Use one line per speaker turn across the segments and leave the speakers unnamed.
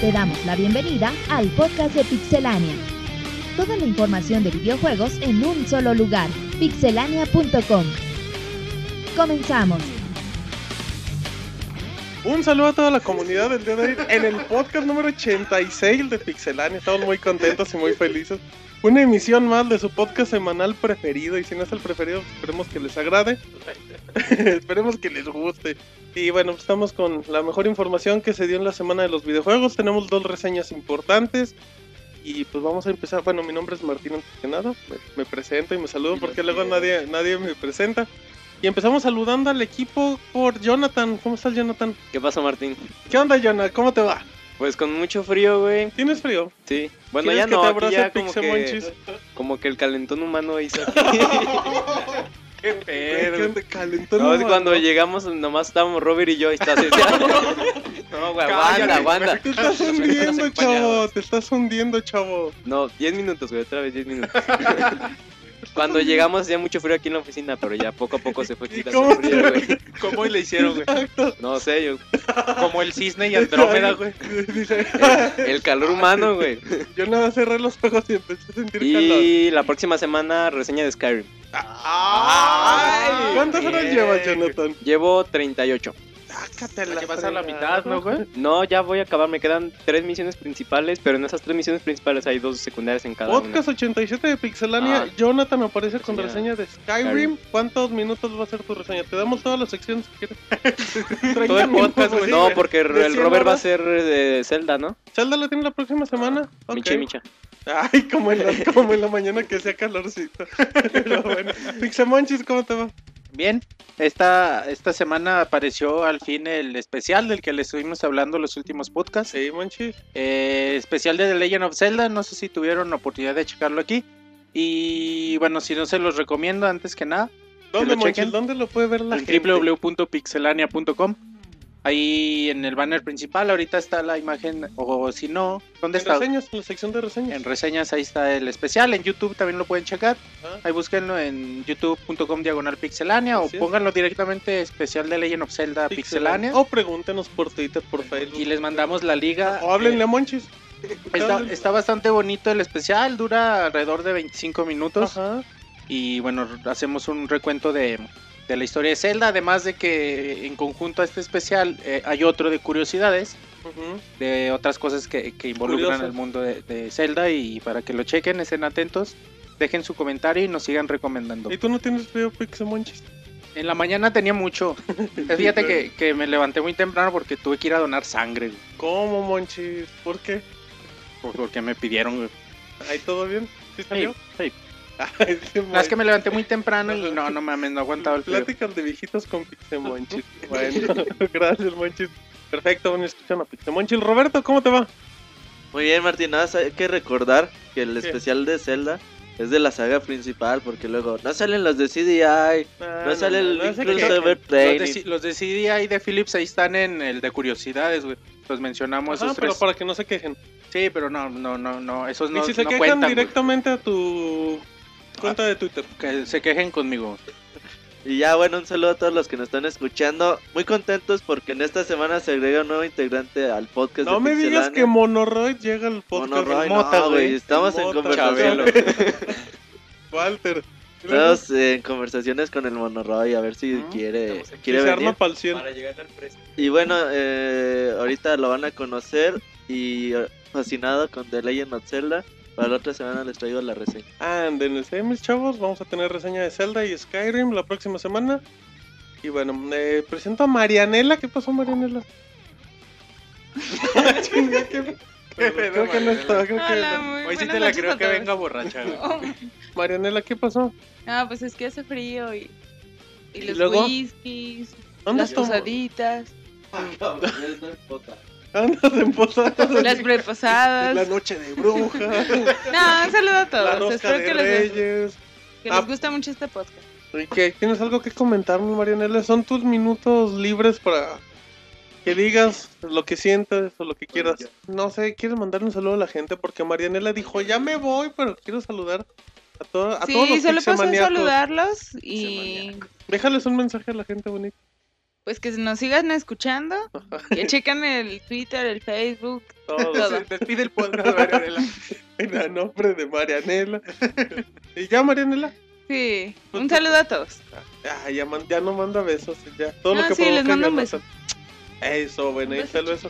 Te damos la bienvenida al podcast de Pixelania. Toda la información de videojuegos en un solo lugar, pixelania.com. Comenzamos.
Un saludo a toda la comunidad del día de hoy en el podcast número 86 de Pixelania. Estamos muy contentos y muy felices. Una emisión más de su podcast semanal preferido. Y si no es el preferido, pues esperemos que les agrade. esperemos que les guste. Y bueno, pues estamos con la mejor información que se dio en la semana de los videojuegos. Tenemos dos reseñas importantes. Y pues vamos a empezar. Bueno, mi nombre es Martín antes que nada. Me, me presento y me saludo
Y
porque
los
luego
quiero.
nadie, nadie me presenta. Y empezamos saludando al equipo por Jonathan. ¿Cómo estás, Jonathan?
¿Qué pasa, Martín?
¿Qué onda, Jonah? ¿Cómo te va?
Pues con mucho frío, güey.
¿Tienes frío?
Sí. Bueno,
¿Quieres
ya
que
no,
te
aquí
abrace
ya como
Pixemonchis?
que, como que el calentón humano hizo aquí. Qué pedo.
Calentón,
No, es
humano.
cuando llegamos nomás estábamos Robert y yo y estás No, güey, aguanta, aguanta.
Te estás hundiendo, chavo. Te estás hundiendo, chavo.
No, 10 minutos, güey, otra vez 10 minutos. Cuando llegamos hacía mucho frío aquí en la oficina, pero ya poco a poco se fue
¿Y
quitando
cómo
el frío,
te-
güey.
¿Cómo le hicieron, güey?
No sé, yo.
Como el cisne y Andrómeda, güey.
Dice,
El, el calor humano, güey.
yo nada cerré los ojos y empecé a sentir calor.
Y la próxima semana reseña de Skyrim.
Ay,
¿Cuántas horas
bien.
llevas, Jonathan?
Llevo 38.
Sácatela.
Que vas a la mitad, ¿no, güey?
No, ya voy a acabar. Me quedan tres misiones principales, pero en esas tres misiones principales hay dos secundarias en cada
Podcast 87 de Pixelania.
Ah.
Jonathan aparece con reseña
Reseña.
de Skyrim.
Skyrim.
¿Cuántos minutos va a ser tu reseña? Te damos todas las secciones que quieres.
una. Todo el podcast, güey. No, porque
De
el
cien
Robert va a
horas.
ser de Zelda, ¿no?
Zelda la tiene la próxima semana. Ok.
Micha, micha.
Ay, como en, la, como en la mañana que hacía calorcito. Pero bueno. Pixemonchis, ¿cómo te va?
Bien, esta, esta semana apareció al fin el especial del que le estuvimos hablando los últimos podcasts.
Sí, Monchis.
Eh, especial de The Legend of Zelda, no sé si tuvieron la oportunidad de checarlo aquí. Y bueno, si no se los recomiendo antes que nada,
¿Dónde,
lo
Monchis?
chequen.
¿Dónde lo puede ver la
en
gente?
www.pixelania.com. Ahí en el banner principal, ahorita está la imagen, o si no, ¿dónde
En
está?
reseñas, en la sección de reseñas.
En reseñas ahí está el especial, en YouTube también lo pueden checar.
Ah.
Ahí búsquenlo en youtube.com diagonal pixelania o
Así es.
pónganlo directamente especial de Legend of Zelda pixelania.
O pregúntenos por Twitter, por Facebook.
Y les mandamos la liga.
O háblenle a Monchis.
Eh, está,
háblenle.
está bastante bonito el especial, dura alrededor de 25 minutos.
Ajá.
Y bueno, hacemos un recuento de, de la historia de Zelda, además de que en conjunto a este especial eh, hay otro de curiosidades,
Ujú.
de otras cosas que, que involucran
Curiosas.
al mundo de, de Zelda. Y para que lo chequen, estén atentos, dejen su comentario y nos sigan recomendando.
¿Y tú no tienes frío, Pixemonchis?
En la mañana tenía mucho. Fíjate que, que me levanté muy temprano porque tuve que ir a donar sangre, güey,
¿Cómo, Monchis? ¿Por qué?
por- porque me pidieron. güey.
¿Ahí todo bien? ¿Sí salió?
Sí.
Ay, sí,
No, es que me levanté muy temprano y no, no mames, no aguantaba el frío.
Pláticas de viejitos con Pixemonchis. Bueno, gracias, Monchis. Perfecto, bueno, escuchan a Pixemonchis. Roberto, ¿cómo te va?
Muy bien, Martín. Nada más hay que recordar que el
¿Qué?
especial de Zelda es de la saga principal, porque luego no salen los de CDI, no, sale el
Ah, no, Ah, no,
Inclusive
no,
Server
Los
Training.
de, C- los de CDI de Philips ahí están en el de curiosidades, güey. Los mencionamos
Ajá,
esos
pero
tres.
para que no se quejen.
Sí, pero no, no, no, no, esos no,
y si se
no
quejan
cuentan. güey.
directamente a tu
Ah,
cuenta de Twitter.
Que se quejen conmigo.
Y ya, bueno, un saludo a todos los que nos están escuchando. Muy contentos porque en esta semana se agrega un nuevo integrante al podcast.
No
de
me digas
Pixelania.
que Monoroid llega al podcast.
Monoroid,
Mo-
Mota,
no, güey.
güey.
Estamos en
Mota,
conversación.
Walter.
Estamos en conversaciones con el Monoroy, a ver si
Ujú.
quiere,
Que
quiere
se
venir.
arma pa'l cien.
llegar al precio.
Y bueno, eh, ahorita lo van a conocer y eh, fascinado con The Legend of Zelda. Para la otra semana les traigo la reseña.
Ándenles, eh, mis chavos. Vamos a tener reseña de Zelda y Skyrim la próxima semana. Y bueno, eh, presento a Marianela. ¿Qué pasó, Marianela? Chinga, qué- creo que no está. Creo que
Hola,
no.
muy
Hoy sí
buenas
te la
noches
creo
a
que
todos.
venga borracha. güey.
Marianela, ¿qué pasó?
Ah, pues es que hace frío y, y
¿Y
los
luego?
whiskies,
¿Dónde
las
estamos?
posaditas,
Andas en posadas.
las preposadas.
La noche de brujas.
No, un saludo a
la
todos.
rosca
Espero
de
que les,
reyes.
que
Ah.
les guste mucho este podcast.
¿Y qué? ¿Tienes algo que comentarme, Marianela? ¿Son tus minutos libres para que digas lo que sientas o lo que quieras? No sé, ¿quieres mandarle un saludo a la gente? Porque Marianela dijo, ya me voy, pero quiero saludar a, todo- a todos
Sí,
los
solo paso a
pixemaniacos".
saludarlos y
Déjales un mensaje a la gente bonita.
Pues que nos sigan escuchando, que chequen el Twitter, el Facebook.
Todo.
Todo.
Despide el podcast, Marianela.
En el nombre de Marianela. y ya, Marianela.
Sí,
Pues,
un saludo a todos.
Ah, ya, man- ya no manda besos. Ya. Todo lo
Ah,
que
sí, les
provoca
mando
ya
un
no
beso.
sale. Eso, bueno, ahí está el beso.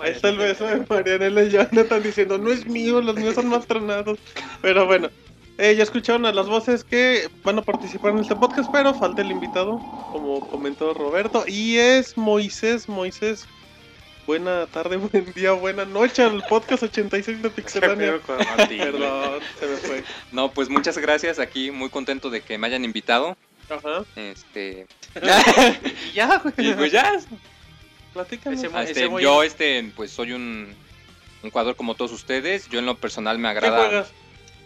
Ahí está el
Marianela.
beso de Marianela y Jonathan diciendo, no es mío, los míos son más tronados. Pero bueno, eh, ya escucharon a las voces que van a participar en este podcast, pero falta el invitado, como comentó Roberto, y es Moisés, Moisés. Buena tarde, buen día, buena noche al podcast 86 de Pixelania. Perdón, se me fue.
No, pues muchas gracias. Aquí muy contento de que me hayan invitado.
Ajá.
Este,
Ya, güey.
y pues ya.
Platícanos.
Ese mo-
este,
muy-
yo, este, pues soy un, un jugador como todos ustedes. Yo en lo personal me
¿Qué
agrada.
juegas? Ah,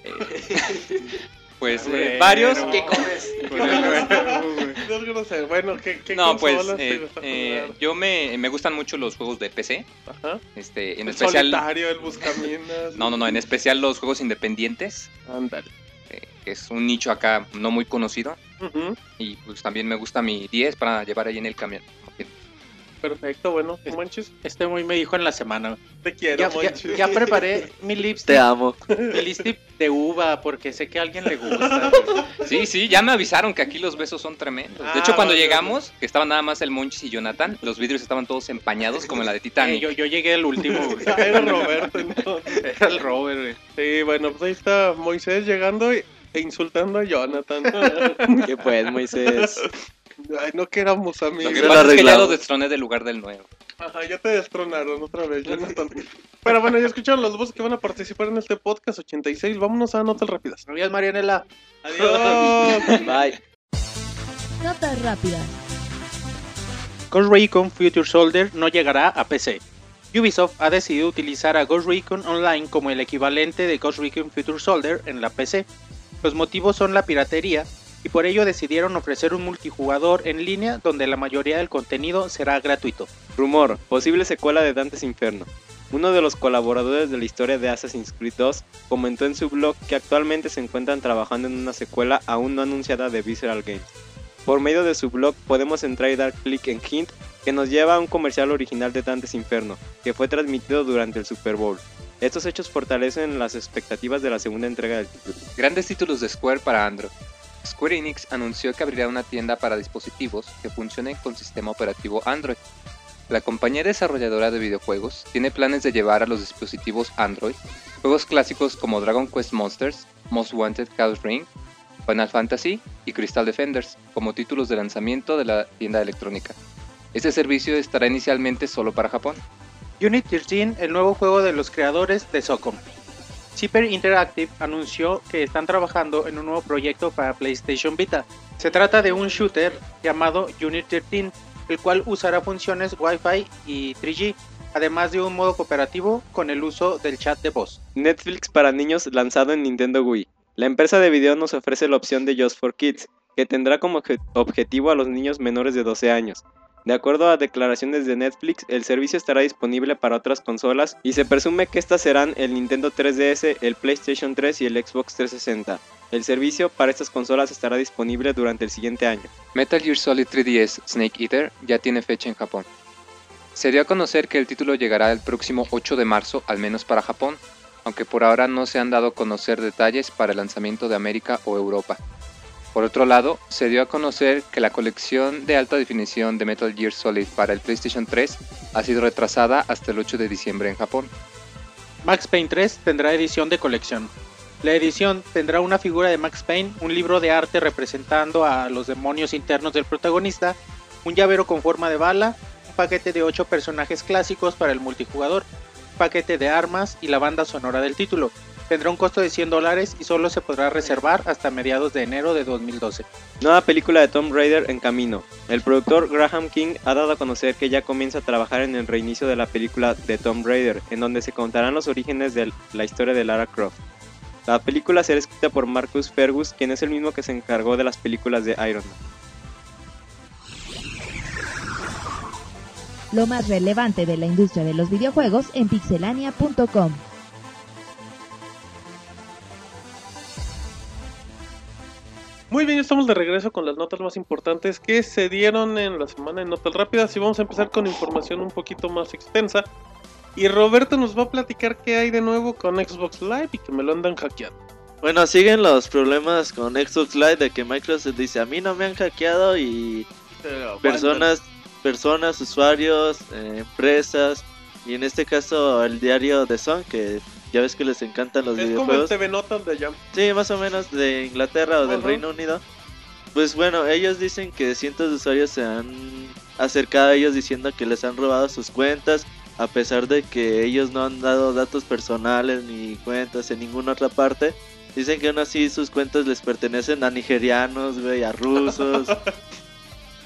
eh, pues eh,
Bueno.
varios.
¿Qué
comes?
No es grosero. Bueno, ¿qué, qué
No, pues
consolas te
eh,
gusta
eh,
jugar?
yo me, me gustan mucho los juegos de PC.
Ajá.
Este, en
El
especial.
solitario, el buscaminas.
No, no, no. En especial los juegos independientes.
Ándale.
eh, que es un nicho acá no muy conocido.
Ujú.
Y pues también me gusta mi 10 para llevar ahí en el camión.
Perfecto, bueno, Monchis,
Este muy me dijo en la semana.
te quiero,
Ya, ya,
Monchis.
ya preparé mi
Te
lipstick,
amo.
mi lipstick de uva porque sé que a alguien le gusta.
Sí, sí, ya me avisaron que aquí los besos son tremendos.
Ah,
de hecho, cuando
vale,
llegamos, que estaban nada más el Monchis y Jonathan, los vidrios estaban todos empañados como en la de
Eh,
Titanic.
yo, yo llegué el último, güey.
Ah, Era Roberto, entonces.
Era el Robert, güey.
Sí, bueno, pues ahí está Moisés llegando y- e insultando a Jonathan.
Que pues, Moisés.
Ay, no que éramos
Lo
amigos.
que
Lo
pasa es que ya
arreglamos.
los destroné del lugar del nuevo.
Ajá, ya te destronaron otra vez, Jonathan. Pero bueno, ya escucharon los voces que van a participar en este podcast 86. Vámonos a notas rápidas. ¡Ah!
Adiós, Marianela.
Adiós.
Bye.
Notas rápidas.
Ghost Recon Future Soldier no llegará a PC. Ubisoft ha decidido utilizar a Ghost Recon Online como el equivalente de Ghost Recon Future Soldier en la PC. Los motivos son la piratería y por ello decidieron ofrecer un multijugador en línea donde la mayoría del contenido será gratuito.
Rumor, posible secuela de Dantes Inferno. Uno de los colaboradores de la historia de Assassin's Creed 2 comentó en su blog que actualmente se encuentran trabajando en una secuela aún no anunciada de Visceral Games. Por medio de su blog podemos entrar y dar clic en Hint que nos lleva a un comercial original de Dantes Inferno, que fue transmitido durante el Super Bowl. Estos hechos fortalecen las expectativas de la segunda entrega del título.
Grandes títulos de Square para Android. Square Enix anunció que abrirá una tienda para dispositivos que funcionen con sistema operativo Android. La compañía desarrolladora de videojuegos tiene planes de llevar a los dispositivos Android juegos clásicos como Dragon Quest Monsters, Most Wanted Chaos Ring, Final Fantasy y Crystal Defenders como títulos de lanzamiento de la tienda electrónica. Este servicio estará inicialmente solo para Japón.
Unit 13, el nuevo juego de los creadores de SOCOM. Zipper Interactive anunció que están trabajando en un nuevo proyecto para PlayStation Vita. Se trata de un shooter llamado Unit 13, el cual usará funciones Wi-Fi y 3G, además de un modo cooperativo con el uso del chat de voz.
Netflix para niños lanzado en Nintendo Wii. La empresa de video nos ofrece la opción de Just for Kids, que tendrá como obje- objetivo a los niños menores de 12 años. De acuerdo a declaraciones de Netflix, el servicio estará disponible para otras consolas y se presume que estas serán el Nintendo 3DS, el PlayStation 3 y el Xbox 360. El servicio para estas consolas estará disponible durante el siguiente año.
Metal Gear Solid 3DS Snake Eater ya tiene fecha en Japón. Se dio a conocer que el título llegará el próximo 8 de marzo, al menos para Japón, aunque por ahora no se han dado a conocer detalles para el lanzamiento de América o Europa. Por otro lado, se dio a conocer que la colección de alta definición de Metal Gear Solid para el PlayStation 3 ha sido retrasada hasta el 8 de diciembre en Japón.
Max Payne 3 tendrá edición de colección. La edición tendrá una figura de Max Payne, un libro de arte representando a los demonios internos del protagonista, un llavero con forma de bala, un paquete de 8 personajes clásicos para el multijugador, un paquete de armas y la banda sonora del título. Tendrá un costo de 100 dólares y solo se podrá reservar hasta mediados de enero de 2012.
Nueva película de Tomb Raider en camino. El productor Graham King ha dado a conocer que ya comienza a trabajar en el reinicio de la película de Tomb Raider, en donde se contarán los orígenes de la historia de Lara Croft. La película será escrita por Marcus Fergus, quien es el mismo que se encargó de las películas de Iron Man.
Lo más relevante de la industria de los videojuegos en pixelania.com.
Muy bien, ya estamos de regreso con las notas más importantes que se dieron en la semana en Notas Rápidas y vamos a empezar con información un poquito más extensa. Y Roberto nos va a platicar qué hay de nuevo con Xbox Live y que me lo andan hackeando.
Bueno, siguen los problemas con Xbox Live de que Microsoft dice a mí no me han hackeado y personas, personas, usuarios, eh, empresas y en este caso el diario The Sun que ya ves que les encantan los
Es como el
videojuegos.
TV Notas de allá.
Sí, más o menos de Inglaterra o del
Ajá.
Reino Unido. Pues bueno, ellos dicen que cientos de usuarios se han acercado a ellos diciendo que les han robado sus cuentas, a pesar de que ellos no han dado datos personales ni cuentas en ninguna otra parte. Dicen que aún así sus cuentas les pertenecen a nigerianos, güey, a rusos.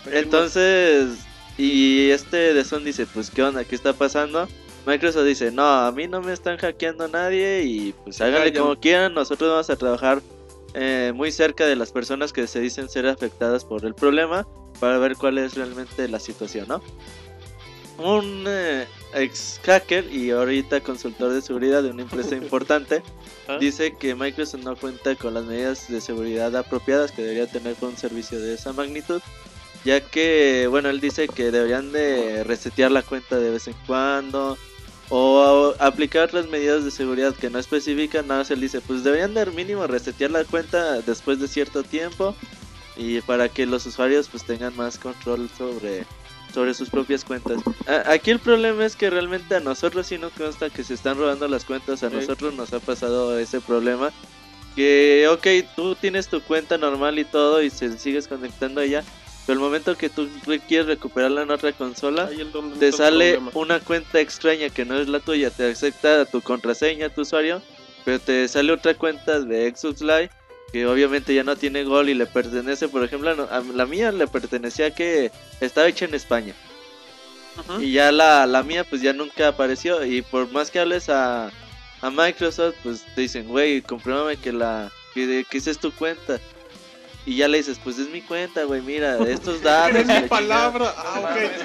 Entonces, y este de Son dice, pues qué onda, qué está pasando. Microsoft dice, no, a mí no me están hackeando nadie y pues háganle
callan.
como quieran, nosotros vamos a trabajar eh, muy cerca de las personas que se dicen ser afectadas por el problema para ver cuál es realmente la situación, ¿no? Un eh, ex hacker y ahorita consultor de seguridad de una empresa importante
Ah.
dice que Microsoft no cuenta con las medidas de seguridad apropiadas que debería tener con un servicio de esa magnitud ya que bueno él dice que deberían de resetear la cuenta de vez en cuando o a- aplicar las medidas de seguridad que no especifican nada más él dice pues deberían de mínimo resetear la cuenta después de cierto tiempo y para que los usuarios pues tengan más control sobre sobre sus propias cuentas. A- aquí el problema es que realmente a nosotros sí nos consta que se están robando las cuentas, a
Sí.
nosotros nos ha pasado ese problema que ok, tú tienes tu cuenta normal y todo y se sigues conectando a ella, pero el momento que tú re- quieres recuperarla en otra consola,
Ahí es donde
te
está el
sale
problema.
una cuenta extraña que no es la tuya, te acepta tu contraseña, tu usuario, pero te sale otra cuenta de Xbox Live que obviamente ya no tiene gol y le pertenece, por ejemplo, a no- a la mía le pertenecía que estaba hecha en España.
Ajá.
Y ya la, la mía pues ya nunca apareció y por más que hables a, a Microsoft pues te dicen, güey, compruébame que la que, que esa es tu cuenta. Y ya le dices, pues es mi cuenta, güey, mira, estos datos. y
Es
la
mi
chingada".
palabra. Ah,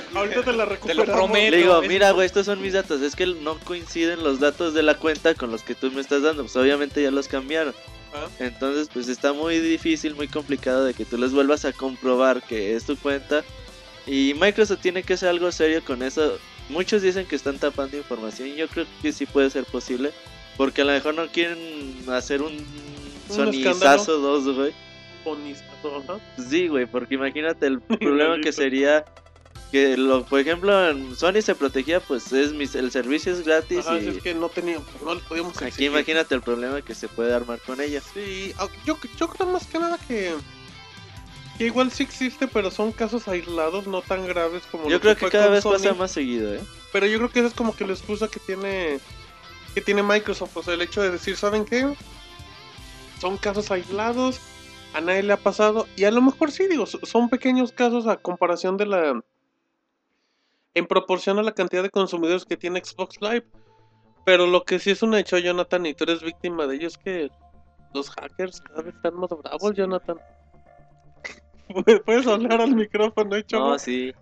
ok. Ahorita te la recuperamos.
prometo.
Le digo, mira, güey, estos son mis datos. Es que no coinciden los datos de la cuenta con los que tú me estás dando. Pues obviamente ya los cambiaron.
Ah.
Entonces, pues está muy difícil, muy complicado de que tú les vuelvas a comprobar que es tu cuenta. Y Microsoft tiene que hacer algo serio con eso. Muchos dicen que están tapando información. Yo creo que sí puede ser posible. Porque a lo mejor no quieren hacer un sonizazo
escándalo.
dos, güey.
Bonito, ajá.
Sí, güey, porque imagínate el problema que sería que, lo, por ejemplo, en Sony se protegía, pues es mis, el servicio es gratis
Ajá,
y
Ah, es que no teníamos, no le podíamos
aquí
exigir.
imagínate el problema que se puede armar con ella.
Sí, aunque yo, yo creo más que nada que, que igual sí existe, pero son casos aislados, no tan graves como
Yo
lo
creo que
fue
cada
con
vez
Sony,
pasa más seguido, ¿eh?
Pero yo creo que esa es como que la excusa que tiene que tiene Microsoft, o sea, el hecho de decir, ¿saben qué? Son casos aislados, a nadie le ha pasado, y a lo mejor sí, digo, so- son pequeños casos a comparación de la... en proporción a la cantidad de consumidores que tiene Xbox Live. Pero lo que sí es un hecho, Jonathan, y tú eres víctima de ello, es que los hackers cada vez están más bravos, Jonathan. Pu- Puedes hablar al micrófono, hecho.
No, sí.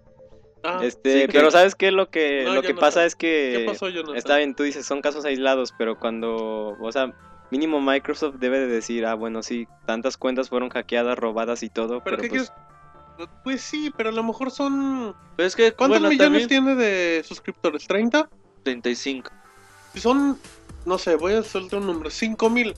Ah,
Este,
sí,
pero ¿sabes qué? Lo que,
No,
lo
yo
que
no
pasa
sé.
es que...
¿Qué pasó, Jonathan?
Está bien, tú dices, son casos aislados, pero cuando, o sea, mínimo Microsoft debe de decir, ah, bueno, sí, tantas cuentas fueron hackeadas, robadas y todo,
¿Pero
pero,
qué
pues,
quieres? Pues sí, pero a lo mejor son.
Pero Pues es que,
¿Cuántos
bueno,
millones
también-
tiene de suscriptores? ¿30?
35.
Si son. No sé, voy a soltar un número: 5 mil.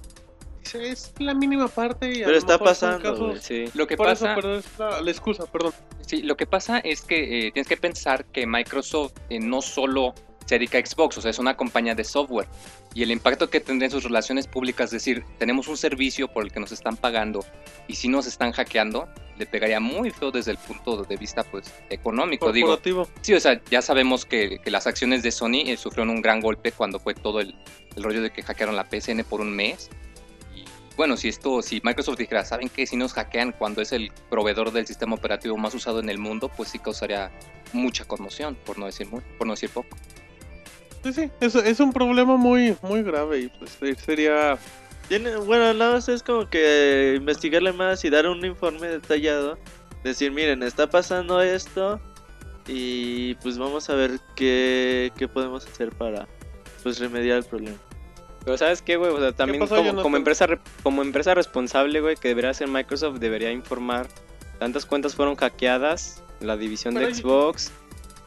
Es la mínima parte. Y a
Pero
lo
está
mejor son
pasando,
casos-
güey.
sí.
Lo que
Por
pasa...
eso, pero es la, la excusa, perdón.
Sí, lo que pasa es que eh, tienes que pensar que Microsoft eh, no solo se dedica a Xbox, o sea, es una compañía de software. Y el impacto que tendría en sus relaciones públicas, es decir, tenemos un servicio por el que nos están pagando y si nos están hackeando, le pegaría muy feo desde el punto de vista pues económico. Digo,
Corporativo.
sí, o sea, ya sabemos que, que las acciones de Sony eh, sufrieron un gran golpe cuando fue todo el, el rollo de que hackearon la PSN por un mes. Y bueno, si esto, si Microsoft dijera, ¿saben qué? Si nos hackean cuando es el proveedor del sistema operativo más usado en el mundo, pues sí causaría mucha conmoción, por no decir mu- por no decir poco.
Sí, sí, es, es un problema muy, muy grave. Y pues eh, sería.
Tiene, bueno, nada más es como que investigarle más y dar un informe detallado. Decir, miren, está pasando esto y pues vamos a ver qué, qué podemos hacer para pues remediar el problema.
Pero ¿sabes qué, güey? O sea, también
pasó,
como,
Jonathan?
como empresa, re- como empresa responsable, güey, que debería ser Microsoft, debería informar. Tantas cuentas fueron hackeadas, la división
Pero
de
yo-
Xbox.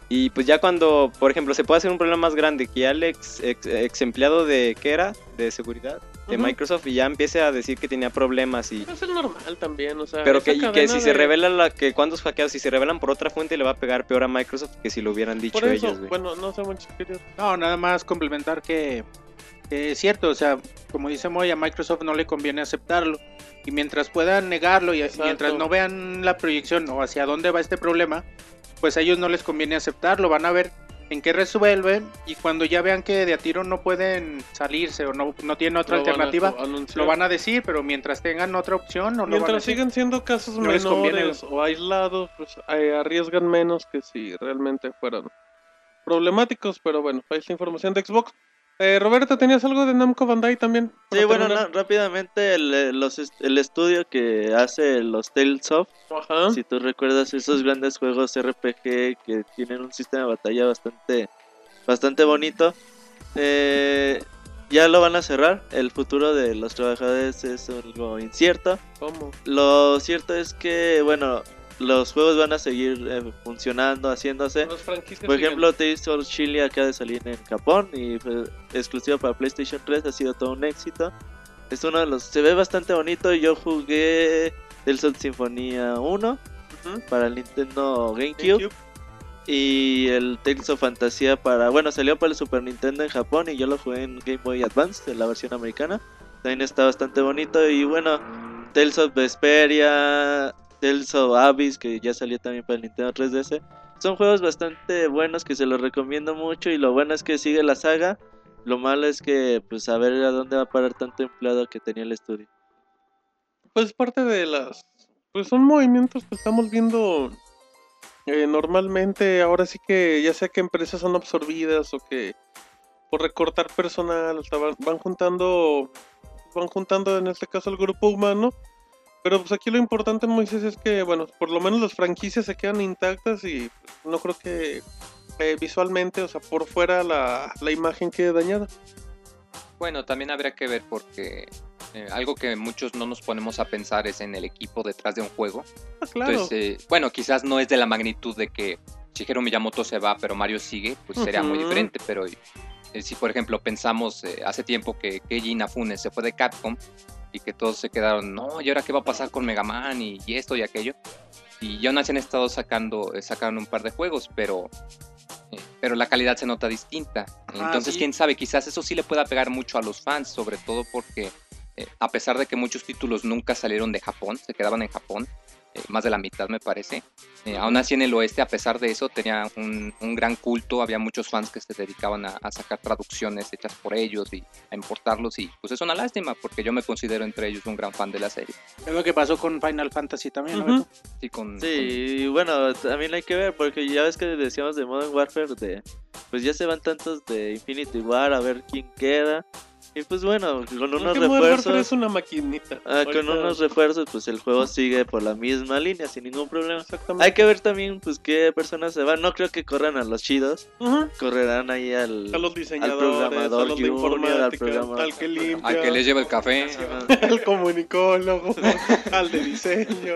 Y pues ya cuando, por ejemplo, se puede hacer un problema más grande, que ya el ex, ex- ex empleado de, ¿qué era? De seguridad, de
Ujú.
Microsoft, y ya empiece a decir que tenía problemas y...
Pero es pues, el normal también, o sea.
Pero
esa
que, y que
cadena
si se
de-
revela la que cuando es hackeado, si se revelan por otra fuente le va a pegar peor a Microsoft que si lo hubieran dicho
Por eso,
ellos, güey.
bueno, no sé mucho qué decir.
No, nada más complementar que, que es cierto, o sea, como dice Moy, a Microsoft no le conviene aceptarlo. Y mientras puedan negarlo y
Exacto.
mientras no vean la proyección o hacia dónde va este problema, pues a ellos no les conviene aceptarlo. Van a ver en qué resuelven y cuando ya vean que de a tiro no pueden salirse o no, no tienen otra
Lo van a
alternativa,
su- anunciar.
lo van a decir, pero mientras tengan otra opción no lo van a
Mientras
decir.
sigan siendo casos
No les
menores
conviene,
o aislados, pues eh, arriesgan menos que si realmente fueran problemáticos. Pero bueno, ahí está información de Xbox. Eh, Roberto, tenías algo de Namco Bandai también.
Sí,
Para
bueno,
terminar?
no, rápidamente el, eh, los est- el estudio que hace los Tales of,
Ajá.
si tú recuerdas esos grandes juegos RPG que tienen un sistema de batalla bastante, bastante bonito, eh, ya lo van a cerrar. El futuro de los trabajadores es algo incierto.
¿Cómo?
Lo cierto es que, bueno, los juegos van a seguir eh, funcionando, haciéndose.
Los franquicias
Por ejemplo, Tales of Chile acaba de salir en Japón y fue exclusivo para PlayStation 3, ha sido todo un éxito. Es uno de los. Se ve bastante bonito. Yo jugué el Sol Sinfonía 1
Ujú.
para el Nintendo GameCube,
siguen. GameCube.
y el Tales of Fantasía para. Bueno, salió para el Super Nintendo en Japón y yo lo jugué en Game Boy Advance, en la versión americana. También está bastante bonito y bueno, Tales of Vesperia, Tales of Abyss, que ya salió también para el Nintendo 3DS. Son juegos bastante buenos que se los recomiendo mucho y lo bueno es que sigue la saga. Lo malo es que pues a ver a dónde va a parar tanto empleado que tenía el estudio.
Pues parte de las. Pues son movimientos que estamos viendo eh, normalmente. Ahora sí que, ya sea que empresas son absorbidas o que por recortar personal, o sea, van, van juntando. Van juntando en este caso el grupo humano. Pero pues aquí lo importante, Moisés, es que, bueno, por lo menos las franquicias se quedan intactas y pues, no creo que eh, visualmente, o sea, por fuera la, la imagen quede dañada.
Bueno, también habría que ver porque eh, algo que muchos no nos ponemos a pensar es en el equipo detrás de un juego.
Pues,
Ah, claro.
Entonces, eh, bueno, quizás no es de la magnitud de que Shigeru Miyamoto se va, pero Mario sigue, pues sería muy
Ujú.
diferente. Pero eh, si, por ejemplo, pensamos eh, hace tiempo que Keiji Inafune se fue de Capcom y que todos se quedaron, no, ¿y ahora qué va a pasar con Mega Man y, y esto y aquello? Y ya no se han estado sacando, eh, sacaron un par de juegos, pero, eh, pero la calidad se nota distinta. Entonces,
sí.
quién sabe, quizás eso sí le pueda pegar mucho a los fans, sobre todo porque eh, a pesar de que muchos títulos nunca salieron de Japón, se quedaban en Japón, eh, más de la mitad me parece. Eh, aún así en el oeste, a pesar de eso, tenía un, un gran culto, había muchos fans que se dedicaban a, a sacar traducciones hechas por ellos y a importarlos y pues es una lástima porque yo me considero entre ellos un gran fan de la serie.
Es lo que pasó con Final Fantasy también, ¿no?
Ujú.
Beto?
Sí, con,
Sí, y bueno, también hay que ver, porque ya ves que decíamos de Modern Warfare, de, pues ya se van tantos de Infinity War, a ver quién queda. Y pues bueno, con unos
Es que Modern Warfare
refuerzos,
es una maquinita.
ah, con
Ahorita-
unos refuerzos, pues el juego sigue por la misma línea, sin ningún problema.
Exactamente.
Hay que ver también, pues, qué personas se van. No creo que corran a los chidos,
Ujú.
correrán ahí
A
al...
los diseñadores,
programador
a los de
junior, al
informática, al,
programa-
que limpia,
al que les lleva el café.
Ajá.
al comunicólogo, al de diseño.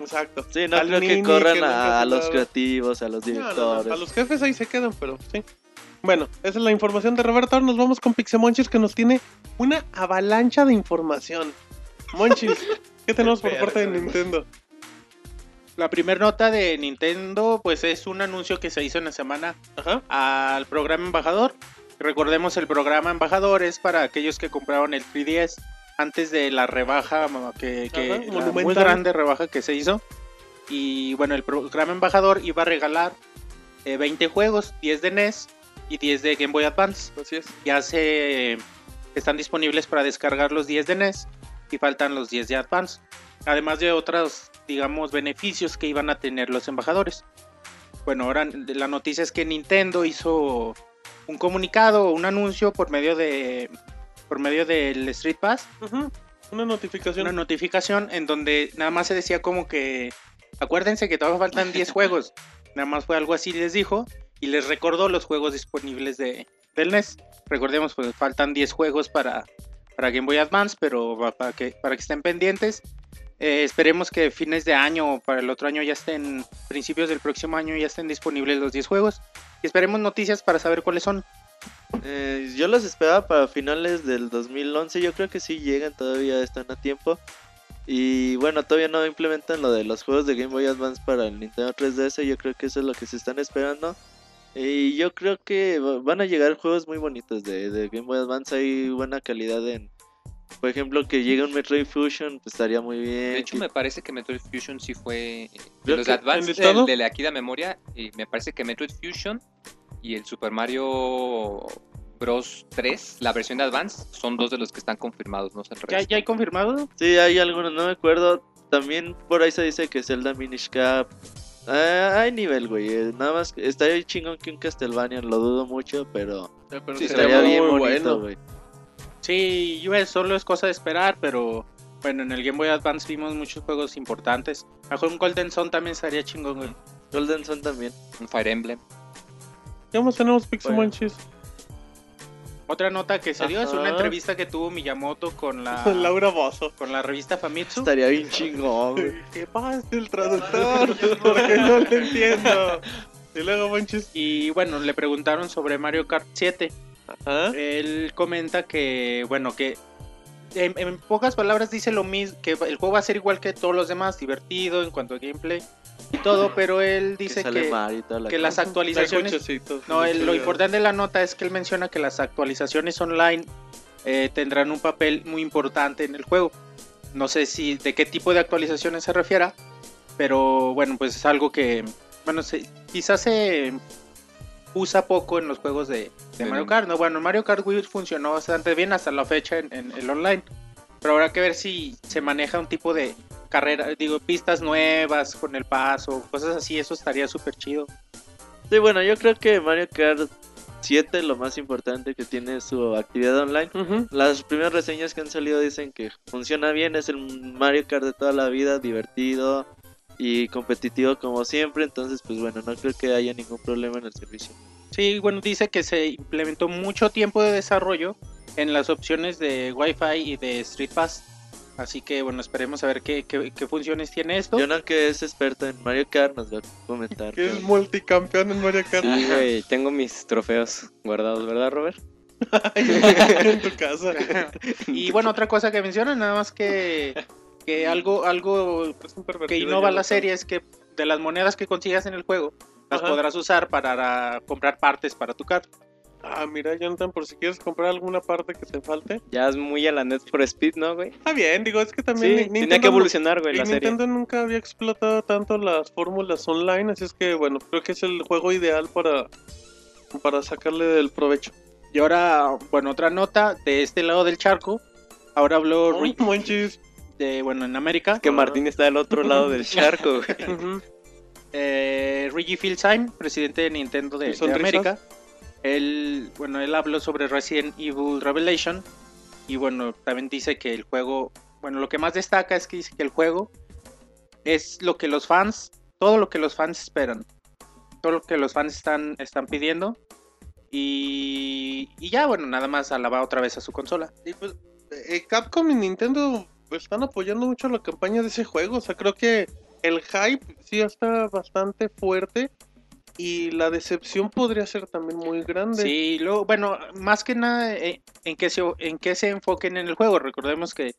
Exacto.
Sí, no
al
creo
nini
que corran
que nunca
a,
hace
los
nada.
creativos, a los
No, no, no,
directores.
A los jefes ahí se quedan, pero sí. Bueno, esa es la información de Roberto. Ahora nos vamos con Pixemonchis que nos tiene una avalancha de información. Monchis, ¿qué tenemos por parte de Nintendo?
La primera nota de Nintendo, pues es un anuncio que se hizo en la semana
Ajá.
al programa Embajador. Recordemos el programa Embajador es para aquellos que compraron el 3DS antes de la rebaja ma- que, que
Ajá,
la
monumental.
muy grande rebaja que se hizo. Y bueno, el programa Embajador iba a regalar eh, 20 juegos, 10 de NES y 10 de Game Boy Advance.
Así es.
Ya se están disponibles para descargar los 10 de NES y faltan los 10 de Advance. Además de otros, digamos, beneficios que iban a tener los embajadores. Bueno, ahora la noticia es que Nintendo hizo un comunicado o un anuncio por medio de por medio del Street Pass,
Ujú. Una notificación.
una notificación en donde nada más se decía como que acuérdense que todavía faltan 10 juegos. Nada más fue algo así les dijo y les recordó los juegos disponibles de, del NES. Recordemos, pues faltan 10 juegos para, para Game Boy Advance, pero va- para que, para que estén pendientes. Eh, esperemos que fines de año o para el otro año ya estén, principios del próximo año ya estén disponibles los 10 juegos. Y esperemos noticias para saber cuáles son.
Eh, yo los esperaba para finales del 2011. Yo creo que sí llegan, todavía están a tiempo. Y bueno, todavía no implementan lo de los juegos de Game Boy Advance para el Nintendo 3DS. Yo creo que eso es lo que se están esperando. Y yo creo que va- van a llegar juegos muy bonitos de, de Game Boy Advance. Hay buena calidad en. Por ejemplo, que llegue un Metroid Fusion, pues estaría muy bien.
De hecho,
que-
me parece que Metroid Fusion sí fue. eh, De
Creo
los
que-
Advance,
¿en el todo?
el de aquí de memoria, y me parece que Metroid Fusion y el Super Mario Bros. 3, la versión de Advance, son dos de los que están confirmados, no sé el
¿Ya,
resto.
ya hay confirmado?
Sí, hay algunos, no me acuerdo. También por ahí se dice que Zelda Minish Cap. Ah, hay nivel, güey. eh, Nada más que- estaría chingón que un Castlevania, lo dudo mucho, pero
pero
Sí,
sería
estaría
muy
bien
bueno.
bonito, güey.
Sí, yo es- solo es cosa de esperar, pero bueno, en el Game Boy Advance vimos muchos juegos importantes. Mejor un Golden Sun también estaría chingón, güey.
Golden Sun también.
Un Fire Emblem.
Ya más tenemos Pixelmon
Bueno.
Cheese.
Otra nota que se dio es una
Ajá.
entrevista que tuvo Miyamoto con la,
Laura Bozo.
con la revista Famitsu.
Estaría bien chingón, güey.
¿Qué pasa el traductor? Porque no lo entiendo. Y luego Monchis.
Y bueno, le preguntaron sobre Mario Kart 7.
¿Ah?
Él comenta que, bueno, que en, en pocas palabras dice lo mismo, que el juego va a ser igual que todos los demás, divertido en cuanto a gameplay y todo, pero él dice
que
que,
sale Mario y toda la
que las
cosa.
actualizaciones... No, el- lo importante de la nota es que él menciona que las actualizaciones online eh, tendrán un papel muy importante en el juego. No sé si de qué tipo de actualizaciones se refiera, pero bueno, pues es algo que, bueno, se- quizás se usa poco en los juegos de, de
Sí.
Mario Kart. No, bueno, Mario Kart Wii funcionó bastante bien hasta la fecha en, en el online, pero habrá que ver si se maneja un tipo de carrera, digo, pistas nuevas con el paso, cosas así, eso estaría súper chido.
Sí, bueno, yo creo que Mario Kart 7 lo más importante que tiene es su actividad online. Las primeras reseñas que han salido dicen que funciona bien, es el Mario Kart de toda la vida, divertido y competitivo como siempre, entonces pues bueno, no creo que haya ningún problema en el servicio.
Sí, bueno, dice que se implementó mucho tiempo de desarrollo en las opciones de Wi-Fi y de Street Pass. Así que, bueno, esperemos a ver qué, qué- qué funciones tiene esto.
Jonah que es experto en Mario Kart nos va a comentar.
Que es
¿no?
multicampeón en Mario Kart.
Sí, güey, tengo mis trofeos guardados, ¿verdad, Robert?
en tu casa.
Y bueno, otra cosa que mencionan, nada más que, que algo, algo que innova la serie es que de las monedas que consigas en el juego, las
Ajá.
podrás usar para ra- comprar partes para tu carta.
Ah, mira, Jonathan, por si quieres comprar alguna parte que te falte.
Ya es muy a la Net for Speed, ¿no, güey?
Está bien, digo, es que también.
Sí,
Ni-
tenía que
Nintendo-
evolucionar, güey,
Y
la serie.
Nintendo nunca había explotado tanto las fórmulas online, así es que bueno, creo que es el juego ideal para, para sacarle el provecho.
Y ahora, bueno, otra nota de este lado del charco. Ahora habló
Uy,
Rick
monchis.
de, bueno, en América.
Que Martín está del otro lado del charco, güey.
Ujú.
eh, Reggie Filsheim, presidente de Nintendo de,
¿Son
de
risas?
América. Él, bueno, él habló sobre Resident Evil Revelation y bueno, también dice que el juego, bueno, lo que más destaca es que dice que el juego es lo que los fans, todo lo que los fans esperan, todo lo que los fans están, están pidiendo y, y ya, bueno, nada más alaba otra vez a su consola.
Y pues, eh, Capcom y Nintendo están apoyando mucho la campaña de ese juego. O sea, creo que el hype sí está bastante fuerte y la decepción podría ser también muy grande.
Sí, y luego, bueno, más que nada eh, en que se en que se enfoquen en el juego. Recordemos que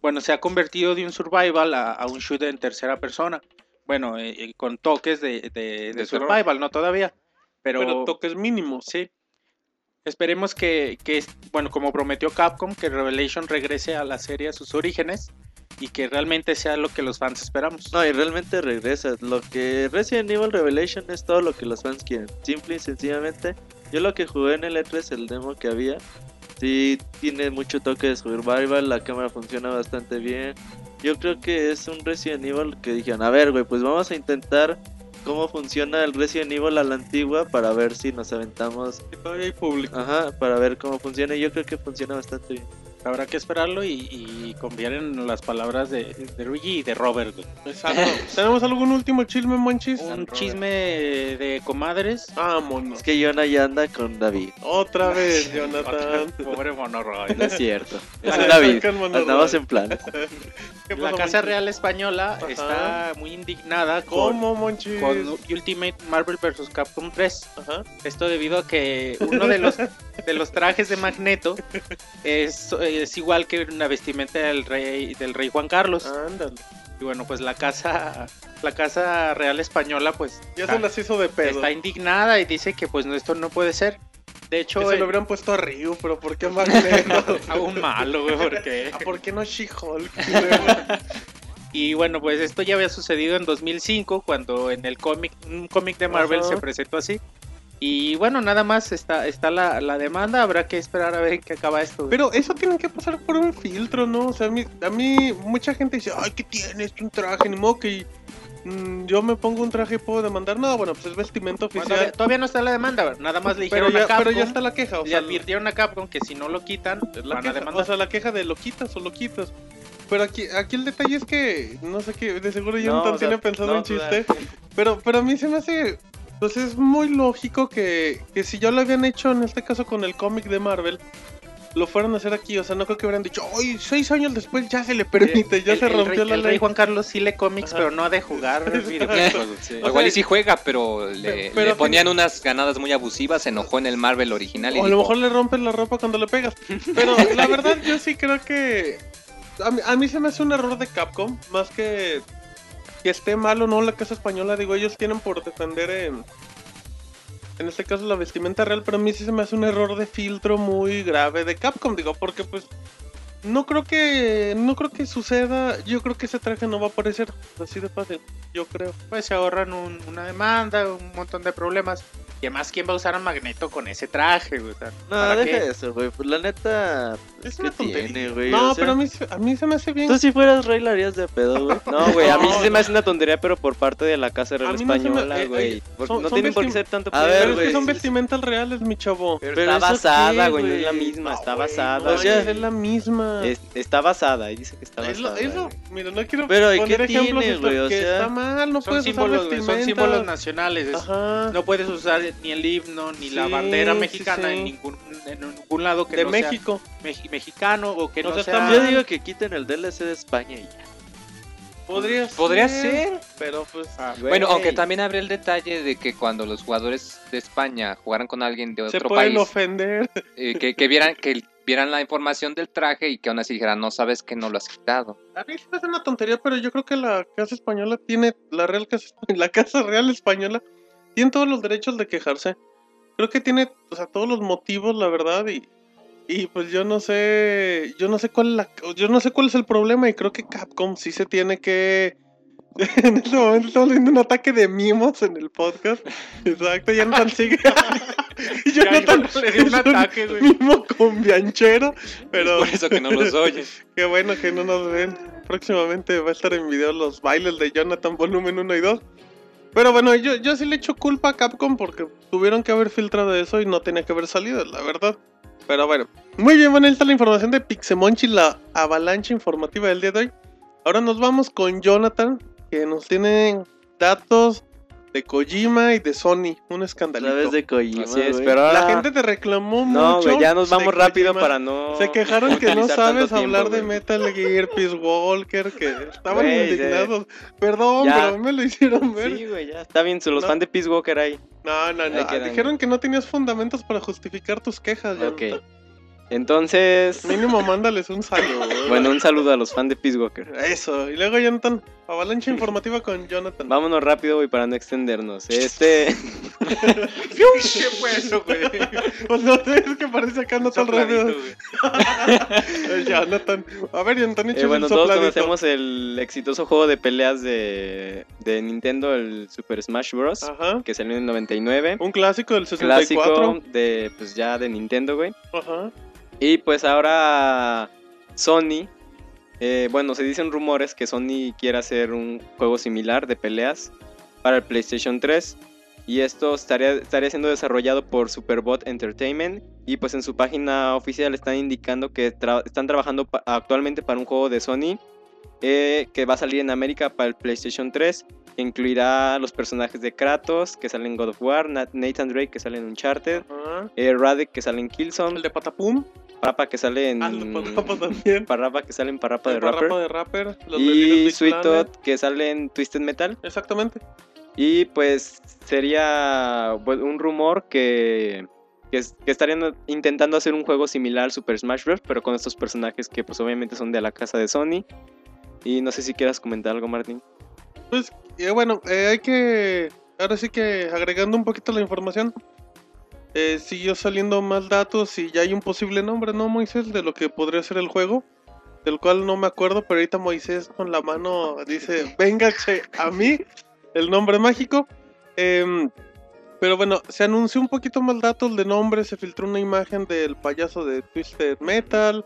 bueno, se ha convertido de un survival a, a un shooter en tercera persona. Bueno, eh, eh, con toques de, de- de
De terror.
survival, no todavía. Pero,
pero... toques mínimos.
sí. Esperemos que, que, es- bueno, como prometió Capcom, que Revelation regrese a la serie a sus orígenes y que realmente sea lo que los fans esperamos.
No, y realmente regresa. Lo que Resident Evil Revelation es todo lo que los fans quieren. Simple y sencillamente. Yo lo que jugué en el E3, el demo que había, sí tiene mucho toque de survival, la cámara funciona bastante bien. Yo creo que es un Resident Evil que dijeron, a ver, güey, pues vamos a intentar cómo funciona el Resident Evil a la antigua para ver si nos aventamos,
Todavía hay público.
ajá, para ver cómo funciona. y Yo creo que funciona bastante bien.
Habrá que esperarlo y, y confiar en las palabras de, de Luigi y de Robert. güey.
Exacto. ¿Tenemos algún último chisme, monchis?
Un chisme de comadres.
Vámonos.
Es que Yona ya anda con David.
Otra vez, Jonathan.
Pobre Monoroy.
No es cierto. Es
Ah,
un David.
sacan Manolo.
Andabas en plan.
¿Qué
La
pasó,
Casa
Monchis?
Real Española está muy indignada con,
¿Cómo, monchis?
con Ultimate Marvel vs. Capcom 3.
Ajá.
Esto debido a que uno de los, de los trajes de Magneto es, es igual que una vestimenta del rey, del rey Juan Carlos.
Ándale.
Y bueno, pues la casa, la casa real española pues
Ya
está,
se las hizo de pedo.
está indignada y dice que pues no, esto no puede ser. De
Que
hecho, eh,
se lo
el-
hubieran puesto a Ryu, pero ¿por qué Magneto?
a un malo, güey, porque...
Ah, ¿Por qué no She-Hulk?
Y bueno, pues esto ya había sucedido en 2005 cuando en el cómic, un cómic de Marvel
Ajá.
se presentó así. Y bueno, nada más está, está la, la demanda, habrá que esperar a ver en qué acaba esto. güey.
Pero eso tiene que pasar por un filtro, ¿no? O sea, a mí, a mí mucha gente dice, ay, ¿qué tienes? Un traje, ni modo que mm, yo me pongo un traje y puedo demandar. No, bueno, pues es vestimenta
Bueno,
oficial.
todavía, todavía no está la demanda, güey, nada más le
pero,
dijeron a
ya,
Capcom,
pero ya está la queja, o
le
sea,
advirtieron a Capcom que si no lo quitan,
la
van a
queja,
demandar.
o sea, la queja de lo quitas o lo quitas. Pero aquí, aquí el detalle es que, no sé qué, de seguro ya
No,
no,
o sea,
tiene pensado
no,
un chiste. Pero, pero a mí se me hace. Pues es muy lógico que, que si ya lo habían hecho en este caso con el cómic de Marvel, lo fueran a hacer aquí. O sea, no creo que hubieran dicho, ¡ay! Seis años después ya se le permite, ya
Eh, El-
se
el
rompió
rey-
la
el
ley.
rey Juan Carlos sí lee cómics, pero no ha de jugar videojuegos. güey.
Sí.
O
Igual
sea,
y sí juega, pero le,
pe- pero-
le ponían unas ganadas muy abusivas, se enojó en el Marvel original y
O a lo
dijo,
mejor le rompes la ropa cuando le pegas. Pero la verdad, yo sí creo que. A mí, a mí se me hace un error de Capcom, más que que esté mal o no la casa española. Digo, ellos tienen por defender en. En este caso la vestimenta real, pero a mí sí se me hace un error de filtro muy grave de Capcom, digo, porque pues no creo que no creo que suceda, yo creo que ese traje no va a aparecer, así de fácil, yo creo.
Pues se ahorran un- una demanda, un montón de problemas. Y además, ¿quién va a usar a Magneto con ese traje? güey? O sea,
No,
¿para
deja
qué?
eso, güey. Pues la neta.
Es
¿qué
una tontería.
tiene, güey?
no,
O sea,
pero a mí, se- a mí se me hace bien.
Tú si fueras rey la harías de pedo, güey.
No, güey, a mí sí
No,
se me hace una tontería, pero por parte de la Casa Real
A mí no se me-
Española,
eh,
güey.
eh,
Porque
son-
no
son
tienen por qué
vestim-
ser tanto
A ver,
pero es que
güey,
son
sí,
vestimentas reales, mi chavo.
Pero
pero
está
¿eso
basada,
qué,
güey, no es la
güey?
misma, está
güey,
basada.
no,
o sea,
güey.
es la misma.
Es- está basada, y dice que está
Es lo-
basada.
es lo-
güey.
mira, no quiero
Pero, ¿y
poner
qué
ejemplos
tiene,
de
güey? O
que
sea,
está mal, no
son,
puedes
símbolos,
usar
güey, son
vestimenta.
símbolos nacionales. es-
Ajá.
No puedes usar ni el himno, ni la
Sí,
bandera
sí,
mexicana
sí.
en, ningún, en ningún lado que
de
no sea
México.
meji- mexicano o que
O
no
sea,
sea.
está
Yo digo que quiten el DLC de España y ya.
Podría,
¿podría ser?
Pero pues.
Ah,
Bueno,
Güey.
aunque también habría el detalle de que cuando los jugadores de España jugaran con alguien de
Se
otro
pueden
país,
ofender.
eh, que, que vieran que vieran la información del traje y que aún así dijeran, no sabes que no lo has quitado.
A mí se me hace una tontería, pero yo creo que la Casa Española tiene. La Real Casa, la casa Real Española tiene todos los derechos de quejarse. Creo que tiene, o sea, todos los motivos, la verdad, y. Y pues yo no sé, yo no sé cuál es la, yo no sé cuál es el problema y creo que Capcom sí se tiene que en este momento estamos viendo un ataque de mimos en el podcast. Exacto, Jonathan sigue. Jonathan
le dio un
es
ataque, güey.
mimo con bianchero, pero
Por eso que no los oyes.
Qué bueno que no nos ven. Próximamente va a estar en video los bailes de Jonathan volumen 1 y 2. Pero bueno, yo, yo sí le echo culpa a Capcom porque tuvieron que haber filtrado eso y no tenía que haber salido, la verdad. Pero bueno. Muy bien, bueno, ahí está la información de Pixemonchi, la avalancha informativa del día de hoy. Ahora nos vamos con Jonathan, que nos tiene datos de Kojima y de Sony. Un
Otra
escandalito.
vez de Kojima,
Así es,
güey.
pero ahora...
La gente te reclamó
No,
mucho.
güey, ya nos
de
vamos rápido
Kojima.
para no...
Se quejaron que no
utilizar tanto
sabes
tiempo,
hablar de
güey.
Metal Gear, Peace Walker, que estaban
Güey, de-
indignados. Perdón,
Ya.
pero a mí me lo hicieron ver.
Sí, güey, ya está bien, se los
No.
fans de Peace Walker ahí.
No, no, no.
Ahí quedan,
Dijeron que no tenías fundamentos para justificar tus quejas. ya.
Ok. Entonces,
Mínimo, mándales un saludo. güey.
bueno, un saludo a los fans de Peace Walker.
Eso. Y luego, Jonathan, avalancha informativa con Jonathan.
Vámonos rápido, güey, para no extendernos. Este...
¿Qué fue eso, güey?
Pues no sé, es que parece acá no tan rápido.
Sopladito, güey.
Eh, Jonathan. A ver, Jonathan,
Eh,
échale
bueno,
un
todos
sopladito.
conocemos el exitoso juego de peleas de, de Nintendo, el Super Smash Bros.,
Ajá.
que salió en el 99.
Ah. Un clásico del
Clásico
64.
de, pues ya de Nintendo, güey.
Ajá.
Y pues ahora Sony, eh, bueno, se dicen rumores que Sony quiere hacer un juego similar de peleas para el PlayStation 3. Y esto estaría, estaría siendo desarrollado por Superbot Entertainment. Y pues en su página oficial están indicando que tra- están trabajando pa- actualmente para un juego de Sony eh, que va a salir en América para el PlayStation 3. Que incluirá los personajes de Kratos, que sale en God of War, Na- Nathan Drake, que sale en Uncharted,
Ajá.
eh, Radek, que sale en Killzone,
El de Patapum.
Parapa, que sale en.
Ah, el de Patapa también.
Parapa, que sale en Parapa de
El
Rapper.
Parrapa de Rapper. Los de Little
Y
Big
Sweet
Planet.
Todd, que sale en Twisted Metal.
Exactamente.
Y pues sería pues, un rumor que, que, es- que estarían intentando hacer un juego similar al Super Smash Bros. Pero con estos personajes que pues obviamente son de la casa de Sony. Y no sé si quieras comentar algo, Martín.
Y bueno, eh, hay que. Ahora sí que agregando un poquito la información. Eh, siguió saliendo más datos y ya hay un posible nombre, ¿no, Moisés? De lo que podría ser el juego. Del cual no me acuerdo, pero ahorita Moisés con la mano dice: Véngase a mí, el nombre mágico. Em, pero bueno, se anunció un poquito más datos de nombre. Se filtró una imagen del payaso de Twisted Metal.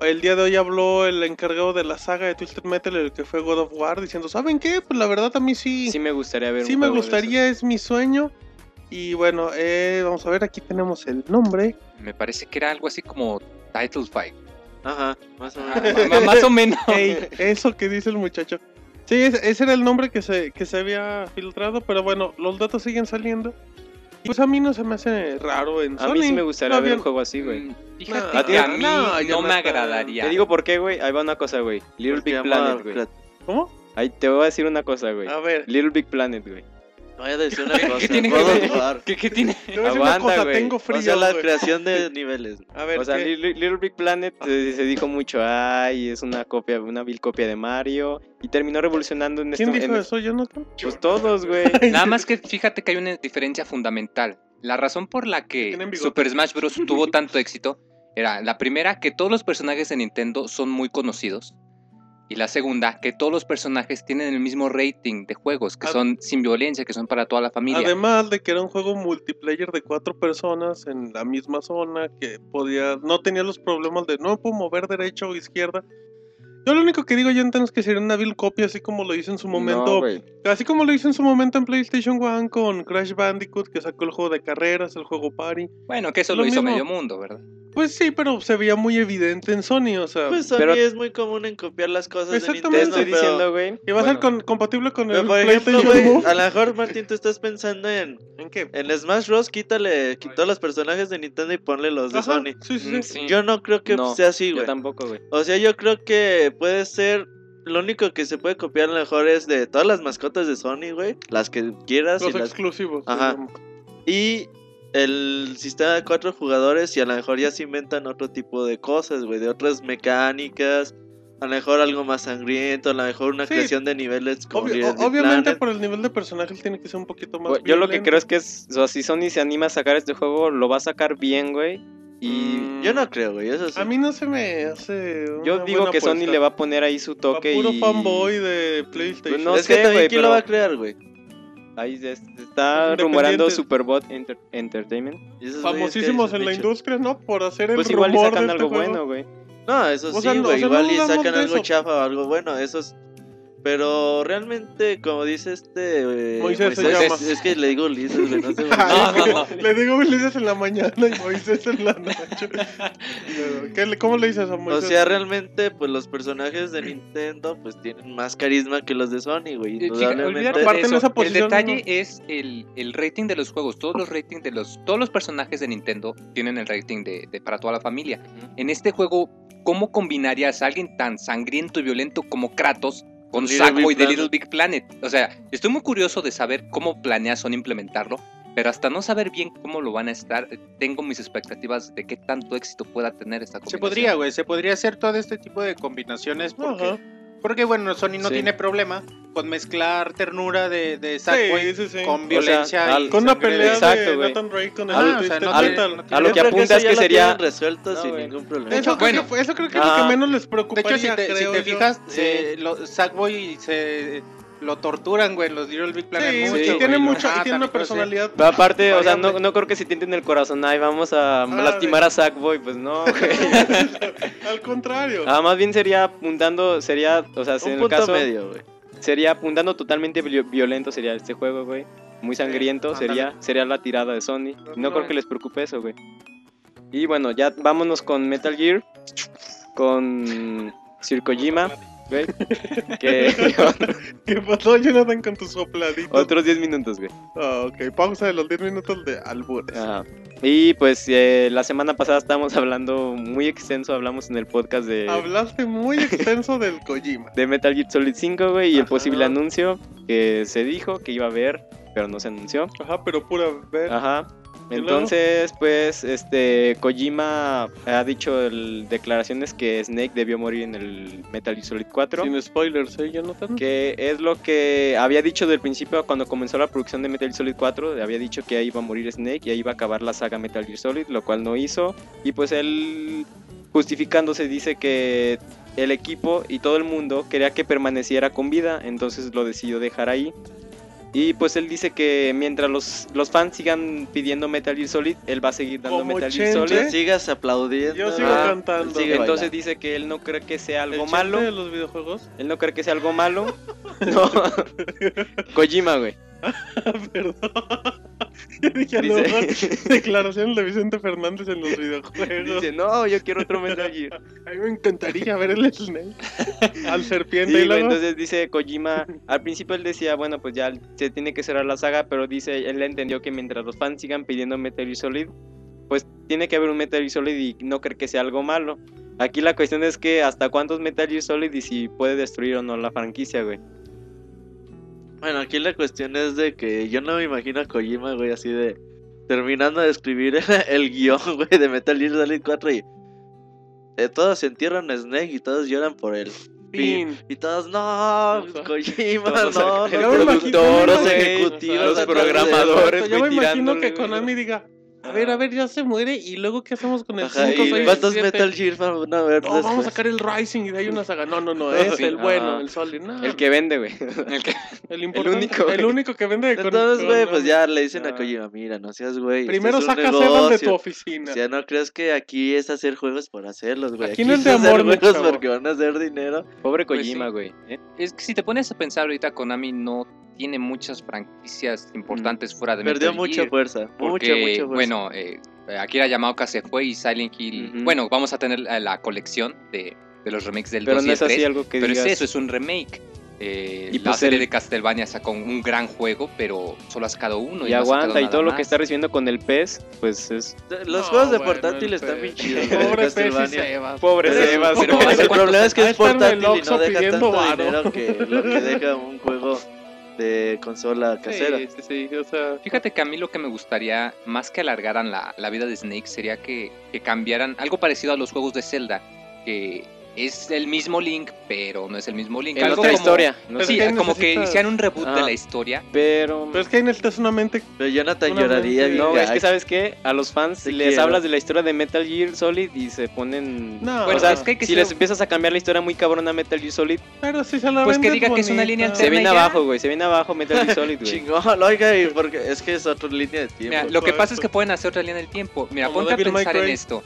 El día de hoy habló el encargado de la saga de Twisted Metal, el que fue God of War, diciendo, ¿saben qué? Pues la verdad a mí sí,
Sí me gustaría ver
sí
un
me
juego de
gustaría, es mi sueño. Y bueno, eh, vamos a ver, aquí tenemos el nombre.
Me parece que era algo así como Title Fight.
Ajá, más o
Ah,
menos.
ma- más o menos.
Ey, eso que dice el muchacho. Sí, es- ese era el nombre que se, que se había filtrado, pero bueno, los datos siguen saliendo. Y pues a mí no se me hace raro en
esos. A mí sí
Sony. Ah,
me gustaría
No
ver un
habían-
juego así, güey.
Mm, Fíjate
No,
que a
no,
mí
no,
no, me
Jonathan.
agradaría.
Te digo por qué, güey. Ahí va una cosa, güey. Little
Porque
Big
llama
Planet, güey.
Crat-
¿Cómo?
Ahí te voy a decir una cosa, güey.
A ver.
Little Big Planet, güey.
Vaya a decir una cosa.
¿Qué tiene que
God of
ver?
War.
¿Qué, qué tiene?
Te voy a decir una
Aguanta,
cosa,
güey.
tengo
O
O
frío.
sea, la
güey.
creación de niveles.
A ver,
O sea,
¿qué?
Li- Li- Little Big Planet eh, se dijo mucho, ay, es una copia, una vil copia de Mario. Y terminó revolucionando en
¿quién
esto-
dijo
en-
eso, Jonathan?
Pues todos, güey.
Nada más que fíjate que hay una diferencia fundamental. La razón por la que
Tienen bigote.
Super Smash Bros. tuvo tanto éxito era la primera, que todos los personajes de Nintendo son muy conocidos. Y la segunda, que todos los personajes tienen el mismo rating de juegos, que
Ad-
son sin violencia, que son para toda la familia.
Además de que era un juego multiplayer de cuatro personas en la misma zona que podía, no tenía los problemas de no puedo mover derecha o izquierda. Yo lo único que digo, Jonathan, es que sería una vil copia, así como lo hizo en su
No,
momento.
güey.
así como lo hizo en su momento en PlayStation 1 con Crash Bandicoot, que sacó el juego de carreras, el juego Party.
bueno, que eso
lo
lo, hizo
mismo.
medio mundo, ¿verdad?
Pues sí, pero se veía muy evidente en Sony, o sea.
Pues a
Pero-
mí es muy común en copiar las cosas de
Exactamente.
Nintendo.
Te estoy
pero-
diciendo, güey.
y va a ser
bueno,
con- compatible con
pero
el
por ejemplo,
PlayStation
güey,
Move.
a lo mejor, Martín, tú estás pensando en,
¿En qué?
en Smash Bros. Quítale, quitó los personajes de Nintendo y ponle los de
Ajá,
Sony.
Sí, sí,
Mm,
sí.
sí.
Yo no creo que
No,
sea así,
Yo
güey.
tampoco, güey.
O sea, yo creo que puede ser. Lo único que se puede copiar a lo mejor es de todas las mascotas de Sony, güey. Las que quieras. Y,
Los
las-
exclusivos.
Ajá.
digamos.
y el sistema de cuatro jugadores. Y a lo mejor ya se inventan otro tipo de cosas, güey. De otras mecánicas. A lo mejor algo más sangriento. A lo mejor una
Sí.
creación de niveles como
Obvio-
Little Big
obviamente
Planet.
por el nivel de personajes tiene que ser un poquito más.
Güey, Pues, Yo lo que
violento.
creo es que es, o sea, si Sony se anima a sacar este juego, lo va a sacar bien, güey. Y
Mm,
Yo no creo, güey. Eso sí.
A mí no se me hace. una
yo digo
buena
que Sony
apuesta.
le va a poner ahí su
Pa'
toque
puro
y
fanboy de PlayStation.
Pues no
es
sé,
que también
güey,
quién
pero-
lo va a crear, güey.
ahí se- se está rumorando
Independientes.
Superbot Enter- Entertainment.
Y esos güeyes que
Famosísimos
dicen
en la
dicho.
industria, ¿no? Por hacer el
Pues
rumor
igual y sacan
de este
algo
juego.
bueno, güey.
No, eso
O
sí,
sea,
güey.
no- o sea, no
igual y
dudamos
sacan
de
algo
eso.
chafa o algo bueno, eso es... Pero realmente, como dice este... eh,
Moisés se
es,
llama. Ah,
es que le digo Ulises, güey, no sé, güey.
No,
Ay,
no,
Le digo Ulises en la mañana y Moisés en la noche. Pero, ¿qué le- ¿Cómo le dices a
O
Moisés?
sea, realmente, pues los personajes de Nintendo pues tienen más carisma que los de Sony, güey.
Eh, chica, olvídate
Indudablemente.
Aparte, en
de eso.
esa
el
posición,
detalle
no.
es el, el rating de los juegos. Todos los ratings de los todos los personajes de Nintendo tienen el rating de, de- para toda la familia. En este juego, ¿cómo combinarías a alguien tan sangriento y violento como Kratos con
Little Big
Sackboy de
Planet.
Little Big Planet? O sea, estoy muy curioso de saber cómo planea Sony implementarlo, pero hasta no saber bien cómo lo van a estar, eh, tengo mis expectativas de qué tanto éxito pueda tener esta
Se
combinación.
podría, güey, se podría hacer todo este tipo de combinaciones porque,
Ajá.
porque bueno, Sony no
Sí.
tiene problema con mezclar ternura de, de
Sí,
Sackboy
sí, sí.
con
sea,
violencia y
al-
Con una
sangre de-
pelea de
Exacto, güey.
Nathan Drake con el
Ah,
de
o sea,
Twisted
no tiene-
Metal.
no tiene-
A lo
Yo
que
creo
apunta es
eso
que
ya lo
sería.
tienen resuelto
No,
sin
güey.
ningún problema.
De hecho,
Bueno.
creo que fue- eso creo que es lo
Ah.
que menos les
De
preocuparía,
hecho, si te, si
creo
te
yo.
fijas, eh, se- lo- Sackboy se lo torturan, güey, los Little Big Planet
Sí,
mucho.
y
güey,
tiene
lo
mucho, y
matan
tiene una
cosas así.
personalidad
Pero aparte, o sea, no,
Variable.
no creo que se tienten el corazón, ay, vamos a lastimar a Sackboy, pues no, güey.
Al contrario.
Ah, más bien sería apuntando, sería, o sea, si
Un
en el
punto
caso,
medio, güey.
sería apuntando totalmente vi- violento sería este juego, güey. muy sangriento
ándale.
sería, sería la tirada de Sony. No creo que les preocupe eso, güey. Y bueno, ya vámonos con Metal Gear, con Sir Kojima, güey. Que
¿Qué pasó, Jonathan, con tus sopladitos?
otros 10 minutos, güey.
Ah, ok, pausa de los 10 minutos de albures.
Ajá. Y pues eh, la semana pasada estábamos hablando muy extenso, hablamos en el podcast de,
Hablaste muy extenso del Kojima.
de Metal Gear Solid 5, güey, y el
Ajá.
posible anuncio que se dijo que iba a haber, pero no se anunció.
Ajá, pero pura ver.
Ajá.
¿Y luego?
Entonces, pues, este, Kojima ha dicho el- declaraciones que Snake debió morir en el Metal Gear Solid 4.
Sin spoilers, ¿eh, Jonathan?
Que es lo que había dicho del principio cuando comenzó la producción de Metal Gear Solid 4. Había dicho que ahí iba a morir Snake y ahí iba a acabar la saga Metal Gear Solid, lo cual no hizo. Y pues él, justificándose, dice que el equipo y todo el mundo quería que permaneciera con vida, entonces lo decidió dejar ahí. Y pues él dice que mientras los, los fans sigan pidiendo Metal Gear Solid, él va a seguir dando
Como
Metal
Chente.
Gear Solid.
Tú sigas aplaudiendo.
Yo sigo
Ah,
cantando.
sigue
Entonces
bailando.
dice que él no cree que sea
¿El
algo
chiste
malo.
de los videojuegos?
Él no cree que sea algo malo. No. Kojima, güey.
Perdón. Yo dije, a lo
Dice-
mejor declaraciones de Vicente Fernández en los videojuegos.
Dice, no, yo quiero otro Metal Gear.
A mí me encantaría ver el Snake al
Sí,
serpiente y
güey,
luego.
entonces dice Kojima, al principio él decía, bueno, pues ya se tiene que cerrar la saga, pero dice, él entendió que mientras los fans sigan pidiendo Metal Gear Solid, pues tiene que haber un Metal Gear Solid y no cree que sea algo malo. Aquí la cuestión es que hasta cuántos Metal Gear Solid y si puede destruir o no la franquicia, güey.
Bueno, aquí la cuestión es de que yo no me imagino a Kojima, güey, así de terminando de escribir el guión, güey, de Metal Gear Solid 4 y eh, todos se entierran a Snake y todos lloran por él.
Fin.
Y todos, no,
Ajá.
Kojima,
Todos
no,
al-
no,
yo me
no,
imagino- yo
no, los
me imagino-
ejecutivos,
los
a todos
programadores.
Exacto, Yo me
güey,
imagino
tirándole,
que
güey.
Konami diga: A ver, a ver, ya se muere. ¿Y luego qué hacemos con el
Ajá,
5,
y
6,
¿Cuántos
7?
Metal Gear van a ver
No, vamos a
después?
sacar el Rising y de ahí una saga. No, no, no, es
Sí.
el bueno,
Ah.
el Solid. No,
El que vende, güey.
El que-
el, importante,
único,
único.
güey.
El único que vende de Konami.
Entonces, güey, pues ya le dicen
Ah.
a Kojima, mira, no seas güey.
Primero
esto es un
sacas Evan de tu
negocio".
oficina.
O sea, no crees que aquí es hacer juegos por hacerlos, güey.
Aquí no es de
hacer
amor, mi
juegos
chavo.
porque van a hacer dinero.
Pobre
Pues
Kojima,
sí.
güey. ¿eh?
Es que si te pones a pensar ahorita, Konami no tiene muchas franquicias importantes fuera de
Perdió
Metal
mucha
pues,
Gear,
fuerza.
porque,
mucha, mucha fuerza.
Bueno, eh, Akira Yamaoka se fue y Silent Hill.
Ujú.
Bueno, vamos a tener eh, la colección de, de los remakes del
Pero
2 y
no
el
es así
3,
algo que
Pero
digas.
es eso, es un remake. Eh,
Y
la
pues
serie
el-
de Castlevania sacó un gran juego, pero solo ha sacado uno.
y
no ha sacado
aguanta y
nada
todo lo
más.
que está recibiendo con el PES, pues es
No,
los juegos de
bueno,
portátil
el
pues,
están
pe-
bien chidos. güey,
Pobre Pez y
Castlevania.
Sebas.
Pobre
Pero-
Sebas,
pero
güey.
el problema es que
Ha
es
estado en el
portátil y
Oxxo
no deja
pidiendo
tanto
varo.
dinero que lo que deja un juego de consola casera.
Sí, sí, sí, o sea.
Fíjate que a mí lo que me gustaría, más que alargaran la, la vida de Snake, sería que, que cambiaran algo parecido a los juegos de Zelda, que es el mismo Link, pero no es el mismo Link.
en
Algo
otra
como-
historia. No
Pero
sé,
Sí,
Es que
como que
necesitas-
hicieran un reboot de
Ah.
la historia.
pero... eh,
Pero es que ahí necesitas una mente.
Pero Jonathan
Una
lloraría
mente-
bien.
pues, No, güey, es que
gacho.
sabes qué, a los fans
Te
les
quiero.
hablas de la historia de Metal Gear Solid y se ponen...
No,
o
Bueno, pues
sea,
es que hay que
si
ser-
les empiezas a cambiar la historia muy cabrona a Metal Gear Solid,
Pero si se la
Pues que
vendes
diga que es una
bonita.
línea
se
Pero
viene
ya-
abajo, güey, se viene abajo Metal Gear Solid, güey.
Chingón, oiga, y porque es que es otra línea de tiempo.
Mira, lo que pasa es que pueden hacer otra línea del tiempo. Mira,
Como
ponte a
Devil May
pensar en
Cry.
esto.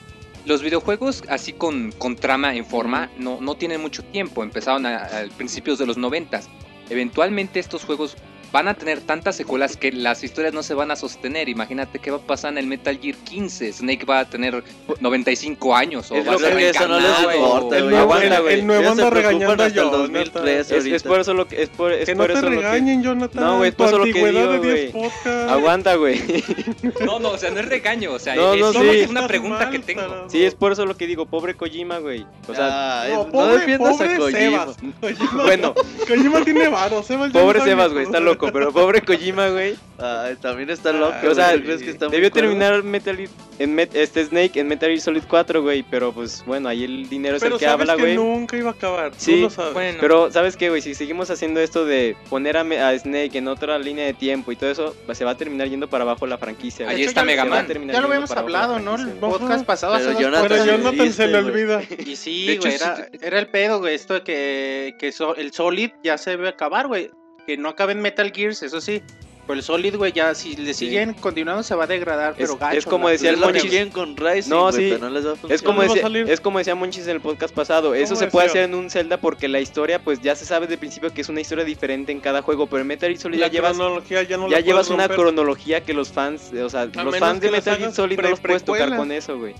Los videojuegos así con, con trama en forma no, no tienen mucho tiempo. Empezaron a, a principios de los noventas. Eventualmente estos juegos van a tener tantas secuelas que las historias no se van a sostener. Imagínate qué va a pasar en el Metal Gear 15. Snake va a tener 95 años o
Es
va a
lo
ser
que eso no les
reencarnado, o-
importa,
El
güey.
nuevo,
Aguanta,
el-
güey.
el nuevo
Ya se
anda
preocupan
regañando a
hasta el
Jonathan.
2003
Es, es por eso lo que... Es por, es
Que no
por
te
eso lo que...
regañen, Jonathan.
No, güey, es
tu
por eso lo que
antigüedad
digo,
de 10
güey.
podcasts.
Aguanta, güey.
No, no, o sea, no es regaño. O sea,
No,
es,
no,
solo
sí.
es una pregunta que tengo.
Sí, es por eso lo que digo, pobre Kojima, güey. O sea,
Ah, es-
No,
no
pobre,
defiendas
pobre
a Kojima.
Sebas. Kojima-
bueno,
Kojima tiene varo. Sebas ya
pobre
no sabe
Sebas,
ni
güey,
cómo
está
se-
loco, pero pobre Kojima, güey.
Ay, también está loco.
Ah,
o sea,
güey, ¿crees que está muy
Debió
cuerdo?
terminar Metal Gear- en Met- este Snake en Metal Gear Solid 4, güey, pero pues bueno, ahí el dinero es
Pero
el que
sabes
habla,
que
güey.
nunca iba a acabar. Tú
Sí,
lo sabes.
Bueno,
Pero sabes qué, güey, si seguimos haciendo esto de poner a, Me- a Snake en otra línea de tiempo y todo eso, pues, se va a terminar yendo para abajo la franquicia. güey.
Ahí está
Se
Mega
va a
Man.
terminar
Ya lo
yendo
habíamos
para abajo la
hablado, ¿no? El
franquicia, güey.
podcast pasado hace
Pero
unos
Jonathan-
Pero
podcasts.
Jonathan se le
Perdiste, güey.
olvida.
Y
De
sí,
hecho,
güey,
sí
era, era el pedo, güey, esto de que, que so- el Solid ya se debe acabar, güey. Que no acaben Metal Gears, eso sí. Pero el Solid, güey, ya si le
Sí.
siguen continuando se va a degradar, pero
Es-
gacho.
es como
la-
decía
Decía
el
es lo que
Monchis.
quieren con Rising,
No,
güey,
sí.
pero no les va a funcionar.
Es como,
¿Dónde va a
decía,
salir?
es como decía Monchis en el podcast pasado, eso se
decía?
puede hacer en un Zelda porque la historia pues ya se sabe desde el principio que es una historia diferente en cada juego, pero en Metal Gear Solid
La
ya llevas,
cronología ya no la
ya
puedes
llevas una
romper.
cronología que los fans, eh, o sea, los
menos
fans de
que les
Metal Gear
hagas
Solid no los puedes tocar
pre-precuelas.
con eso, güey.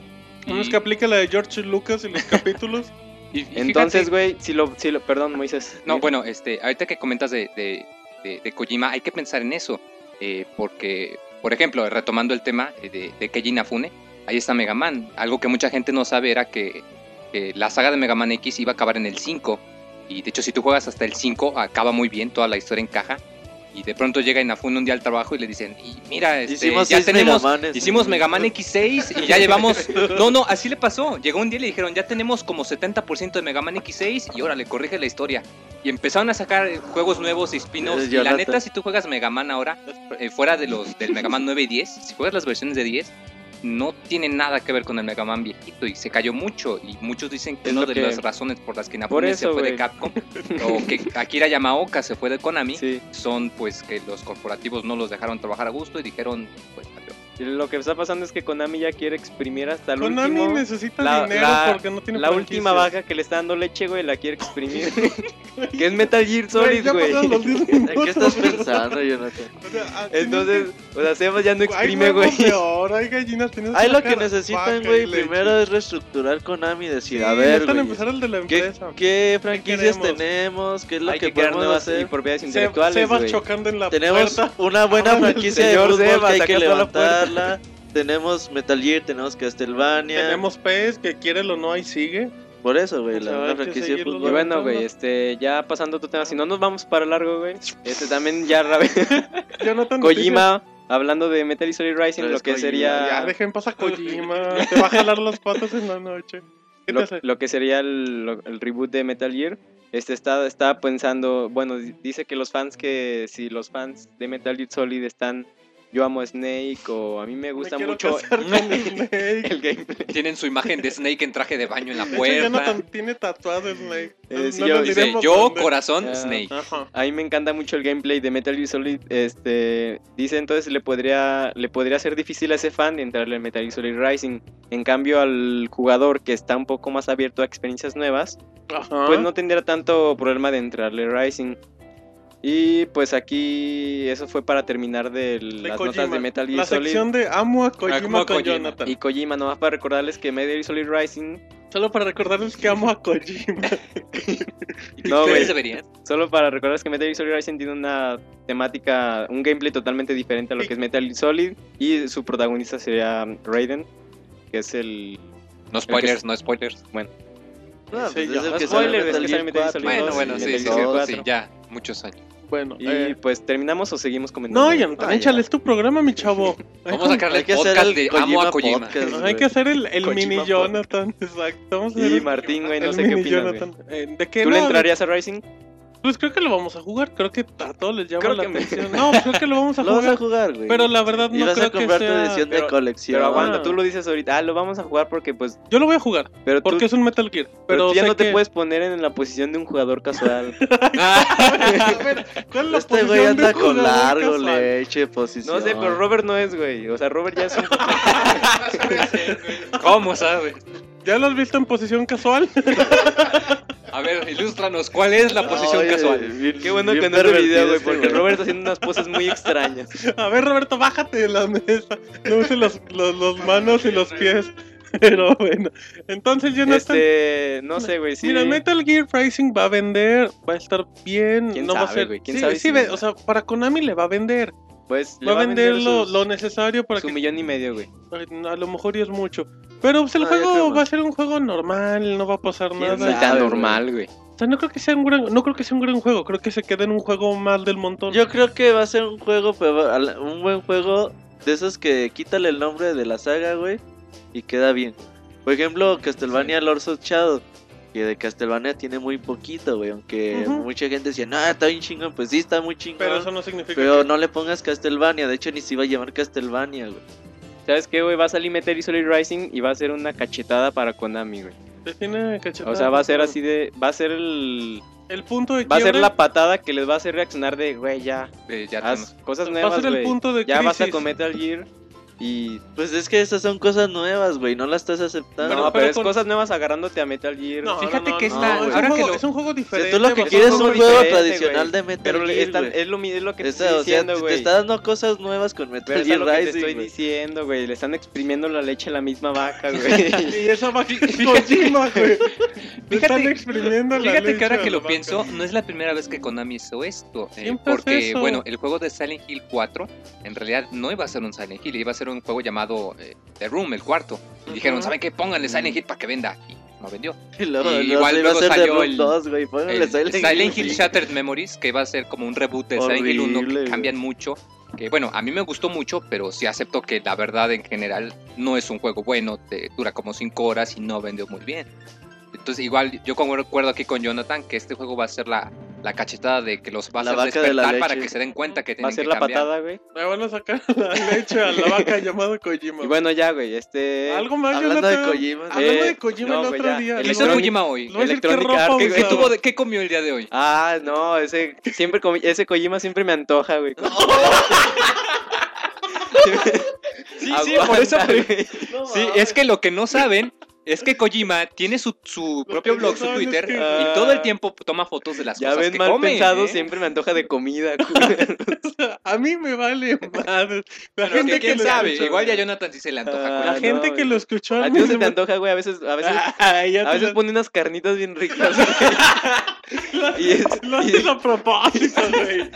A menos que aplique la de George Lucas y los capítulos.
Y- y fíjate-
Entonces, güey, si lo, si lo, perdón, Moisés.
No, bueno, este, ahorita que comentas de, de- de- de Kojima, hay que pensar en eso. eh, porque, por ejemplo, retomando el tema eh, de, de Keiji Inafune, ahí está Mega Man. Algo que mucha gente no sabe era que, que la saga de Mega Man X iba a acabar en el 5. Y de hecho, si tú juegas hasta el 5, acaba muy bien, toda la historia encaja. Y de pronto llega Inafune un día al trabajo y le dicen, y mira, este,
Hicimos
ya
seis
tenemos...
Megamanes.
Hicimos Mega Man X6 y ya llevamos. No, no, así le pasó. Llegó un día y le dijeron: Ya tenemos como 70% de Mega Man X6 y ahora le corrige la historia. Y empezaron a sacar eh, juegos nuevos y spin-offs.
Eh,
Y la
Jonathan.
neta, si tú juegas Mega Man ahora, eh, fuera de los del Mega Man 9 y 10, si juegas las versiones de 10, no tiene nada que ver con el Mega Man viejito y se cayó mucho. Y muchos dicen que
Es
una
lo
de
que-
las razones por las que Inafune se
eso,
fue
güey.
de Capcom o que Akira Yamaoka se fue de Konami
Sí,
son pues que los corporativos no los dejaron trabajar a gusto y dijeron: Pues adiós.
y lo que está pasando es que Konami ya quiere exprimir hasta el
Konami
último...
pues necesita
la-
dinero
la-
porque no tiene
La última
franquicias.
baja que le está dando leche, güey, la quiere exprimir. que es Metal Gear
Güey,
Solid,
ya pasaron los
güey.
10
¿En
minutos.
qué estás pensando, Jonathan?
O sea, ah, así
Entonces, o sea, Sebas ya no
dicen, hay
exprime, güey.
huevos de oro, hay gallinas, tienes
Ahí lo
sacar
que necesitan,
vaca y
güey,
leche.
primero es reestructurar Konami y decir,
Sí,
a ver,
necesitan
güey,
empezar el de la
¿qué,
empresa.
qué franquicias
queremos?
tenemos? ¿Qué es lo
Hay
que,
que crear
podemos
nuevas y
hacer?
propiedades
Se-
intelectuales,
Sebas
güey.
chocando en la
Tenemos
puerta.
una buena
Ahora el
franquicia de
señor
fútbol
Sebas,
que hay
acá
que
está la puerta.
levantarla. Tenemos Metal Gear, tenemos Castlevania.
Tenemos PES, que quiere o no, ahí sigue.
Por eso, güey, la
O sea, hay
una
Pues que
franquicia de
seguirlo
Y
fútbol.
bueno, güey, este, ya pasando a otro tema, si no nos vamos para largo, güey. Este también ya rabe-
Jonathan
Kojima, hablando de Metal Gear Solid Rising,
No
lo
es
que
Kojima,
Noticias. Ya,
sería.
dejen pasar a Kojima. Te va a jalar las patas en la noche. ¿Qué te
Lo,
hace?
lo que sería el, lo- el reboot de Metal Gear. Este está, está pensando, bueno, di- dice que los fans que, si los fans de Metal Gear Solid están, yo amo a Snake o a mí me gusta
quiero
mucho
casar con Snake.
el gameplay.
Tienen su imagen de Snake en traje de baño en la
De hecho,
puerta.
Jonathan tiene tatuado Snake.
Eh, sí,
No
yo-
nos
Dice,
diremos
yo,
dónde".
corazón,
Ya.
Snake.
Ajá.
A mí me encanta mucho el gameplay de Metal Gear Solid. Este, dice entonces le podría, le podría ser difícil a ese fan entrarle al Metal Gear Solid Rising. En cambio al jugador que está un poco más abierto a experiencias nuevas,
Ajá.
pues no tendría tanto problema de entrarle Rising. Y pues aquí eso fue para terminar de
De
las notas
Kojima.
de Metal Gear
La
Solid.
sección de Amo a Kojima
Amo a
con
Kojima.
Jonathan.
Y Kojima, nomás para recordarles que Metal Gear Solid Rising,
Solo para recordarles que amo a Kojima.
No,
¿Ustedes
güey.
deberían?
solo para recordarles que Metal Gear Solid Rising tiene una temática, un gameplay totalmente diferente a lo
Y-
que es Metal Gear Solid y su protagonista sería Raiden, que es el
No spoilers, no spoilers.
No,
Sí,
pues es
ya.
el
No
que sale
spoilers,
es que sale
Metal
Metal Gear
Gear
Solid
4.
Bueno,
dos,
bueno,
y
sí,
Metal
sí,
Gear
sí,
cuatro.
sí, ya, muchos años.
Bueno,
y
eh,
pues terminamos o seguimos comentando.
no, Jonathan,
Ah, ya.
échales tu programa, mi chavo. Hay
Vamos a
que-
sacarle
Hay
el
que hacer
podcast
el
de Amo a Kojima.
Podcast,
Hay que
güey.
hacer el, el
Kojima
mini
Pod.
Jonathan, exacto. Vamos a hacer
Y
el-
Martín, güey, no
el
sé qué
mini
opinas. güey.
Jonathan. Eh, ¿De qué
¿Tú le
no?
entrarías a Rising?
Pues creo que lo vamos a jugar. Creo que a todos les llama
Creo
la
que me-
atención. No, creo que lo vamos a
Lo vas
jugar.
a jugar, güey.
Pero la verdad
Y
no
vas
creo
a
que
comprar tu
sea-
edición de
pero-
colección.
Pero aguanta, tú lo dices ahorita, ah, lo vamos a jugar porque pues,
Yo lo voy a jugar
pero tú,
porque es un Metal Gear. Pero,
pero tú ya
sé
no te
que-
puedes poner en la posición de un jugador casual.
A ver, ¿cuál es la
Este güey
posición de
anda
un
con
jugador
largo
casual?
eh.
leche, posición.
No sé, pero Robert no es, güey. O sea, Robert ya es un...
¿Cómo sabes?
¿Ya lo has visto en posición casual?
A ver, ilústranos, ¿cuál es la posición
Oye,
casual?
bien-
Qué bueno
bien
que no es el
pervertido
video, güey,
este
porque Robert está haciendo unas poses muy extrañas.
A ver, Roberto, bájate de la mesa. No uses las los, los manos y los pies. Pero bueno, entonces yo no
Este, no sé, güey, sí.
Mira, Metal Gear Rising va a vender, va a estar bien,
¿Quién
no va a
sabe,
ser.
güey? ¿Quién
sí,
sabe
sí
si
ve-
venda?
o sea, para Konami le va a vender.
Pues le
Va a vender lo,
sus-
lo necesario para
su
que
millón y medio, güey.
Ay, A lo mejor y es mucho. Pero pues, el
No, yo creo
juego va a
más.
ser un juego normal, no va a pasar
¿Quién
nada.
sabe?
Está
güey.
normal, güey.
O sea, no creo que sea un gran, no creo que sea un gran juego, creo que se quede en un juego mal del montón.
Yo creo que va a ser un juego, pero va- al- un buen juego de esos que quítale el nombre de la saga, güey, y queda bien. Por ejemplo, Castlevania Lords of Shadow, que de Castlevania tiene muy poquito, güey, aunque
Ujú.
mucha gente decía, no, está bien chingón, pues sí, está muy chingón,
pero
pero,
eso no significa que-
no le pongas Castlevania, de hecho ni se iba a llamar Castlevania, güey.
¿Sabes qué, güey? Va a salir Metal Gear Solid Rising y va a ser una cachetada para Konami, güey.
te tiene cachetada.
O sea, va a ser así de... Va a ser el...
El punto de
Va a ser
quiebre
la patada que les va a hacer reaccionar de, güey, ya,
Eh, ya
haz
tenemos-
cosas
va a
nuevas,
ser el
güey.
punto de
Ya vas a
crisis.
cometer al Gear y...
Pues es que esas son cosas nuevas, güey. No las estás aceptando.
Bueno,
no, pero,
pero
es
con-
cosas nuevas agarrándote a Metal Gear.
No,
Fíjate
no, no,
que
no,
está-
es, un
ahora que
juego-
lo-
es un juego
si
diferente.
tú lo que
porque
quieres es
juego
un juego
diferente,
tradicional
güey.
de Metal
Pero le-
Gear,
está-
güey.
es, lo, mi- es lo que te
Esa-
estoy
o sea,
diciendo,
te
güey.
está dando cosas nuevas con
Pero
Metal
es a
Gear
lo que te
Rising,
estoy
güey.
diciendo, güey. Le están exprimiendo la leche a la misma vaca, güey.
Y esa va Kojima, güey. Le Están
Fíjate-
exprimiendo la
Fíjate
leche
que ahora
a
que
la
lo
vaca.
pienso, no es la primera vez que Konami hizo esto. eh,
Siempre hace
porque,
eso.
bueno, el juego de Silent Hill 4 en realidad no iba a ser un Silent Hill, iba a ser un juego llamado eh, The Room, el cuarto. Y dijeron,
Ujú.
¿saben qué? Pónganle Silent Hill para que venda. Y no vendió.
Y luego,
Y
no, sí,
igual
va a
luego
ser
salió
Deadloop
el-
2, güey. Ponle
El
Silent,
Silent Hill
güey.
Shattered Memories, que va a ser como un reboot de Silent Hill 1,
Horrible,
que
güey.
cambian mucho. Que bueno, a mí me gustó mucho, pero sí acepto que la verdad en general no es un juego bueno, te dura como 5 horas y no vendió muy bien. Entonces, igual yo como recuerdo aquí con Jonathan que este juego va a ser la, la cachetada de que los va a
La
hacer
vaca de la
despertar para
leche.
que se den cuenta que
Va a
tienen
ser
que
la
cambiar.
patada, güey.
Le van a sacar la leche a la vaca llamada Kojima.
Y bueno, ya, güey, este...
Algo más,
Hablando de
Jonathan.
Kojima,
Hablando
eh,
de Kojima
no,
el
güey,
otro
ya.
día.
¿Qué
El
hizo
Electronic-
Kojima hoy?
Le voy a decir qué
Electronic
ropa
Arts,
¿Qué, qué
usaba.
tuvo de- qué comió el día de hoy?
Ah, no, ese siempre comi- ese Kojima siempre me antoja, güey.
Sí,
sí, por eso ah.
Sí,
eh,
es que lo que no saben es que Kojima tiene su, su propio
no
blog, su
saben es
Twitter, ah,
que-
y todo el tiempo toma fotos de las
Ya
cosas
ven,
que
mal
come.
pensado,
¿eh?
siempre me antoja de comida. güey.
A mí me vale madre. La
Bueno,
gente
que
que,
quién
lo
sabe,
escuchó-
igual ya Jonathan sí se le antoja.
Ah,
La
no,
gente que
güey.
lo escuchó a
A ti
mí
no se
se
te
me-
antoja, güey, a veces, a veces,
Ah, ya te
a veces
la-
pone unas carnitas bien ricas. güey. y es,
Lo
y-
haces a propósito, güey.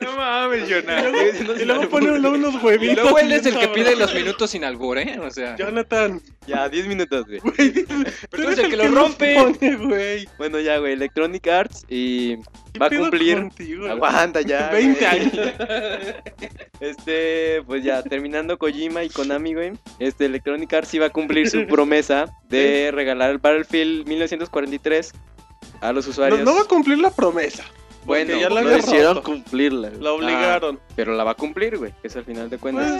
No mames,
Y
Jonah.
luego- Y luego pone luego unos huevitos.
Y luego él
bien
es el que
sabrosos.
pide los minutos sin albur, ¿eh? O sea,
Jonathan,
ya, 10 minutos, güey.
güey, dices,
Pero
tú eres
es el que los rompe.
pone, güey.
Bueno, ya, güey, Electronic Arts y
¿Qué
va a
pedo
cumplir.
contigo?
Aguanta ya.
20
güey.
años.
Este, pues ya, terminando Kojima y Konami, güey. Este, Electronic Arts sí va a cumplir su promesa de regalar el Battlefield 1943 a los
No,
usuarios.
no va a cumplir la promesa.
Bueno,
porque ya la
Lo
había
hicieron Ah,
roto.
cumplirla, güey.
La obligaron.
pero la va a cumplir, güey. Eso al final de cuentas.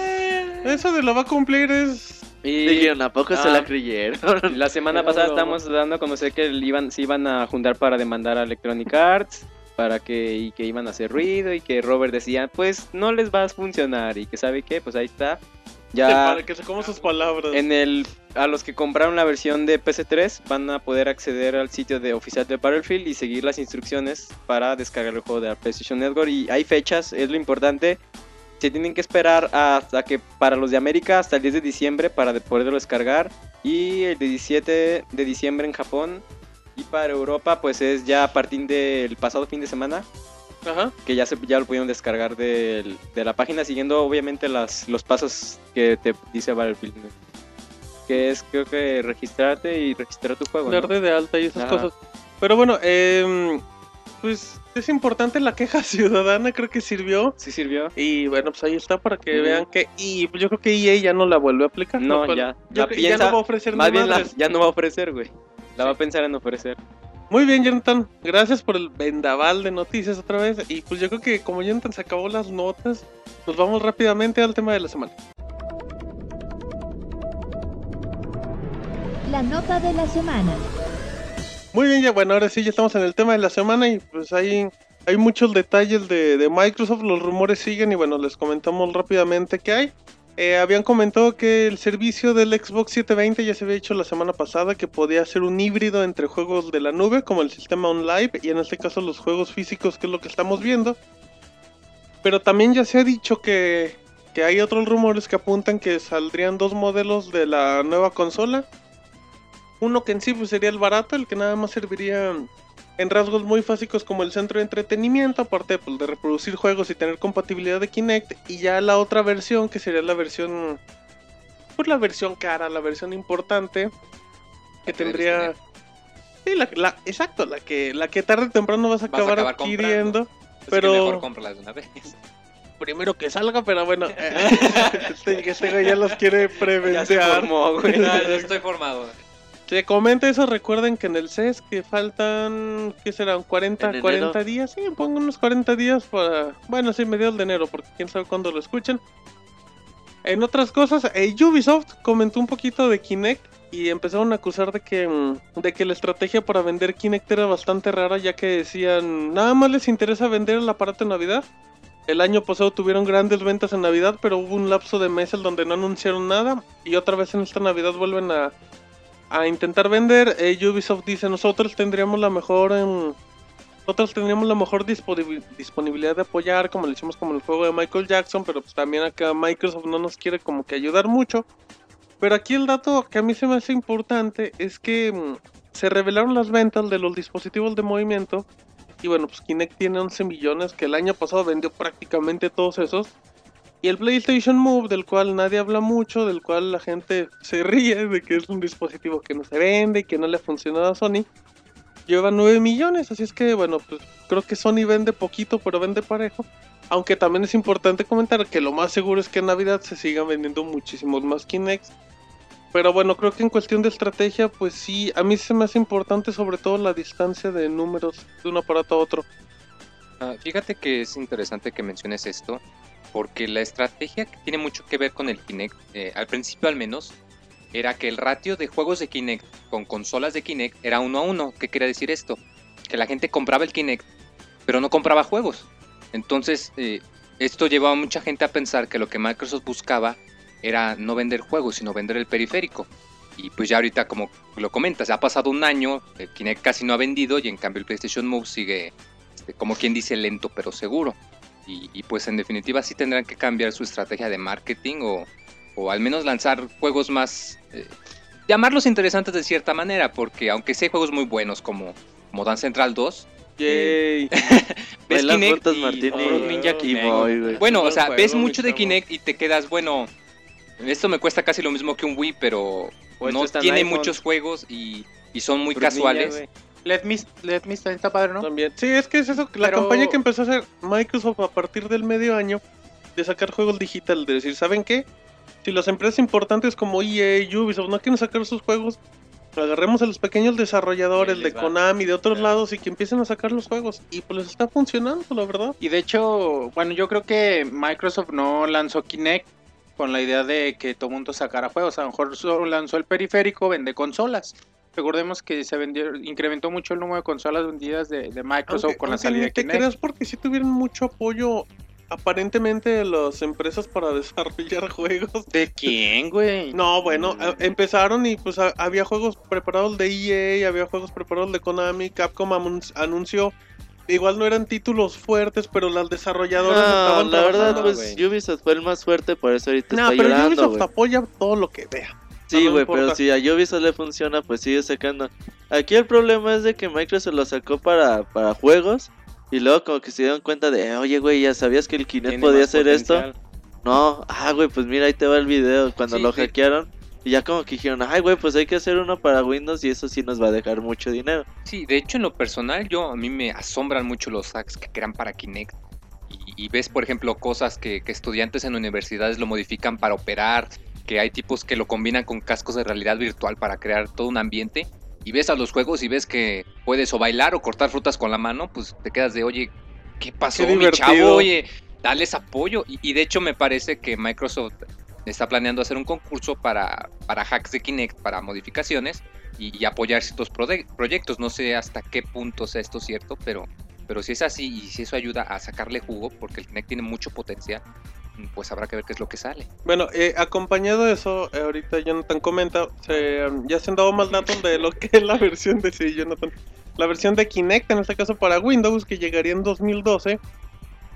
Pues, eso de lo va a cumplir es.
y
Dijeron, ¿a poco se
Ah.
la creyeron?
la semana
Era
pasada
broma.
estábamos dando a conocer que el- iban, se iban a juntar para demandar a Electronic Arts. Para que, y que iban a hacer ruido y que Robert decía, pues no les va a funcionar y que sabe qué, pues ahí está. Ya...
Para que se coman sus palabras.
En el, a los que compraron la versión de PS3 van a poder acceder al sitio de oficial de Battlefield y seguir las instrucciones para descargar el juego de la PlayStation Network. Y hay fechas, es lo importante. Se tienen que esperar hasta que para los de América hasta el 10 de diciembre para de- poderlo descargar y el 17 de diciembre en Japón y para Europa pues es ya a partir del pasado fin de semana
Ajá.
que ya, se, ya lo pudieron descargar del- de la página siguiendo obviamente las, los pasos que te dice Battlefield. ¿no? Que es creo que registrarte y registrar tu juego. ¿no?
Darle de alta y esas
Ajá.
cosas. Pero bueno, em, pues es importante la queja ciudadana, creo que sirvió.
¿Sí sirvió?
Y bueno, pues ahí está para que
Ujú.
vean que. Y pues yo creo que EA ya no la vuelve a aplicar. lo
No,
cual-
ya.
yo
La
creo que ya
piensa,
no va a ofrecer
más
ni
bien la-
madres.
ya no va a ofrecer, güey. La va a pensar en ofrecer.
Muy bien, Jonathan. Gracias por el vendaval de noticias otra vez. Y pues yo creo que como Jonathan se acabó las notas, nos vamos rápidamente al tema de la semana.
La nota de la semana.
Muy bien, ya bueno, ahora sí ya estamos en el tema de la semana y pues hay, hay muchos detalles de, de Microsoft, los rumores siguen y bueno, les comentamos rápidamente qué hay. Eh, habían comentado que el servicio del Xbox 720 ya se había hecho la semana pasada que podía ser un híbrido entre juegos de la nube como el sistema online y en este caso los juegos físicos que es lo que estamos viendo. Pero también ya se ha dicho que, que hay otros rumores que apuntan que saldrían dos modelos de la nueva consola. Uno que en sí pues, sería el barato, el que nada más serviría en rasgos muy básicos como el centro de entretenimiento, aparte pues, de reproducir juegos y tener compatibilidad de Kinect. Y ya la otra versión, que sería la versión... Pues la versión cara, la versión importante, que
debes
tendría...
tener.
Sí, la, la- exacto, la que, la que tarde o temprano vas a
Vas a
acabar,
acabar comprando.
adquiriendo.
Así que
pero-
mejor cómprala de una vez.
primero que salga, pero bueno. eh, este, este güey ya los quiere
Ya se
preventear.
formó, güey.
No,
eh.
yo estoy formado.
Se comenta eso, recuerden que en el CES que faltan, ¿qué serán? 40,
En enero.
40 días. Sí, pongo unos 40 días para, bueno, sí, mediados de enero, porque quién sabe cuándo lo escuchan. En otras cosas, eh, Ubisoft comentó un poquito de Kinect y empezaron a acusar de que, mm, de que la estrategia para vender Kinect era bastante rara, ya que decían, nada más les interesa vender el aparato en Navidad. El año pasado tuvieron grandes ventas en Navidad, pero hubo un lapso de meses donde no anunciaron nada y otra vez en esta Navidad vuelven a, a intentar vender. Eh, Ubisoft dice, nosotros tendríamos la mejor... em, nosotros tendríamos la mejor disponibil- disponibilidad de apoyar, como lo hicimos con el juego de Michael Jackson, pero pues también acá Microsoft no nos quiere como que ayudar mucho. Pero aquí el dato que a mí se me hace importante es que mm, se revelaron las ventas de los dispositivos de movimiento. Y bueno, pues Kinect tiene 11 millones, que el año pasado vendió prácticamente todos esos. Y el PlayStation Move, del cual nadie habla mucho, del cual la gente se ríe de que es un dispositivo que no se vende y que no le ha funcionado a Sony, lleva 9 millones. Así es que, bueno, pues creo que Sony vende poquito, pero vende parejo. Aunque también es importante comentar que lo más seguro es que en Navidad se sigan vendiendo muchísimos más Kinects. Pero bueno, creo que en cuestión de estrategia, pues sí, a mí se me hace importante sobre todo la distancia de números de un aparato a otro.
Ah, fíjate que es interesante que menciones esto, porque la estrategia que tiene mucho que ver con el Kinect, eh, al principio al menos, era que el ratio de juegos de Kinect con consolas de Kinect era uno a uno. ¿Qué quería decir esto? Que la gente compraba el Kinect, pero no compraba juegos. Entonces, eh, esto llevaba a mucha gente a pensar que lo que Microsoft buscaba era no vender juegos, sino vender el periférico. Y pues ya ahorita, como lo comentas, ha pasado un año, el Kinect casi no ha vendido y en cambio el PlayStation Move sigue este, como quien dice, lento pero seguro. Y, y, pues en definitiva sí tendrán que cambiar su estrategia de marketing o, o al menos lanzar juegos más... eh, llamarlos interesantes de cierta manera, porque aunque sí hay juegos muy buenos como, como Dan Central 2,
Yay.
ves
Bailas
Kinect
frutas,
y-
Martini.
Fruit Ninja
y
Kinect.
voy, güey.
Bueno, o
Buen
sea,
juego,
ves
mi
mucho de
chavo.
Kinect y te quedas, bueno, esto me cuesta casi lo mismo que un Wii, pero
O
Pues,
esto
no
está en
tiene
iPhone.
muchos juegos y, y son muy casuales.
Let Me, Let Me Stand está padre, ¿no?
También. Sí, es que es eso. La
Pero-
campaña que empezó a hacer Microsoft a partir del medio año de sacar juegos digital, de decir, ¿saben qué? Si las empresas importantes como EA, Ubisoft no quieren sacar sus juegos, agarremos a los pequeños desarrolladores
Ahí
de
les va.
Konami, de otros
Ya.
lados y que empiecen a sacar los juegos. Y pues les está funcionando, la verdad.
Y de hecho, bueno, yo creo que Microsoft no lanzó Kinect con la idea de que todo mundo sacara juegos. A lo mejor solo lanzó el periférico, vende consolas. Recordemos que se vendió, incrementó mucho el número de consolas vendidas de, de
Aunque-
Microsoft Pues, con la
aunque
salida
ni
de
te
Kinect.
creas porque sí tuvieron mucho apoyo aparentemente de las empresas para desarrollar juegos.
¿De quién, güey?
No, bueno, a- empezaron y pues a- había juegos preparados de EA, había juegos preparados de Konami, Capcom anun- anunció. Igual no eran títulos fuertes, pero las desarrolladoras
No,
estaban
la verdad,
trabajando.
pues
güey.
Ubisoft fue el más fuerte, por eso ahorita
No,
está
pero
llorando,
Ubisoft
güey.
apoya todo lo que vea.
Sí,
no
güey,
importa.
pero si a Ubisoft le funciona, pues sigue sacando. Aquí el problema es de que Microsoft lo sacó para, para juegos y luego como que se dieron cuenta de, "Eh, oye, güey, ya sabías que el Kinect
Tiene
podía
más
hacer esto.
potencial.
No, ah, güey, pues mira, ahí te va el video cuando
Sí,
lo
sí.
hackearon. Y ya como que dijeron, ay, güey, pues hay que hacer uno para Windows y eso sí nos va a dejar mucho dinero.
Sí, de hecho en lo personal yo a mí me asombran mucho los hacks que crean para Kinect. Y, y ves, por ejemplo, cosas que, que estudiantes en universidades lo modifican para operar, que hay tipos que lo combinan con cascos de realidad virtual para crear todo un ambiente. Y ves a los juegos y ves que puedes o bailar o cortar frutas con la mano, pues te quedas de, oye, ¿qué pasó, mi
divertido.
chavo? Oye, dales apoyo. Y, y de hecho me parece que Microsoft está planeando hacer un concurso para, para hacks de Kinect, para modificaciones y, y apoyar ciertos prode- proyectos. No sé hasta qué punto sea esto cierto, pero, pero si es así y si eso ayuda a sacarle jugo, porque el Kinect tiene mucho potencial, pues habrá que ver qué es lo que sale.
Bueno, eh, acompañado de eso, eh, ahorita Jonathan comenta, se, um, ya se han dado más datos de lo que es la versión de sí, Jonathan. La versión de Kinect, en este caso para Windows, que llegaría en 2012.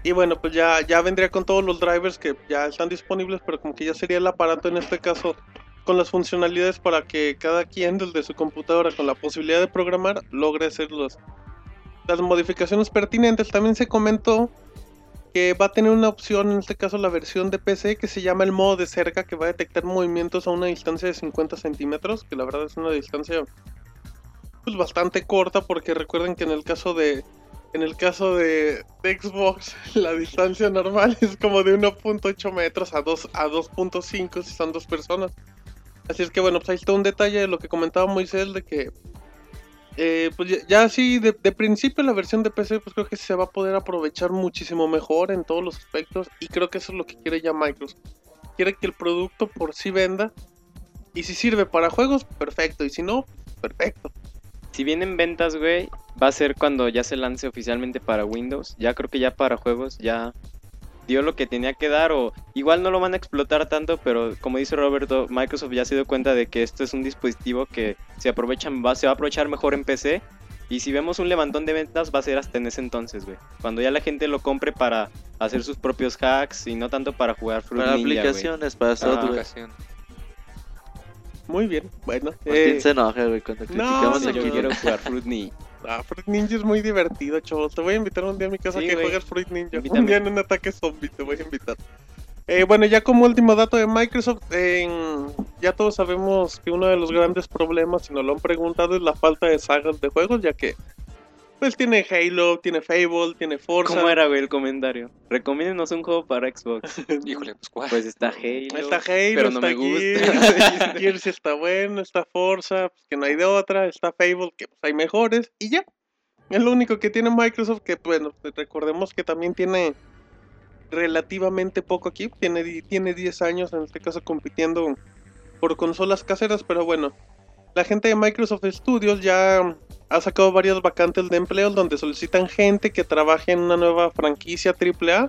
Y bueno, pues ya, ya vendría con todos los drivers que ya están disponibles, pero como que ya sería el aparato en este caso con las funcionalidades para que cada quien desde su computadora con la posibilidad de programar logre hacer los- las modificaciones pertinentes. También se comentó que va a tener una opción, en este caso la versión de PC, que se llama el modo de cerca, que va a detectar movimientos a una distancia de 50 centímetros, que la verdad es una distancia pues bastante corta, porque recuerden que en el caso de en el caso de, de Xbox, la distancia normal es como de 1.8 metros a 2 a 2.5 si están dos personas. Así es que bueno, pues ahí está un detalle de lo que comentaba Moisés de que eh, pues ya, ya así de, de principio la versión de PC pues creo que se va a poder aprovechar muchísimo mejor en todos los aspectos y creo que eso es lo que quiere ya Microsoft. quiere que el producto por sí venda. Y si sirve para juegos, perfecto. Y si no, perfecto.
Si vienen ventas, güey, va a ser cuando ya se lance oficialmente para Windows. Ya creo que ya para juegos ya dio lo que tenía que dar o igual no lo van a explotar tanto, pero como dice Roberto, Microsoft ya se dio cuenta de que esto es un dispositivo que se aprovechan va, se va a aprovechar mejor en PC y si vemos un levantón de ventas va a ser hasta en ese entonces, güey. Cuando ya la gente lo compre para hacer sus propios hacks y no tanto para jugar Fruit
para
Ninja, güey. Ah,
aplicaciones, para
Ah,
software.
Educación.
Muy bien, bueno.
Martín
eh,
se enoja, güey, cuando criticamos
Yo
señor.
aquí.
quiero jugar Fruit Ninja.
ah, Fruit Ninja es muy divertido, chavos. Te voy a invitar un día a mi casa
Sí,
que
güey.
juegues Fruit Ninja.
Invítame.
Un día en un ataque zombie te voy a invitar. Eh, bueno, ya como último dato de Microsoft, en- ya todos sabemos que uno de los grandes problemas, si nos lo han preguntado, es la falta de sagas de juegos, ya que pues tiene Halo, tiene Fable, tiene Forza.
¿Cómo era, güey, el comentario? Recomiéndenos un juego para Xbox.
Híjole, pues cuál.
Pues está Halo.
Está Halo,
pero
está
no me
Gears, Gears está bueno, está Forza, pues, que no hay de otra, está Fable, que pues, hay mejores, y ya. Es lo único que tiene Microsoft, que bueno, pues, recordemos que también tiene relativamente poco aquí, tiene, di- tiene 10 años en este caso compitiendo por consolas caseras, pero bueno, la gente de Microsoft Studios ya ha sacado varias vacantes de empleo donde solicitan gente que trabaje en una nueva franquicia AAA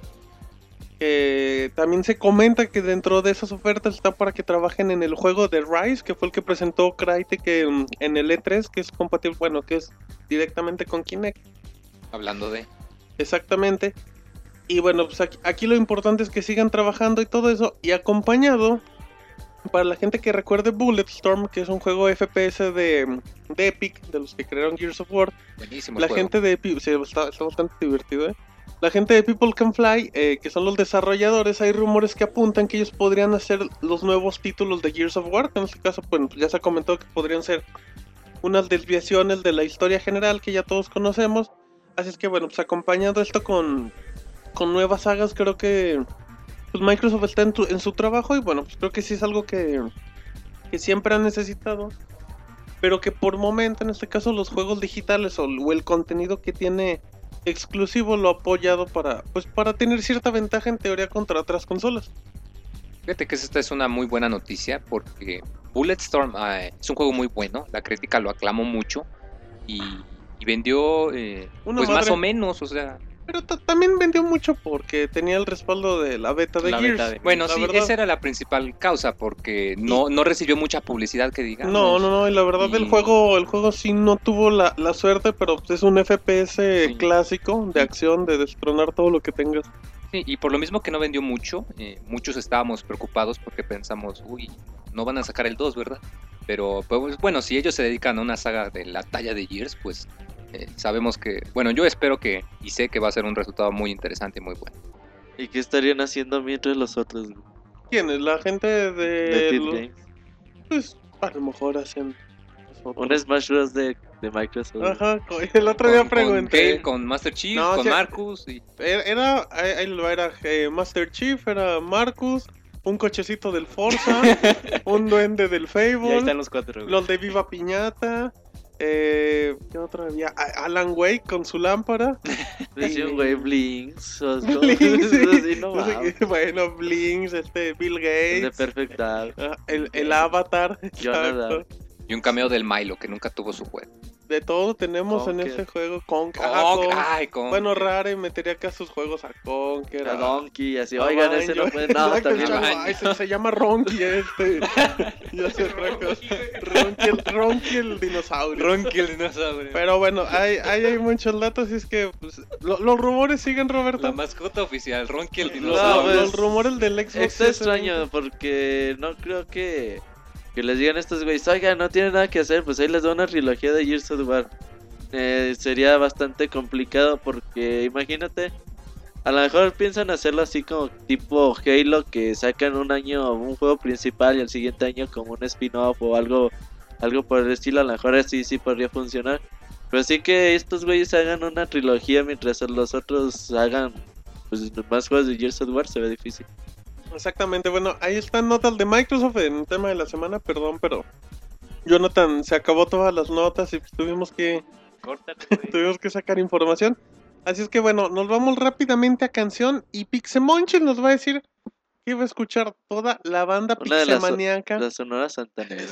que también se comenta que dentro de esas ofertas está para que trabajen en el juego de Rise, que fue el que presentó Crytek en, en el E3, que es compatible, bueno, que es directamente con Kinect.
Hablando de.
Exactamente. Y bueno, pues aquí, aquí lo importante es que sigan trabajando y todo eso. Y acompañado, para la gente que recuerde Bulletstorm, que es un juego FPS de, mm, de Epic, de los que crearon Gears of War,
Buenísimo.
la
el juego.
gente de Pi- sí, está, está bastante divertido, ¿eh? La gente de People Can Fly, eh, que son los desarrolladores, hay rumores que apuntan que ellos podrían hacer los nuevos títulos de Gears of War. En este caso, bueno, ya se ha comentado que podrían ser unas desviaciones de la historia general que ya todos conocemos. Así es que, bueno, pues acompañando esto con, con nuevas sagas, creo que pues, Microsoft está en, tu- en su trabajo y, bueno, pues creo que sí es algo que, que siempre han necesitado pero que por momento, en este caso, los juegos digitales o, o el contenido que tiene exclusivo lo ha apoyado para, pues, para tener cierta ventaja en teoría contra otras consolas.
Fíjate que esta es una muy buena noticia porque Bulletstorm eh, es un juego muy bueno, la crítica lo aclamó mucho y, y vendió eh,
Una
pues más
madre.
o menos, o sea,
Pero ta- también vendió mucho porque tenía el respaldo de la beta de
La
Gears.
beta de-
bueno,
la
sí,
verdad.
esa era la principal causa porque no, no recibió mucha publicidad que digamos.
No, no, no, y la verdad
Y-
el juego, el juego sí no tuvo la, la suerte, pero pues, es un FPS
Sí.
clásico de acción, de destronar todo lo que tengas.
Sí, y por lo mismo que no vendió mucho, eh, muchos estábamos preocupados porque pensamos, uy, no van a sacar el 2, ¿verdad? Pero pues, bueno, si ellos se dedican a una saga de la talla de Gears, pues eh, sabemos que, bueno, yo espero que y sé que va a ser un resultado muy interesante y muy bueno.
¿Y qué estarían haciendo mientras los otros? güey?
¿Quién es? La gente de...
De Team
lo-
Games.
Pues a lo mejor hacen...
Un Smash Bros. de, de Microsoft. güey.
Ajá, co- el otro día
Con- con
pregunté.
Kale, con Master Chief,
No,
con
sí-
Marcus y
Era, era, ahí- ahí lo va, era, eh, Master Chief, era Marcus, un cochecito del Forza, un duende del
Y ahí están
Fable,
los cuatro, güey.
los de Viva Piñata, eh, ¿qué otro había? A- Alan Wake con su lámpara.
Dice un
Y-
güey, Blinks. o-
Blinks, sí.
Así, no
No sé
mames.
qué- bueno, Blinks, este, Bill
Es de
Gates,
Perfect Dark.
ah, el, el Avatar,
Jonathan.
exacto.
y un cameo del Milo que nunca tuvo su juego. Oh,
de todo tenemos en
Conker. ah,
este juego, con
Kong, ay, Kong.
Bueno, Rare metería acá sus juegos a Conker,
A
a-
Donkey, así.
Ah,
Oigan,
man,
ese
yo-
no puede. No,
Exacto, el
también.
chavo,
man.
ay, se, se llama Ronky este. ya se Ronky, el, Ronky el dinosaurio.
Ronky el dinosaurio.
Pero bueno, hay, hay, hay muchos datos y es que pues, lo- los rumores siguen,
La
Roberto.
mascota oficial, Ronky el
Los,
dinosaurio.
pues,
los rumores del Xbox.
Está
360.
extraño porque no creo que, que les digan a estos güeyes, oigan, no tienen nada que hacer, pues ahí les da una trilogía de Gears of War. Eh, sería bastante complicado porque imagínate, a lo mejor piensan hacerlo así como tipo Halo, que sacan un año un juego principal y el siguiente año como un spin-off o algo, algo por el estilo, a lo mejor así sí podría funcionar. Pero sí que estos güeyes hagan una trilogía mientras los otros hagan pues, más juegos de Gears of War, se ve difícil.
Exactamente, bueno, ahí están notas de Microsoft en el tema de la semana, perdón, pero Jonathan se acabó todas las notas y pues, tuvimos que tuvimos que sacar información. Así es que bueno, nos vamos rápidamente a canción y Pixemonche nos va a decir aquí va a escuchar toda la banda
Una de las-
pixemaniaca.
La Sonora Santanera.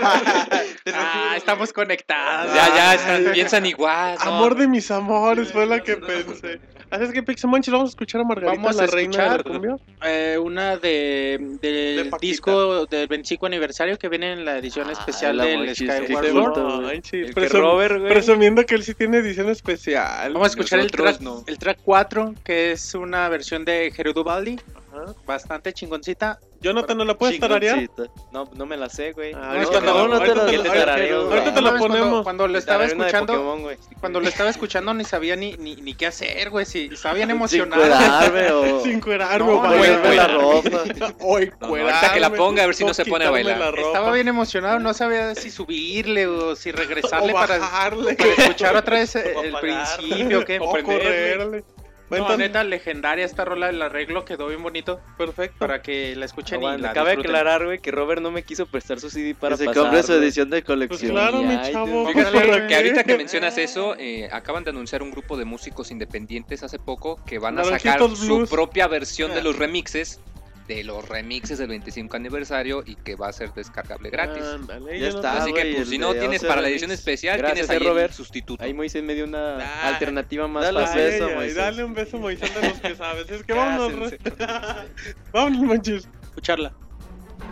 Ah, estamos conectados.
Ya, ya, están- piensan igual. ¿no?
Amor de mis amores, fue la que pensé. Así es que Pixemonchis, vamos a escuchar a Margarita,
Vamos a
la reina de la
escuchar.
cumbia.
Eh, una de, del
De Paquita.
disco del 25 aniversario que viene en la edición
Ah,
especial
la
del
mochis,
Sí,
Skyward
sí,
Sword.
bonito, güey.
manches,
El que
presum-
Robert, güey.
Presumiendo que él sí tiene edición especial.
Vamos a escuchar el
Nosotros
track,
no.
el track 4, que es una versión de Gerudo Baldi,
Ajá.
bastante chingoncita.
Jonathan, ¿no la puedes tararear?
Chingoncita.
No, no me la sé, güey.
Ah,
No,
ahorita
no, no,
ahorita
te la-
te-
ahorita-
tarareo, güey.
Ahorita te
No
la
mames, cuando-
ponemos.
Cuando lo
Te
estaba
daré una de
escuchando,
Pokémon, güey.
cuando lo estaba escuchando ni sabía ni, ni, ni qué hacer, güey. Si estaba bien
Sin
emocionado.
cuidarme o...
Sin cuerarme,
No,
o
no,
bailarme
ponerme la
la
ropa.
ropa. O
No, no, ahorita que la
encuerarme,
ponga, a ver si
o
no se pone a
quitarme
bailar.
la ropa,
Estaba bien emocionado, no sabía si subirle o si regresarle
O
para,
bajarle.
para escuchar otra vez eh,
O
el
apagarle.
principio. ¿qué?
O correrle. Va,
No,
entonces,
neta, legendaria esta rola del arreglo, quedó bien bonito. Perfecto. Para que la escuchen y
Aguanta,
la
cabe
disfruten.
aclarar, güey, que Robert no me quiso prestar su CD para
Que se
pasar,
compre su
güey.
edición de
Pues
colección.
claro, mi
Ay,
chavo. ¿para
Dios. Fíjate
qué?
Que ahorita que mencionas eso, eh, acaban de anunciar un grupo de músicos independientes hace poco que van a sacar
Naranjitos
su
Blues.
propia versión de los remixes, de los remixes del 25 aniversario y que va a ser descargable gratis.
Ándale,
Ya
yo no-
está.
Así que
güey,
pues,
el
si no
de
tienes
Ocean
para la
Remix.
edición especial,
Gracias,
tienes ahí
eh, Robert.
el sustituto.
Ahí Moisés me dio una
Ah,
alternativa más
dale,
fácil.
Ay,
beso,
ay, ay,
Moisés.
Dale un beso, Moisés, de los que sabes. Es que
Ya,
vámonos,
sense.
re- vámonos, manches.
Escucharla.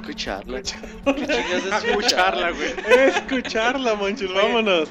Escucharla. ¿Qué chingas es
Escucharla, güey.
Escucharla, manches, vámonos.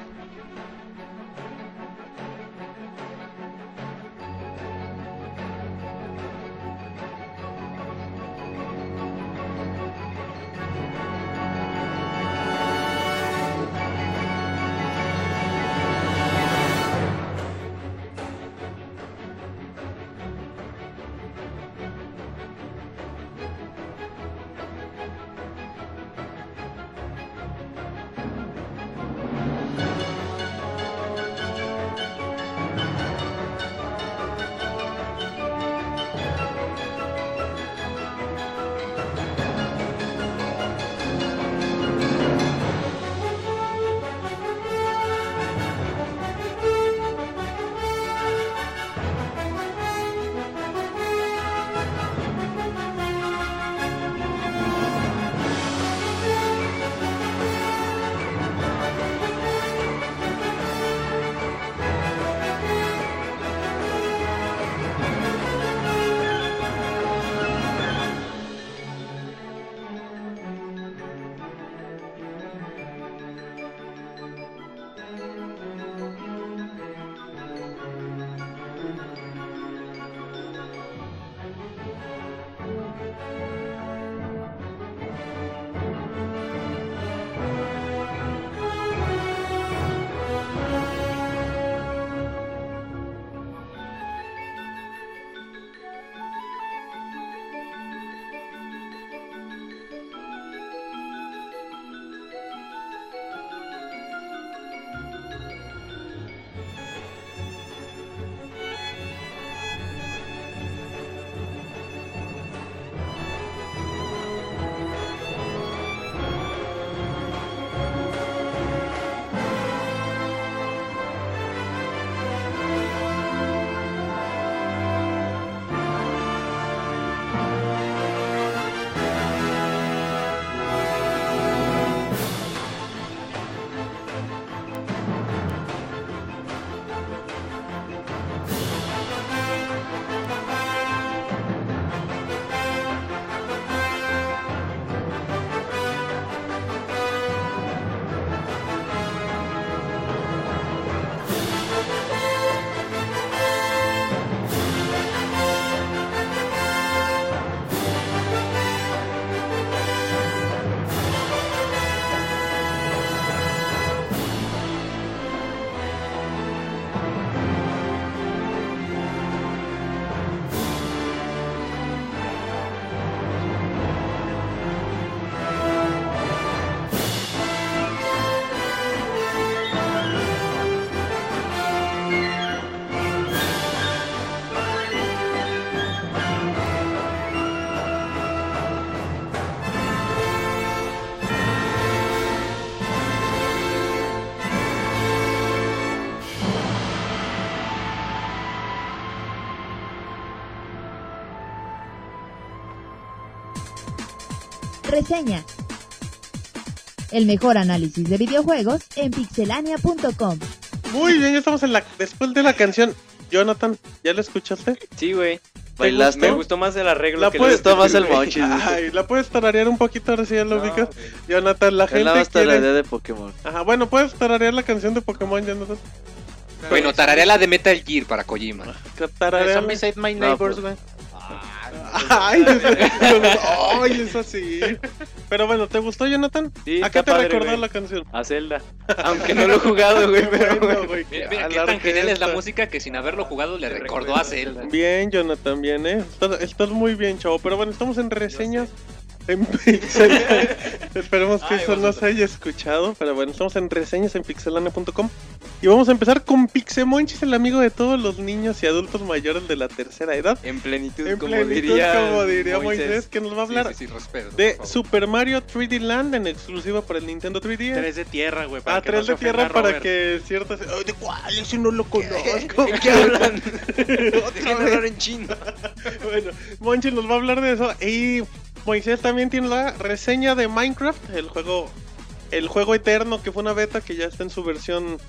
Reseña. El mejor análisis de videojuegos en pixelania.com.
Muy bien, ya estamos en la después de la canción. Jonathan, ¿ya la escuchaste?
Sí, güey.
¿Bailaste?
Me gustó más el arreglo
La
que
puedes-
le
Esto más el
güey.
mochi.
Ay, la puedes tararear un poquito ahora si ya lo
No,
ubicas.
güey.
Jonathan, la
Es la
gente
más
quiere.
tardada de Pokémon.
Ajá, bueno, puedes tararear la canción de Pokémon, Jonathan.
Bueno, tararea la de Metal Gear para Kojima.
Ah, Tararearla.
Some beside my
No,
neighbors,
pues.
güey.
Ay, ay, es así. Pero bueno, ¿te gustó, Jonathan?
Sí,
¿A qué
está
te
padre,
recordó
güey.
la canción?
A Zelda. Aunque no lo he jugado, güey, pero
Bueno,
güey.
güey,
Mira, mira
a
qué
la
tan genial es la
orquesta.
música que sin haberlo jugado le recordó a Zelda.
Bien, Jonathan, bien, ¿eh? Estás, estás muy bien, chavo. Pero bueno, estamos en reseñas. En Pixel- Esperemos que
Ay,
eso no
vosotros.
se haya escuchado. Pero bueno, estamos en reseñas en pixelane.com. Y vamos a empezar con Pixemonchis, el amigo de todos los niños y adultos mayores de la tercera edad.
En plenitud,
En
Pues como,
plenitud,
diría
como diría Moisés, que nos va a
Sí,
hablar
sí, sí, respeto, por
de
favor.
Super Mario 3D Land en exclusiva para el Nintendo 3DS.
Tres de tierra, güey. para
Ah,
que no
tres
se
de tierra
ofenda
para
Robert.
que ciertas. Ay, ¿De cuál? Ese no lo conozco.
¿De qué hablan? Dejen hablar en chino.
bueno, Monchi nos va a hablar de eso. Y Moisés también tiene la reseña de Minecraft, el juego, el juego eterno que fue una beta que ya está en su versión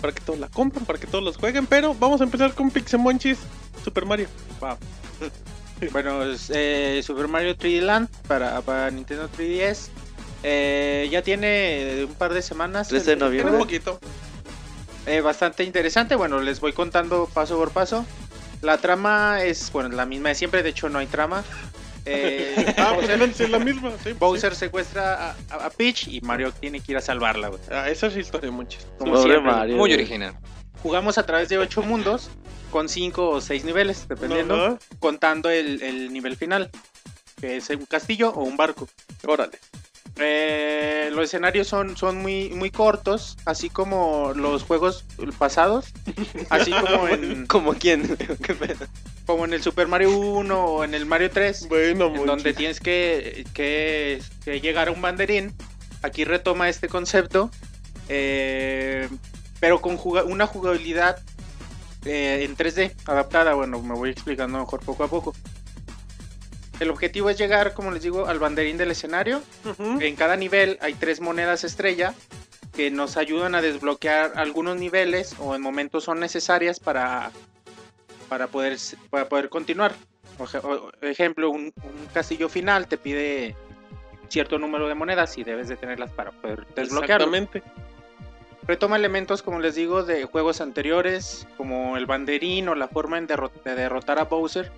para que todos la compren, para que todos los jueguen. Pero vamos a empezar con Pixemonchis Super Mario.
Bueno, es, eh, Super Mario 3D Land para, para Nintendo 3DS. Eh, ya tiene un par de semanas.
13 de
el-
Tiene
noviembre.
un poquito.
Eh, bastante interesante. Bueno, les voy contando paso por paso. La trama es, bueno, la misma de siempre. De hecho, no hay trama. Eh,
Ah, pues
Bowser,
no, sí, es la misma. Sí, pues,
Bowser secuestra a, a- a Peach y Mario tiene que ir a salvarla. güey.
sí. Ah, esa es la historia, Monchis.
Como
Pobre
siempre.
Mario.
Muy
güey.
original.
Jugamos a través de ocho mundos con cinco o seis niveles, dependiendo,
Ajá.
contando el, el nivel final, que es un castillo o un barco.
Órale.
Eh, los escenarios son, son muy, muy cortos, así como los juegos pasados, así como en,
¿Como quién? ¿Qué pedo?
como en el Super Mario 1 o en el Mario 3,
Bueno,
en
Monchis.
donde tienes que, que- que llegar a un banderín. Aquí retoma este concepto, eh, pero con juga- una jugabilidad eh, en 3D adaptada. Bueno, me voy explicando mejor poco a poco. El objetivo es llegar, como les digo, al banderín del escenario.
Ujú.
En cada nivel hay tres monedas estrella que nos ayudan a desbloquear algunos niveles o en momentos son necesarias para, para, poder, s- para poder continuar. Por ej- o- ejemplo, un, un castillo final te pide cierto número de monedas y debes de tenerlas para poder desbloquearlo.
Exactamente.
Retoma elementos, como les digo, de juegos anteriores, como el banderín o la forma en derro- de derrotar a Bowser,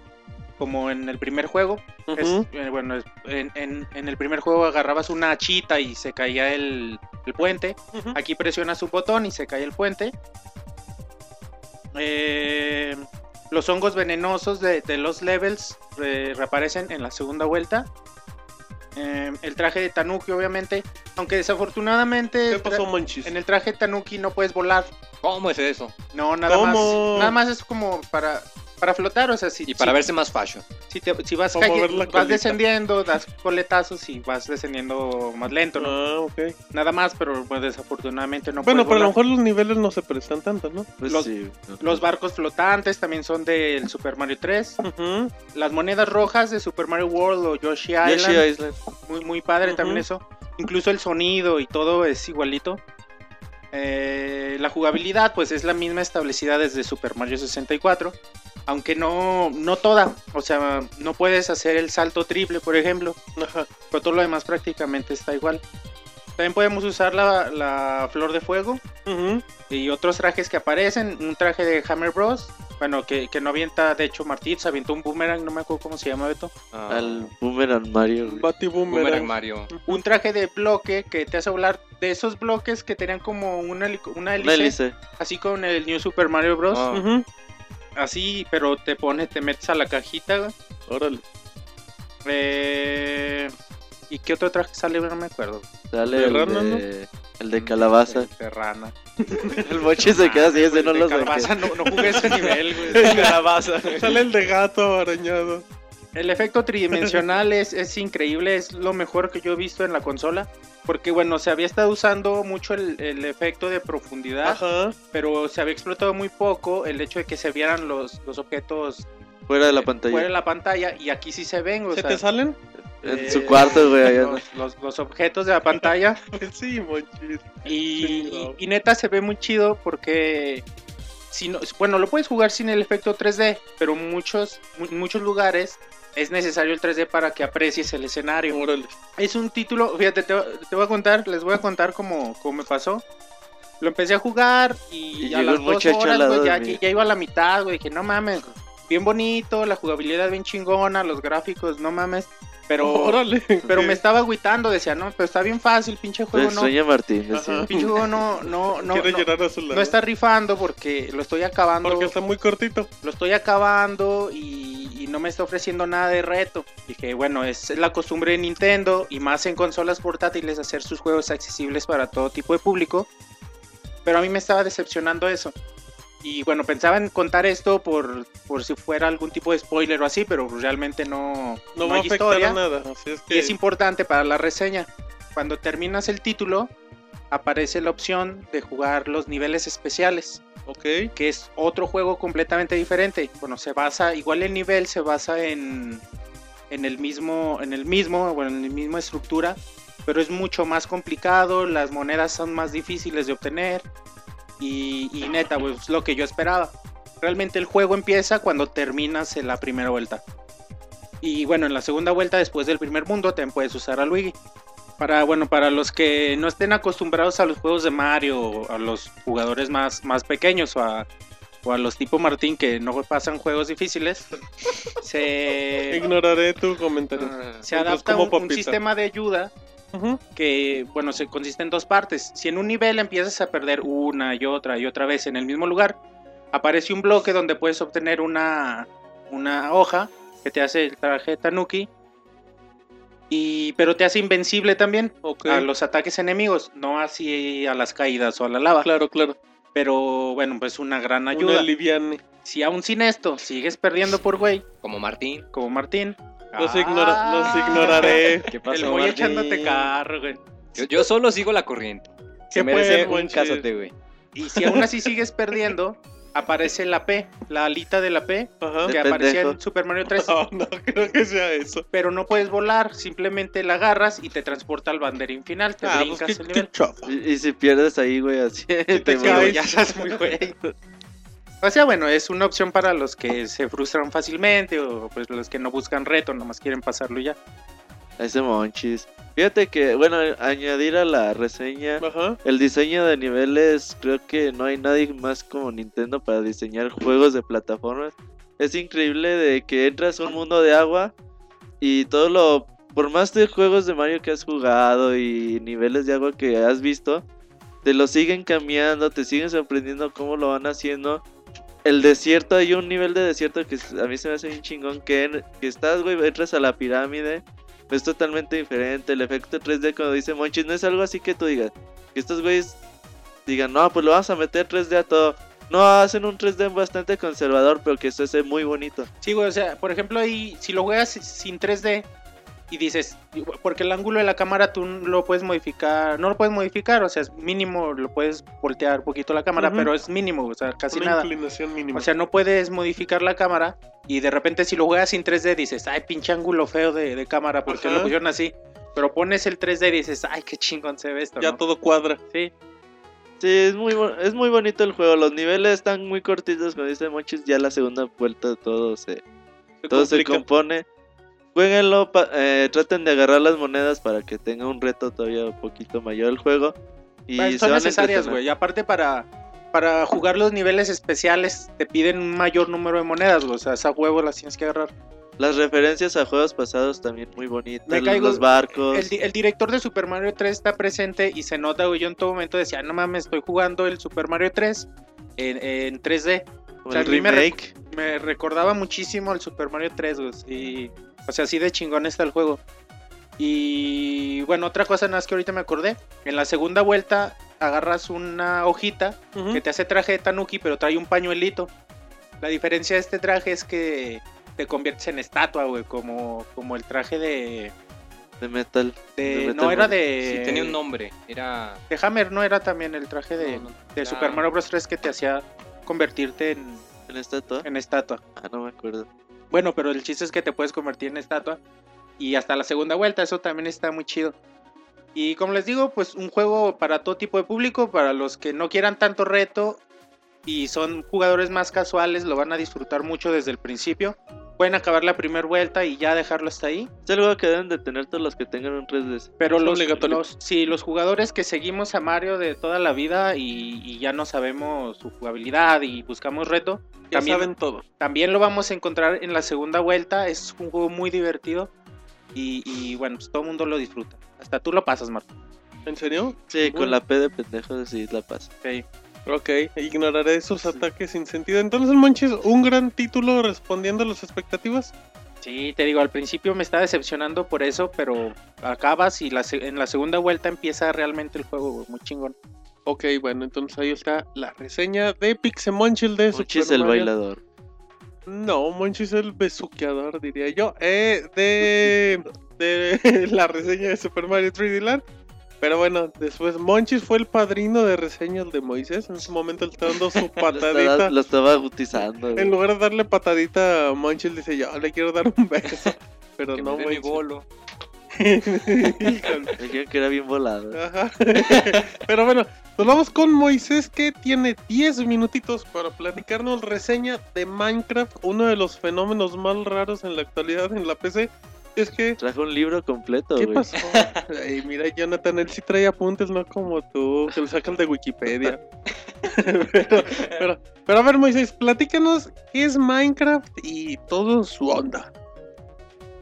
como en el primer juego. Es-
Ujú.
eh, bueno, es- en, en- en el primer juego agarrabas una hachita y se caía el, el puente.
Ujú.
Aquí presionas un botón y se cae el puente. Eh, los hongos venenosos de, de los levels eh, reaparecen en la segunda vuelta. Eh, el traje de Tanuki, obviamente. Aunque desafortunadamente
¿Qué
el tra-
pasó, Monchis?
en este el traje de Tanuki no puedes volar.
¿Cómo es eso?
No, nada
¿Cómo?
más. Nada más es como para, para flotar. O sea, si,
Y para
si-
verse más fashion.
si, te- si vas,
Como
calle-
ver la
vas
colita.
descendiendo, das coletazos y vas descendiendo más lento, ¿no?
Ah, ok.
Nada más, pero pues, desafortunadamente no
bueno,
puedes
pero a lo
volar.
mejor los niveles no se prestan tanto, ¿no?
Pues
Los-
sí.
Los barcos flotantes también son del Super Mario 3.
Ujú.
Las monedas rojas de Super Mario World o Yoshi Island.
Yoshi Island.
Muy, muy padre también
Ujú.
eso. Incluso el sonido y todo es igualito. Eh, la jugabilidad pues es la misma establecida desde Super Mario 64. Aunque no, no toda. O sea, no puedes hacer el salto triple, por ejemplo.
Ajá.
Pero todo lo demás prácticamente está igual. También podemos usar la, la flor de fuego
Ujú.
y otros trajes que aparecen. Un traje de Hammer Bros. Bueno, que, que no avienta, de hecho, Martí, se avientó un boomerang, no me acuerdo cómo se llama, Beto.
Ah,
Al Boomerang Mario. güey.
Bati
Boomerang
Boomerang.
Mario.
Un traje de bloque que te hace volar de esos bloques que tenían como una, helico- una hélice,
Una hélice.
así con el New Super Mario Bros.
Ah.
Ujú.
Así, pero te pones, te metes a la cajita. güey.
Órale.
Eh, ¿Y qué otro traje sale? No me acuerdo.
Sale
¿De
el
rana,
de, el de calabaza.
El de rana.
El mochi se queda así, ese no
El
lo
de calabaza,
saqué.
no, no jugué ese nivel, güey.
Calabaza.
Sale el de gato arañado.
El efecto tridimensional es, es increíble, es lo mejor que yo he visto en la consola. Porque bueno, se había estado usando mucho el, el efecto de profundidad,
Ajá.
pero se había explotado muy poco el hecho de que se vieran los, los objetos
Fuera de la
fuera de
pantalla.
la pantalla y aquí sí se ven, o
¿Se
sea,
te salen?
En su cuarto, güey. allá.
los, los- los objetos de la pantalla.
Sí, mochis.
Y,
Sí, no.
y- y neta se ve muy chido porque si no, bueno, lo puedes jugar sin el efecto 3D, pero muchos mu- muchos lugares es necesario el 3D para que aprecies el escenario. Es un título, fíjate, te, te voy a contar, les voy a contar cómo, cómo me pasó. Lo empecé a jugar y,
Y
a
llegó
las
el
dos
muchacho a
horas,
la
güey, ya,
dormir.
ya iba a la mitad, güey, dije, no mames, bien bonito, la jugabilidad bien chingona, los gráficos, no mames, pero...
Órale.
Pero me estaba agüitando, decía, no, pero está bien fácil, pinche
Lo
juego, no,
extraña Martín.
Ajá.
sí.
pinche juego no, no, no,
Quiero
no,
llorar a su lado.
no está rifando porque lo estoy acabando,
Porque está muy cortito.
lo estoy acabando y, y no me está ofreciendo nada de reto. Dije, bueno, es la costumbre de Nintendo y más en consolas portátiles hacer sus juegos accesibles para todo tipo de público. Pero a mí me estaba decepcionando eso. Y bueno, pensaba en contar esto por, por si fuera algún tipo de spoiler o así, pero realmente no,
No,
no
va a
hay
afectar
historia.
a nada. Así es que.
Y es importante para la reseña. Cuando terminas el título, aparece la opción de jugar los niveles especiales,
Ok.
que es otro juego completamente diferente. Bueno, se basa, igual el nivel se basa en, en el mismo, en el mismo, bueno, en la misma estructura, pero es mucho más complicado, las monedas son más difíciles de obtener y, y neta, pues es lo que yo esperaba. Realmente el juego empieza cuando terminas en la primera vuelta. Y bueno, en la segunda vuelta, después del primer mundo, también puedes usar a Luigi. Para, bueno, para los que no estén acostumbrados a los juegos de Mario, o a los jugadores más, más pequeños o a, o a los tipo Martín que no pasan juegos difíciles, se,
Ignoraré tu comentario.
se
Entonces,
adapta
como
un, un
papita.
sistema de ayuda
Ujú.
que, bueno, se consiste en dos partes. Si en un nivel empiezas a perder una y otra y otra vez en el mismo lugar, aparece un bloque donde puedes obtener una, una hoja que te hace el traje Tanuki. Y, pero te hace invencible también
Ok.
a los ataques enemigos, no así a las caídas o a la lava.
Claro, claro.
Pero bueno, pues una gran
Ayuda.
ayuda.
liviane.
si aún sin esto sigues perdiendo por güey,
Como Martín.
como Martín,
Los,
Ah.
ignora- los ignoraré.
¿Qué
el
pasó,
güey
Martín?
echándote carro, güey.
Yo, yo solo sigo la corriente.
Se
¿Qué
merece
puedes,
un
Monchis?
cazote, güey.
Y si aún así sigues perdiendo, aparece la P, la alita de la P,
Ajá. Oh,
que
De
aparecía en
pendejo.
Super Mario 3.
No, no creo que sea eso.
Pero no puedes volar, simplemente la agarras y te transporta al banderín final, te
Ah,
brincas
pues qué,
el
qué
nivel.
chafa.
Y, y si pierdes ahí, güey, así. Te,
te
mueres.
caes.
Pero ya seas muy güey. O sea, bueno, es una opción para los que se frustran fácilmente o pues los que no buscan reto, nomás quieren pasarlo y ya.
A Ese monchis. Fíjate que, bueno, añadir a la reseña.
Ajá.
El diseño de niveles, creo que no hay nadie más como Nintendo para diseñar juegos de plataformas. Es increíble de que entras a un mundo de agua y todo lo... Por más de juegos de Mario que has jugado y niveles de agua que has visto, te lo siguen cambiando, te siguen sorprendiendo cómo lo van haciendo. El desierto, hay un nivel de desierto que a mí se me hace bien chingón, que, en- que estás, güey, entras a la pirámide, es totalmente diferente. El efecto 3D, como dice Monchis, no es algo así que tú digas que estos güeyes digan, no, pues lo vamos a meter 3D a todo. No, hacen un 3D bastante conservador, pero que se hace muy bonito.
Sí, güey, o sea, por ejemplo, ahí, si lo juegas sin 3D y dices, porque el ángulo de la cámara tú lo puedes modificar, no lo puedes modificar, o sea, es mínimo, lo puedes voltear un poquito la cámara,
Ujú.
pero es mínimo, o sea, casi
Una
nada.
inclinación mínima.
O sea, no puedes modificar la cámara y de repente si lo juegas sin 3D dices, ay, pinche ángulo feo de, de cámara, porque
Ajá.
lo pusieron así. Pero pones el 3D y dices, ay, qué chingón se ve esto.
ya
¿no?
todo cuadra.
Sí.
Sí, es muy, bo- es muy bonito el juego. Los niveles están muy cortitos, como dice Mochis. Ya la segunda vuelta todo se,
Se
todo se
complica.
compone. Jueguenlo, pa- eh, traten de agarrar las monedas para que tenga un reto todavía un poquito mayor el juego. Y
Bueno,
se
Pues, son
van a
necesarias,
entretener.
güey. Y aparte para, para jugar los niveles especiales te piden un mayor número de monedas, güey. O sea, esa huevo las tienes que agarrar.
Las referencias a juegos pasados también muy bonitas.
Me caigo-
Los barcos.
El, di- el director de Super Mario 3 está presente y se nota, güey. Yo en todo momento decía, no mames, estoy jugando el Super Mario 3 en, en 3D.
como
o sea,
el
a mí me rec-
remake.
Me recordaba muchísimo al Super Mario 3, güey. sí. o sea, así de chingón está el juego. Y bueno, otra cosa nada más que ahorita me acordé. En la segunda vuelta agarras una hojita
Ujú.
que te hace traje de Tanuki, pero trae un pañuelito. La diferencia de este traje es que te conviertes en estatua, güey, como, como el traje de...
De metal.
de-
De
no,
Metal
era
Gear.
de...
Eh,
Sí, tenía un nombre. Era.
De Hammer, no era también el traje de,
no, Ah. no,
de
era-
Super Mario Bros. 3 que te hacía convertirte en,
¿En estatua?
en estatua.
Ah, no me acuerdo.
Bueno, pero el chiste es que te puedes convertir en estatua. y hasta la segunda vuelta, eso también está muy chido. Y como les digo, pues un juego para todo tipo de público, para los que no quieran tanto reto y son jugadores más casuales, lo van a disfrutar mucho desde el principio. Pueden acabar la primera vuelta y ya dejarlo hasta ahí.
Es algo que deben de tener todos los que tengan un 3DS.
Pero
Es
los,
obligatorio.
los- sí, los jugadores que seguimos a Mario de toda la vida y, y ya no sabemos su jugabilidad y buscamos reto,
Ya
también
saben todo.
También lo vamos a encontrar en la segunda vuelta. Es un juego muy divertido. Y, y, bueno, pues todo el mundo lo disfruta. Hasta tú lo pasas, Marco.
¿En serio?
Sí,
Uy.
con la P de pendejo decidís la paz.
Ok, ignoraré esos ataques sin sentido. Entonces, Monchis, un gran título respondiendo a las expectativas.
Sí, te digo, al principio me está decepcionando por eso, pero acabas y la se- en la segunda vuelta empieza realmente el juego güey, muy chingón.
Ok, bueno, entonces ahí está la reseña de Pixemonchil de
Monchis
Super
el
Mario.
bailador.
No, Monchis el besuqueador, diría yo. Eh, de, de la reseña de Super Mario 3D Land. Pero bueno, después Monchis fue el padrino de reseñas de Moisés. En ese momento él está dando su
Lo estaba,
patadita.
lo estaba gutizando. güey.
En lugar de darle patadita a Monchis, dice yo le quiero dar un beso. Pero
que
no,
me dé mi
Monchis.
bolo.
Híjole.
Me dijeron que era bien volado.
Ajá. Pero bueno, nos vamos con Moisés que tiene 10 minutitos para platicarnos reseña de Minecraft, uno de los fenómenos más raros en la actualidad en la PC. Es que,
Trajo un libro completo,
¿qué
güey.
pasó? Ay, mira, Jonathan, él sí trae apuntes, no como tú, que lo sacan de Wikipedia. pero, pero, pero a ver, Moisés, platícanos qué es Minecraft y todo su onda.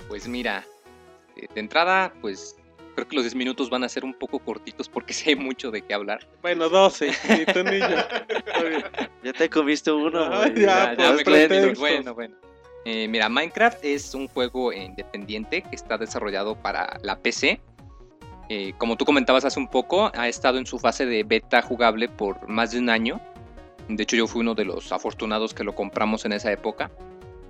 Pues mira, eh, de entrada, pues creo que los 10 minutos van a ser un poco cortitos porque sí hay mucho de qué hablar.
Bueno, 12, ni tú ni yo. Está bien.
Ya te comiste uno,
Ay,
güey.
Ah, ya,
Ya, ya
por
me quedé, digo,
pretextos.
bueno, bueno. Eh, mira, Minecraft es un juego independiente que está desarrollado para la PC. Eh, como tú comentabas hace un poco, ha estado en su fase de beta jugable por más de un año. De hecho, yo fui uno de los afortunados que lo compramos en esa época.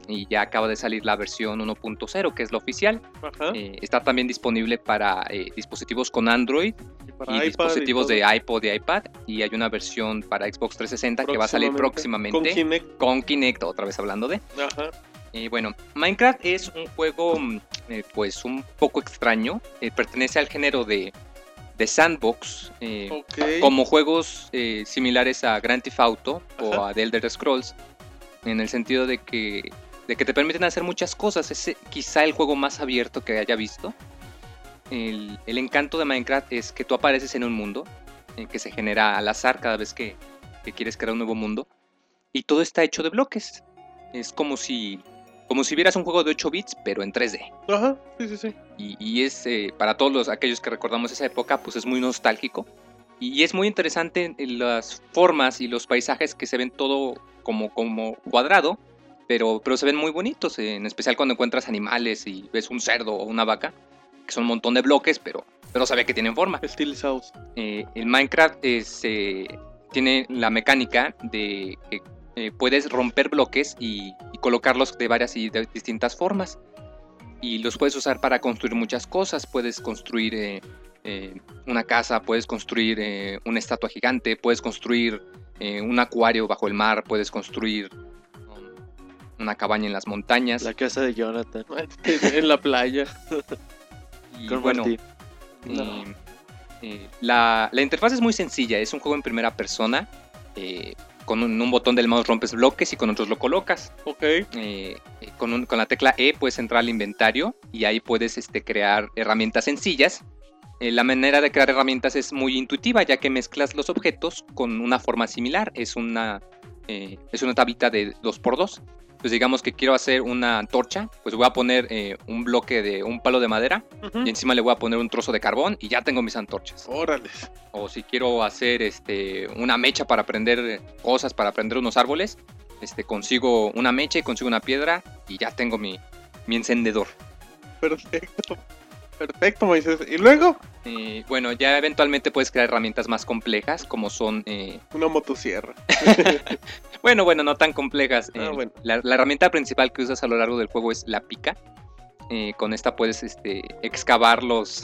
Y ya acaba de salir la versión 1.0, que es la oficial.
Ajá.
Eh, está también disponible para eh, dispositivos con Android
para
y
iPad y
dispositivos
todo.
de iPod y iPad. Y hay una versión para Xbox 360 que va a salir próximamente
Con
con Kinect,
Kinect.
otra vez hablando de.
Ajá.
Y Eh, bueno, Minecraft es un juego mm, eh, pues un poco extraño. eh, pertenece al género de, de sandbox. eh,
Ok.
como juegos eh, similares a Grand Theft Auto o
Ajá.
a The Elder Scrolls, en el sentido de que, de que te permiten hacer muchas cosas. Es eh, quizá el juego más abierto que haya visto. El, el encanto de Minecraft es que tú apareces en un mundo eh, que se genera al azar cada vez que, que quieres crear un nuevo mundo y todo está hecho de bloques. Es como si, como si vieras un juego de 8 bits, pero en 3D.
Ajá, sí, sí, sí.
Y, y es, eh, para todos los- aquellos que recordamos esa época, pues es muy nostálgico. Y es muy interesante en las formas y los paisajes que se ven todo como, como cuadrado, pero, pero se ven muy bonitos, eh, en especial cuando encuentras animales y ves un cerdo o una vaca, que son un montón de bloques, pero, pero se ve que tienen forma.
Estilizados.
Eh, el Minecraft es, eh, tiene la mecánica de que eh, puedes romper bloques y, y colocarlos de varias y de distintas formas. Y los puedes usar para construir muchas cosas. Puedes construir eh, eh, una casa, puedes construir eh, una estatua gigante, puedes construir eh, un acuario bajo el mar, puedes construir um, una cabaña en las montañas.
La casa de Jonathan.
en la playa.
y
Con
bueno,
Martín.
No.
Eh, eh, la, la interfaz es muy sencilla, es un juego en primera persona. eh, con un, un botón del mouse rompes bloques y con otros lo colocas.
Ok.
Eh, eh, con, un- con la tecla E puedes entrar al inventario y ahí puedes este, crear herramientas sencillas. Eh, la manera de crear herramientas es muy intuitiva ya que mezclas los objetos con una forma similar. Es una, eh, es una tablita de 2x2. Entonces Pues digamos que quiero hacer una antorcha, pues voy a poner eh, un bloque de un palo de madera
Ujú.
y encima le voy a poner un trozo de carbón y ya tengo mis antorchas.
Órale.
O si quiero hacer este, una mecha para prender cosas, para prender unos árboles, este, consigo una mecha y consigo una piedra y ya tengo mi, mi encendedor.
Perfecto. Perfecto, Moisés. Y luego,
Eh, bueno, ya eventualmente puedes crear herramientas más complejas como son... eh,
una motosierra.
bueno, bueno, no tan complejas.
Ah,
Eh,
bueno.
la, la herramienta principal que usas a lo largo del juego es la pica. Eh, con esta puedes este, excavar los...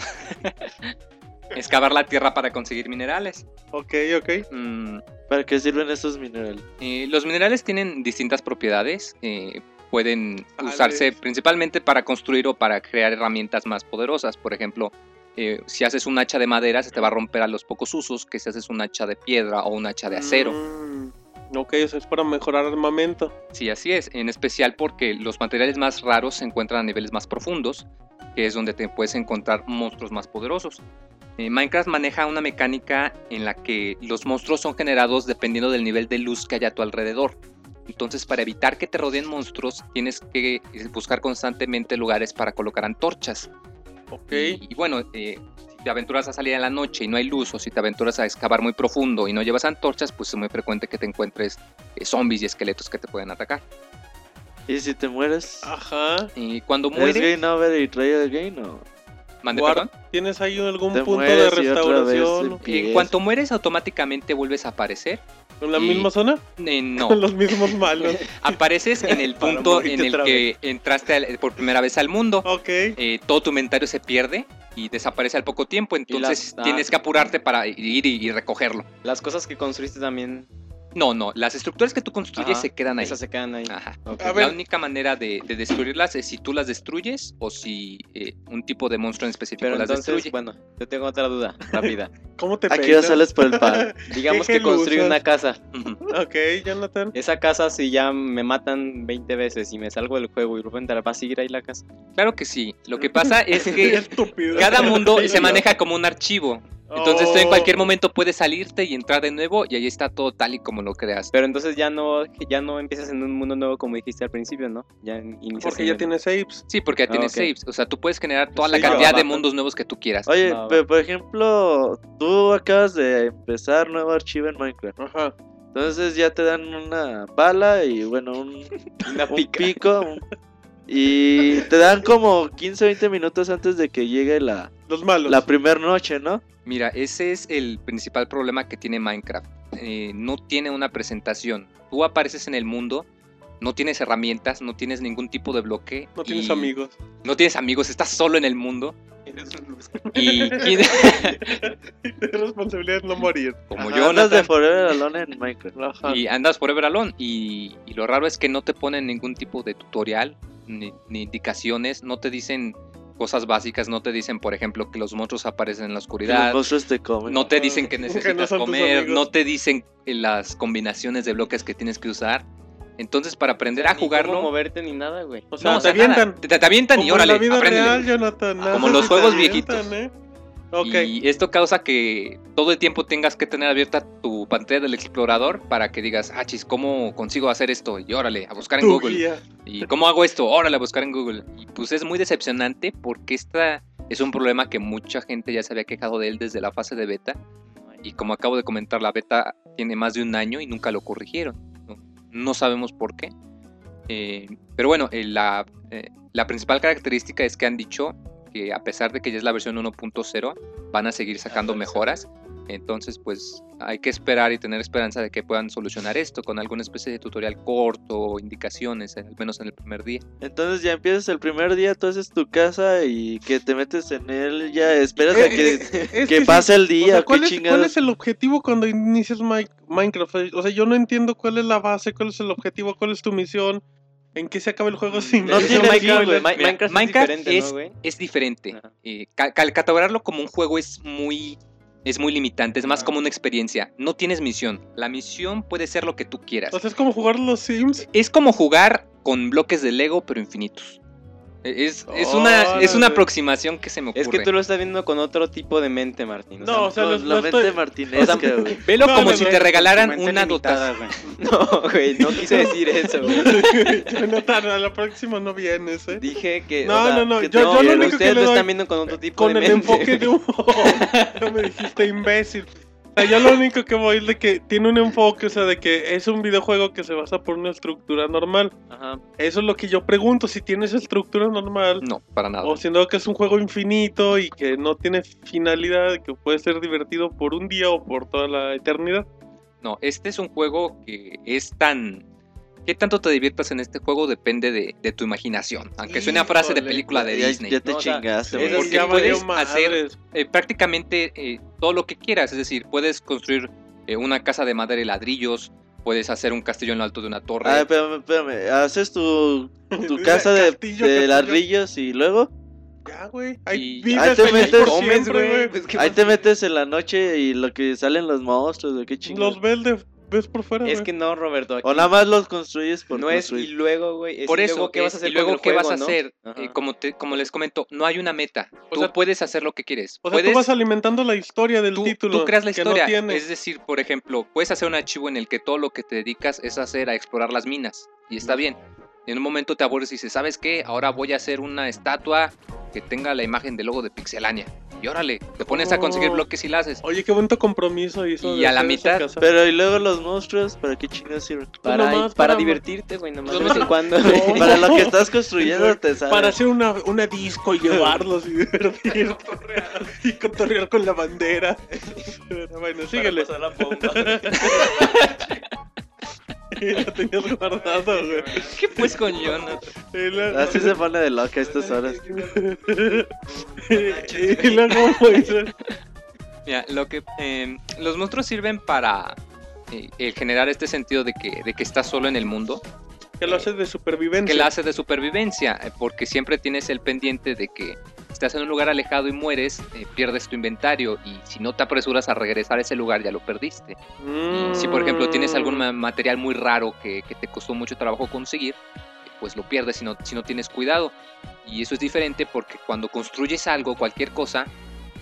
excavar la tierra para conseguir minerales.
Ok, ok.
Mm,
¿Para qué sirven esos minerales?
Eh, los minerales tienen distintas propiedades. eh, pueden
Ah,
usarse
sí.
principalmente para construir o para crear herramientas más poderosas. Por ejemplo, eh, si haces un hacha de madera, se te va a romper a los pocos usos que si haces un hacha de piedra o un hacha de acero.
Mm, ok, eso es para mejorar armamento.
Sí, así es, en especial porque los materiales más raros se encuentran a niveles más profundos, que es donde te puedes encontrar monstruos más poderosos. Eh, Minecraft maneja una mecánica en la que los monstruos son generados dependiendo del nivel de luz que haya a tu alrededor. Entonces, para evitar que te rodeen monstruos, tienes que eh, buscar constantemente lugares para colocar antorchas.
Ok.
Y, y bueno, eh, si te aventuras a salir en la noche y no hay luz, o si te aventuras a excavar muy profundo y no llevas antorchas, pues es muy frecuente que te encuentres eh, zombies y esqueletos que te pueden atacar.
Y si te mueres,
Ah, Ajá.
Y cuando
¿es
mueres,
game over y trae el game o
mande
Guard-
perdón.
¿Tienes ahí algún
Te
punto de
mueres y otra
restauración?
vez
En cuanto mueres, automáticamente vuelves a aparecer.
¿En la
y-
misma zona?
Eh, no,
Con los mismos malos.
apareces en el
Para
punto
morirte
en el
otra
que entraste al- por primera vez al mundo.
ok.
Eh, todo tu inventario se pierde y desaparece al poco tiempo. Entonces
las-
tienes que apurarte para ir y, y recogerlo.
Las cosas que construiste también,
No, no, las estructuras que tú construyes
Ajá,
se quedan ahí.
esas se quedan
Ah,
ahí.
Ajá.
Ok.
A
La
ver.
única manera de, de destruirlas es si tú las destruyes o si eh, un tipo de monstruo en específico
Pero
las
entonces,
destruye.
bueno, yo tengo otra duda rápida.
¿Cómo te
Aquí ya
peinas?
sales por el pan.
Digamos
¿Qué
que construí
gelusas?
una casa.
Ujú.
Ok, Jonathan.
Esa casa, si ya me matan 20 veces y me salgo del juego y de repente va a seguir ahí la casa.
Claro que sí. Lo que pasa es
Qué
que
estúpido.
cada mundo se maneja como un archivo. Entonces tú en
Oh.
cualquier momento puedes salirte y entrar de nuevo y ahí está todo tal y como lo creas.
Pero entonces ya no, ya no empiezas en un mundo nuevo como dijiste al principio, ¿no? Ya in- inicias.
Oh, Porque
en
ya
el-
tienes apes.
Sí, porque ya
Ah,
tienes
ok.
saves. O sea, tú puedes generar toda
Sí,
la
ya,
cantidad de
basta.
mundos nuevos que tú quieras.
Oye,
No,
pero por ejemplo, tú acabas de empezar nuevo archivo en Minecraft.
Ajá.
Entonces ya te dan una bala y bueno, un,
Una
un
pica.
pico. un- Y te dan como 15, 20 minutos antes de que llegue la,
Los malos.
la primera noche, ¿no?
Mira, ese es el principal problema que tiene Minecraft. Eh, no tiene una presentación. Tú apareces en el mundo, no tienes herramientas, no tienes ningún tipo de bloque.
No tienes
y
amigos.
No tienes amigos, estás solo en el mundo.
Eres un loser.
Y quién-
Tienes responsabilidad de no morir.
como
Ajá,
yo,
andas de Forever Alone en Minecraft.
Ajá.
y andas forever alone y, y lo raro es que no te ponen ningún tipo de tutorial ni, ni indicaciones, no te dicen cosas básicas, no te dicen por ejemplo que los monstruos aparecen en
Que
la
Los
oscuridad,
monstruos te comen.
no te dicen
Que
que
no
necesitas
son tus
comer,
amigos.
no te dicen eh, las combinaciones de bloques que tienes que usar. Entonces para aprender a
Ni cómo
jugarlo,
moverte ni nada, güey.
O sea,
no,
te
nada,
avientan.
te, te avientan
Como
y
en
órale,
la vida
apréndele.
real, Jonathan.
Como
haces
los
y
juegos
te avientan, ¿eh? Ok.
Y esto causa que todo el tiempo tengas que tener abierta tu pantalla del explorador para que digas, ah, chis, ¿cómo consigo hacer esto? Y órale, a buscar en
Tu
Google.
guía.
¿Y cómo hago esto? Órale, a buscar en Google. Y pues es muy decepcionante porque esta es un problema que mucha gente ya se había quejado de él desde la fase de beta. Y como acabo de comentar, la beta tiene más de un año y nunca lo corrigieron. No, no sabemos por qué. Eh, pero bueno, eh, la, eh, la principal característica es que han dicho que a pesar de que ya es la versión 1.0, van a seguir sacando mejoras. Entonces, pues hay que esperar y tener esperanza de que puedan solucionar esto con alguna especie de tutorial corto o indicaciones, al menos en el primer día.
Entonces ya empiezas el primer día, tú haces tu casa y que te metes en él, ya esperas a que,
Eh, Es
que
sí,
pase el
o
día,
sea,
¿qué
¿cuál, es,
chingados?
cuál es el objetivo cuando inicias Mi- Minecraft? O sea, yo no entiendo cuál es la base, cuál es el objetivo, cuál es tu misión, en qué se acaba el juego sin
No
sin
tiene
spoilers.
fin, güey.
Mi-
Mira,
Minecraft,
Minecraft
es diferente,
es-
¿no, güey?
Es diferente.
Ajá.
Eh, ca- cal- catalogarlo como un juego es muy, es muy limitante, es más como una experiencia. No tienes misión. La misión puede ser lo que tú quieras.
O sea, es como jugar los Sims.
Es como jugar con bloques de Lego, pero infinitos. Eh, Es, es una, es
Órale.
una aproximación que se me ocurre.
Es que tú lo estás viendo con otro tipo de mente, Martín. o sea,
No, o sea,
Con
los-
la
no
mente
estoy-
martinesca, güey.
Velo
No,
como
no,
si
no,
te
es
regalaran una dotación.
no, güey, no quise decir eso, güey.
Jonathan, a la próxima no vienes, ¿eh?
Dije que.
No,
o sea,
no, no,
que
yo- yo lo único que
Ustedes
le
lo
doy-
están viendo con otro tipo
Con
de
el
mente.
enfoque de un... no me dijiste imbécil. O sea, yo lo único que voy es de que tiene un enfoque, o sea, de que es un videojuego que se basa por una estructura normal.
Ajá.
Eso es lo que yo pregunto, si tienes estructura normal,
No, para nada.
O sino que es un juego infinito y que no tiene finalidad, que puede ser divertido por un día o por toda la eternidad.
No, este es un juego que es tan... ¿Qué tanto te diviertas en este juego? Depende de, de tu imaginación. Aunque suene a frase de
Híjole,
película de
ya,
Disney.
ya te
No, o sea,
chingaste,
es
güey.
porque
ya valió
puedes hacer-
madres.
eh, prácticamente eh, todo lo que quieras. Es decir, puedes construir eh, una casa de madera y ladrillos, Puedes hacer un castillo en lo alto de una torre.
Ah, espérame, espérame. Haces tu, tu casa de,
Castillo,
de
castillo.
ladrillos y luego
Ya, güey. Ahí
Y-
ahí
vives
te
feliz
metes-
por
comes,
siempre, güey.
Pues, ¿qué
ahí
más?
te metes en la noche y lo que salen los monstruos, güey, qué
Los
chingados.
ves, de- ves por fuera,
Es
güey.
que no, Roberto. aquí
O nada más los construyes por
no es y
construir.
luego, güey. es
Por
y
eso,
luego, ¿qué vas a hacer?
y luego
con el
qué
juego,
vas a
no?
hacer.
Ajá.
Eh, como, te, como les comento, no hay una meta.
O
tú
sea-
puedes hacer lo que quieres.
O sea,
puedes,
tú vas alimentando la historia del
tú-
título.
tú creas la
que
historia.
No tiene.
es decir, por ejemplo, puedes hacer un archivo en el que todo lo que te dedicas es hacer a explorar las minas. Y está bien. En un momento te aburres y dices, ¿sabes qué? Ahora voy a hacer una estatua que tenga la imagen del logo de Pixelania. Y órale, te pones a conseguir
Oh.
bloques y la haces.
Oye, qué bonito compromiso hizo.
Y
de
a la
hacer esa
mitad,
casa.
Pero y luego los monstruos, ¿para qué chingados sirven?
Para,
nomás,
para,
para-
divertirte, güey, nomás de
nomás-
vez en cuando.
No.
Para lo que estás construyendo te sale.
Para hacer una, una disco y llevarlos y divertir. y cotorrear con la bandera. Pero bueno, síguele.
pasar la bomba.
Lo tenías guardado, güey.
¿Qué pues con Jonathan?
Y luego-
Así se pone de loca a estas horas.
y luego, Moisés.
Mira, lo que eh, los monstruos sirven para eh, eh, generar este sentido de que, de que estás solo en el mundo,
Que lo haces de supervivencia.
que la hace de supervivencia, eh, porque siempre tienes el pendiente de que estás en un lugar alejado y mueres, eh, pierdes tu inventario y si no te apresuras a regresar a ese lugar ya lo perdiste.
Mm.
Si por ejemplo tienes algún ma- material muy raro que, que te costó mucho trabajo conseguir, eh, pues lo pierdes si no, si no tienes cuidado. Y eso es diferente porque cuando construyes algo, cualquier cosa,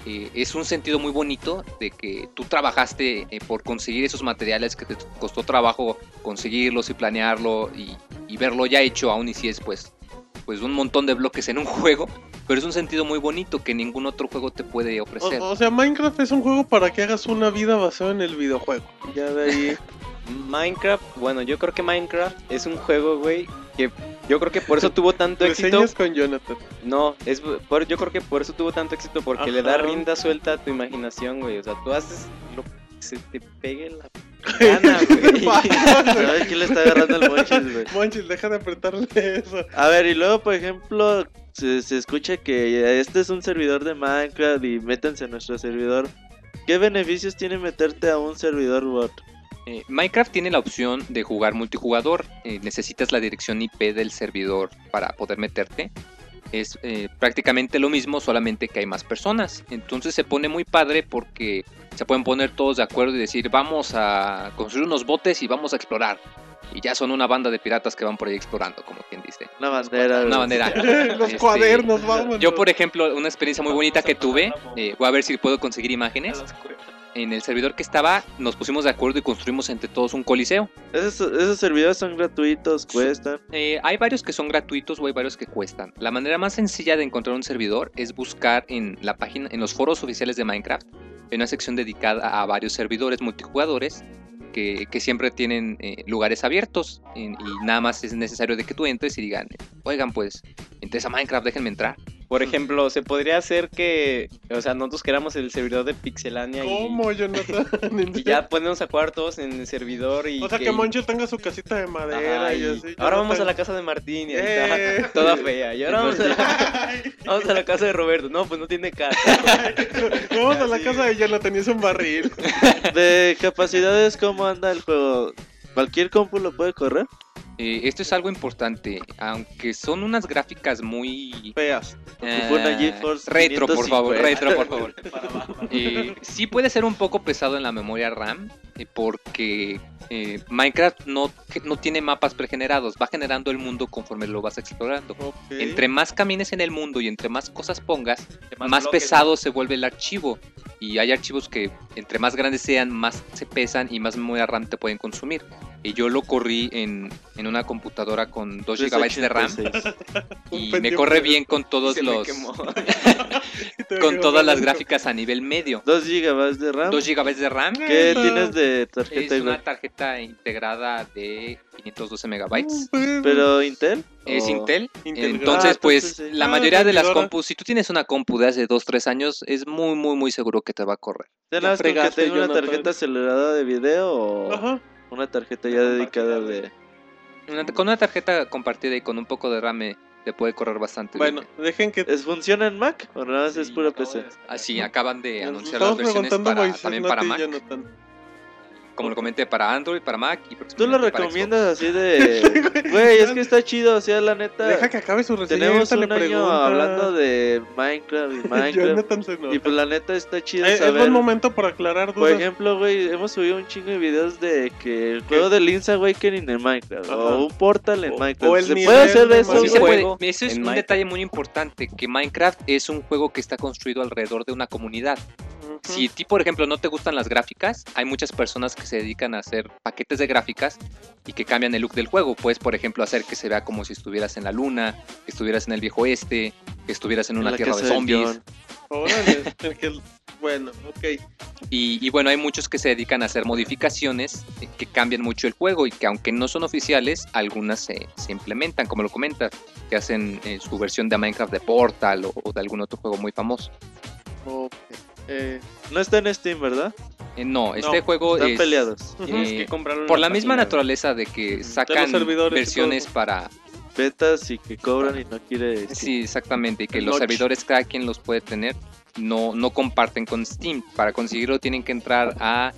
eh, es un sentido muy bonito de que tú trabajaste eh, por conseguir esos materiales que te costó trabajo conseguirlos y planearlo y, y verlo ya hecho, aún y si es pues, pues un montón de bloques en un juego, pero es un sentido muy bonito que ningún otro juego te puede
O,
ofrecer.
o sea, Minecraft es un juego para que hagas una vida basada en el videojuego.
Ya de ahí.
Minecraft, bueno, yo creo que Minecraft es un juego, güey, que yo creo que por eso tuvo tanto éxito.
Reseñas con Jonathan.
No, es por, yo creo que por eso tuvo tanto éxito, porque le da
Ajá.
rienda suelta a tu imaginación, güey. O sea, tú haces lo que se te pegue la gana, güey.
¿Sabes quién le está agarrando el monchis, güey?
Monchis, deja de apretarle eso.
A ver, y luego, por ejemplo, se, se escucha que este es un servidor de Minecraft y métanse a nuestro servidor. ¿Qué beneficios tiene meterte a un servidor bot?
Eh, Minecraft tiene la opción de jugar multijugador. eh, necesitas la dirección IP del servidor para poder meterte. Es eh, prácticamente lo mismo, solamente que hay más personas. Entonces se pone muy padre porque se pueden poner todos de acuerdo y decir, vamos a construir unos botes y vamos a explorar. Y ya son una banda de piratas que van por ahí explorando, como quien dice.
Una bandera.
Una
güey.
bandera.
Los
Este,
cuadernos, vamos.
Yo, por ejemplo, una experiencia muy bonita que tuve, eh, voy a ver si puedo conseguir imágenes. En el servidor que estaba, nos pusimos de acuerdo y construimos entre todos un coliseo.
Esos, esos servidores son gratuitos, cuestan.
Eh, hay varios que son gratuitos o hay varios que cuestan. La manera más sencilla de encontrar un servidor es buscar en la página, en los foros oficiales de Minecraft, en una sección dedicada a varios servidores multijugadores que, que siempre tienen eh, lugares abiertos en- y nada más es necesario de que tú entres y digan, oigan pues, entres a Minecraft, déjenme entrar.
Por ejemplo, se podría hacer que, o sea, nosotros queramos el servidor de Pixelania y,
¿Cómo, Jonathan?
y ya ponernos a jugar todos en el servidor y
O sea, que
y-
Monchis tenga su casita de madera
Ajá,
y
y
así.
ahora vamos a la casa de Martín y ahí
Eh.
está toda fea. Y ahora vamos a, la, vamos a la casa de Roberto. No, pues no tiene casa.
Vamos a la casa de Jonathan y es un barril.
De capacidades, ¿cómo anda el juego? ¿Cualquier compu lo puede correr?
Eh, esto es algo importante, aunque son unas gráficas muy
Feas.
Eh,
Una GeForce
retro, por favor,
550.
retro, por favor. Eh, sí puede ser un poco pesado en la memoria RAM eh, porque eh, Minecraft no, no tiene mapas pregenerados, va generando el mundo conforme lo vas explorando. Entre más camines en el mundo y entre más cosas pongas, más, pesado se vuelve el archivo. Y hay archivos que entre más grandes sean, más se pesan y más memoria RAM te pueden consumir. Y yo lo corrí en, en una computadora con 2 GB de
Pues
RAM
386.
y
Un
me
pendejo
corre
de-
bien con todos
Se me
los
quemó.
con todas las gráficas a nivel medio.
2 GB de RAM.
2 GB de RAM, que
¿Qué tienes de
es
tarjeta?
una
güey?
tarjeta integrada de 512 megabytes.
Oh,
¿Pero Intel?
Es
¿O-
Intel.
Intel.
Entonces,
Ah,
pues,
entonces sí.
la
Ah,
mayoría de las
servidora.
compus, si tú tienes una compu de hace 2, 3 años, es muy, muy, muy seguro que te va a correr.
¿Ya nada más con que
fregaste,
tenga una
Jonathan.
tarjeta acelerada de video o
Ajá.
una tarjeta ya dedicada de...
Una- con una tarjeta compartida y con un poco de RAM eh, te eh, puede correr bastante
Bueno,
bien.
dejen que.
¿Es, ¿Funciona en Mac o nada más es pura PC?
Ah,
Así acaban de
Nos
anunciar las
estamos
versiones
preguntando
para,
Moisés,
también
no a
para
ti,
Mac.
Jonathan.
como lo comenté, para Android, para Mac y
Tú lo
próximamente para
recomiendas así de. Güey, es que está chido, o sea, la neta.
Deja que acabe su reseña.
Tenemos
ahorita
un
le
año
pregunta.
hablando de Minecraft y Minecraft.
Jonathan se nota.
y pues la neta está chido
Eh, es
saber.
buen momento para aclarar
por
dudas.
ejemplo, güey, hemos subido un chingo de videos de que el juego del Link's Awakening en Minecraft.
Ajá.
O un portal en
O-
Minecraft.
o el
¿Se
nivel
puede hacer
de
eso,
Xbox. Sí
Minecraft.
güey?
se puede.
juego
Eso es
en
un
Minecraft.
detalle muy importante, que Minecraft es un juego que está construido alrededor de una comunidad.
Ujú.
Si a ti, por ejemplo, no te gustan las gráficas, hay muchas personas que se dedican a hacer paquetes de gráficas y que cambian el look del juego. Puedes, por ejemplo, hacer que se vea como si estuvieras en la luna, que estuvieras en el viejo oeste, que estuvieras en
En
una
la
tierra
casa
de
del
zombies.
John.
Órale, el que- Bueno, ok.
Y, y bueno, hay muchos que se dedican a hacer modificaciones eh, que cambian mucho el juego y que aunque no son oficiales, algunas se, se implementan, como lo comentas, que hacen eh, su versión de Minecraft de Portal o- o de algún otro juego muy famoso.
Ok. Eh,
No está en Steam, ¿verdad?
Eh, No, este juego
Están
es
peleados.
eh,
Tienes que comprarlo en
por la
página,
misma
güey.
naturaleza de que sacan
servidores y
versiones para
Betas y que cobran y no quiere. Steam.
sí, exactamente, y que
El
los
notch.
servidores cada quien los puede tener. No, no comparten con Steam. Para conseguirlo tienen que entrar a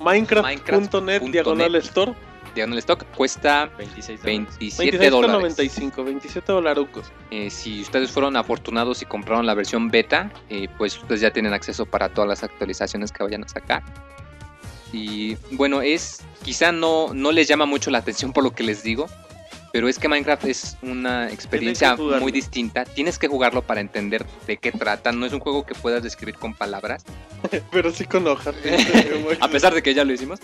Minecraft.net
Minecraft.net.
diagonal store.
Diagonal Stock. Cuesta
26 dólares.
27 dólares.
26,95, 27 dolarucos.
Eh, si ustedes fueron afortunados y compraron la versión beta, eh, pues ustedes ya tienen acceso para todas las actualizaciones que vayan a sacar. Y bueno, es quizá no, no les llama mucho la atención por lo que les digo, pero es que Minecraft es una experiencia
jugarlo.
muy distinta. Tienes que jugarlo para entender de qué trata. No es un juego que puedas describir con palabras,
Pero sí con hojas.
a pesar de que ya lo hicimos.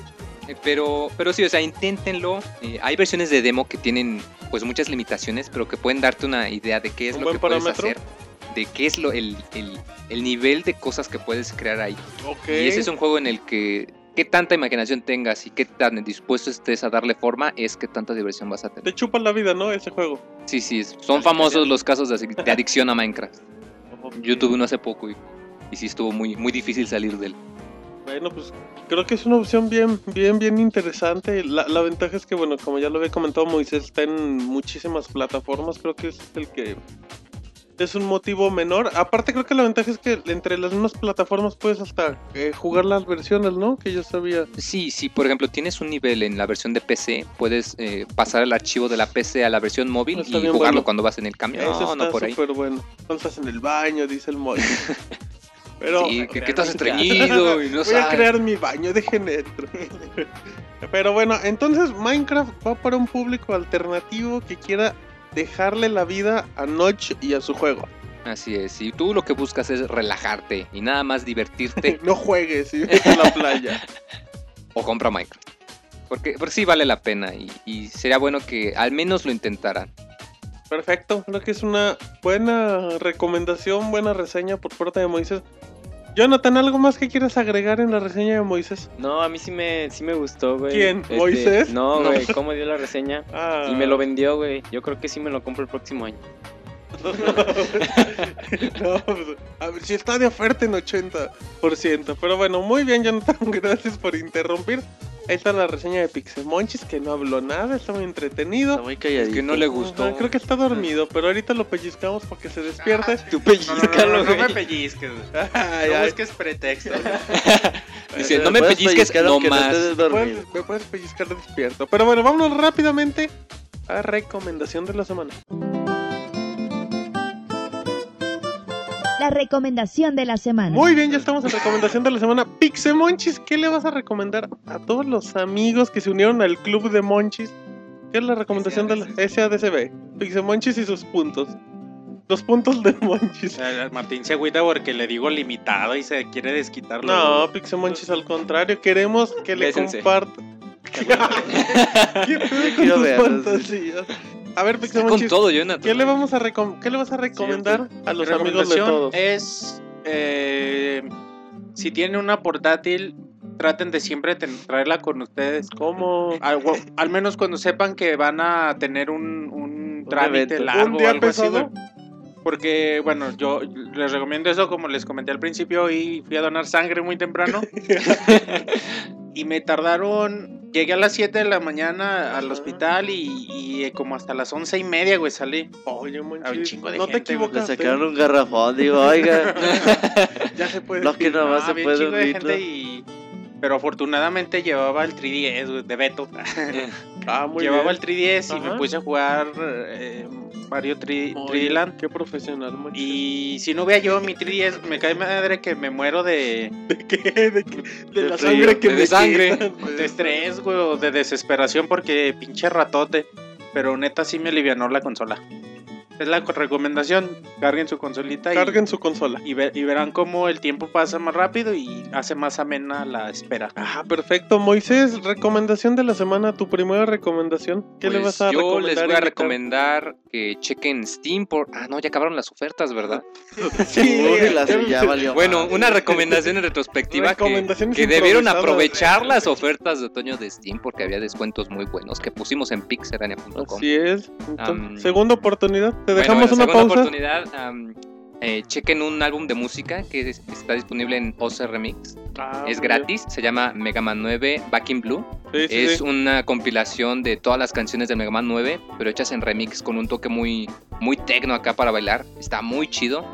Eh, Pero, pero sí, o sea, inténtenlo. Eh, hay versiones de demo que tienen pues muchas limitaciones, pero que pueden darte una idea de qué es
¿Un
lo
buen
que puedes
parámetro?
hacer, de qué es lo, el, el- el nivel de cosas que puedes crear ahí.
Ok.
Y ese es un juego en el que qué tanta imaginación tengas y qué tan dispuesto estés a darle forma es que tanta diversión vas a tener.
Te chupa la vida, ¿no? Ese juego.
Sí, sí, es- son famosos los casos de, adic- de adicción a Minecraft. Yo tuve uno hace poco y, y sí estuvo muy, muy difícil salir de él.
Bueno, pues creo que es una opción bien, bien, bien interesante. La, la ventaja es que, bueno, como ya lo había comentado, Moisés está en muchísimas plataformas. Creo que es el que es un motivo menor. Aparte, creo que la ventaja es que entre las mismas plataformas puedes hasta eh, jugar las versiones, ¿no? Que yo sabía.
Sí, sí, por ejemplo, tienes un nivel en la versión de PC, puedes eh, pasar el archivo de la PC a la versión móvil
Está
y
bien
jugarlo
bueno.
cuando vas en el camión.
Eso
No,
está
no, por ahí.
súper bueno. Estás en el baño, dice el Moisés. Pero
Sí, que, que estás estreñido y no
Voy a
sabes.
crear mi baño, dejen dentro. Pero bueno, entonces Minecraft va para un público alternativo que quiera dejarle la vida a Notch y a su juego.
Así es, y tú lo que buscas es relajarte y nada más divertirte
No juegues y vete a la playa.
o compra Minecraft. Porque, porque sí vale la pena y, y sería bueno que al menos lo intentaran.
Perfecto, creo que es una buena recomendación, buena reseña por parte de Moisés. Jonathan, ¿algo más que quieras agregar en la reseña de Moisés?
No, a mí sí me, sí me gustó, güey. Este,
¿Quién? ¿Moisés?
No,
No.
güey, ¿cómo dio la reseña?
Ah.
Y me lo vendió, güey. Yo creo que sí me lo compro el próximo año.
no, pues, a ver, si está de oferta en 80%. Pero bueno, muy bien, Jonathan. Gracias por interrumpir. Ahí está la reseña de Pixemonchis, que no habló nada, está muy entretenido.
Está muy calladito.
Es que no le gustó.
Ajá, creo que está dormido, pero ahorita lo pellizcamos para que se
Ah,
despierte.
Tu
No, no, no, no, no me
güey.
pellizques. güey.
Ay,
No
ay,
busques pretexto.
Dice, no me
Puedes
pellizques
pellizcar aunque
nomás.
estés
puedes-
dormido.
me puedes pellizcar despierto. Pero bueno, vámonos rápidamente a recomendación de la semana.
La recomendación de la semana.
Muy bien, ya estamos en recomendación de la semana. Pixemonchis, ¿qué le vas a recomendar a todos los amigos que se unieron al club de Monchis? ¿Qué es la recomendación de la SADCB? Pixemonchis y sus puntos. Los puntos de Monchis.
Eh, Martín se agüita porque le digo limitado y se quiere desquitar.
No, Pixemonchis, al contrario, queremos que le
Bésense.
compartan. ¿Qué pedo con
Quiero
tus
verlos.
fantasías? A ver,
Está con
Pixemonchis,
todo, Jonathan.
¿qué le, vamos a recom- ¿qué le vas a recomendar a los amigos de todos?
es eh, si tienen una portátil, traten de siempre ten- traerla con ustedes.
¿Cómo?
Al, o- al menos cuando sepan que van a tener un, un trámite
evento.
largo
¿Un
o
día
algo así,
pesado?
güey. Porque, bueno, yo les recomiendo eso, como les comenté al principio, y fui a donar sangre muy temprano. y me tardaron. Llegué a las 7 de la mañana al
Ajá.
hospital y, y, eh, como hasta las once y media, güey, salí.
Oye, Monchis,
Hay un chingo de
no te
gente, güey.
Le
equivocas.
sacaron un garrafón, digo, oiga.
Ya se puede.
Los que
decir.
nomás
Ah,
se
bien
puede
chingo
un
de
litro.
gente y, Pero afortunadamente llevaba el 3DS güey, de Beto.
Ah, muy
llevaba
bien.
el 3DS y
Ajá.
me puse a jugar eh, Mario 3
Muy
3D Land.
Qué profesional, man.
Y si no hubiera yo mi 3DS, me cae madre que me muero de,
¿De qué? ¿De, qué? de la
frío,
sangre que
de
me
sangre.
quitan.
de estrés, güey, o de desesperación porque pinche ratote. Pero neta sí me alivianó la consola. Es la co- recomendación. Carguen su consolita y,
Carguen su consola.
y ve- y verán cómo el tiempo pasa más rápido y hace más amena la espera.
Ah, perfecto. Moisés, recomendación de la semana, tu primera recomendación. ¿Qué le
Pues
vas a
yo
recomendar?
les voy a
Ricardo?
recomendar que chequen Steam por... Ah, no, ya acabaron las ofertas, ¿verdad?
Sí,
Uy, la- ya valió
Bueno,
madre.
una recomendación en retrospectiva que,
Recomendaciones
que debieron
improvisadas. ¿eh?
aprovechar las ofertas de otoño de Steam porque había descuentos muy buenos que pusimos en pixelania.com.
Así es. Entonces,
Am.
segunda oportunidad. Te
Bueno,
dejamos
en la
una
segunda
pausa.
oportunidad, am, eh, chequen un álbum de música que es- está disponible en OC Remix.
Ah,
es
muy
gratis, se llama Mega Man 9 Back in Blue.
bien. Sí, sí,
es
sí.
una compilación de todas las canciones del Mega Man 9, pero hechas en remix con un toque muy, muy tecno acá para bailar. Está muy chido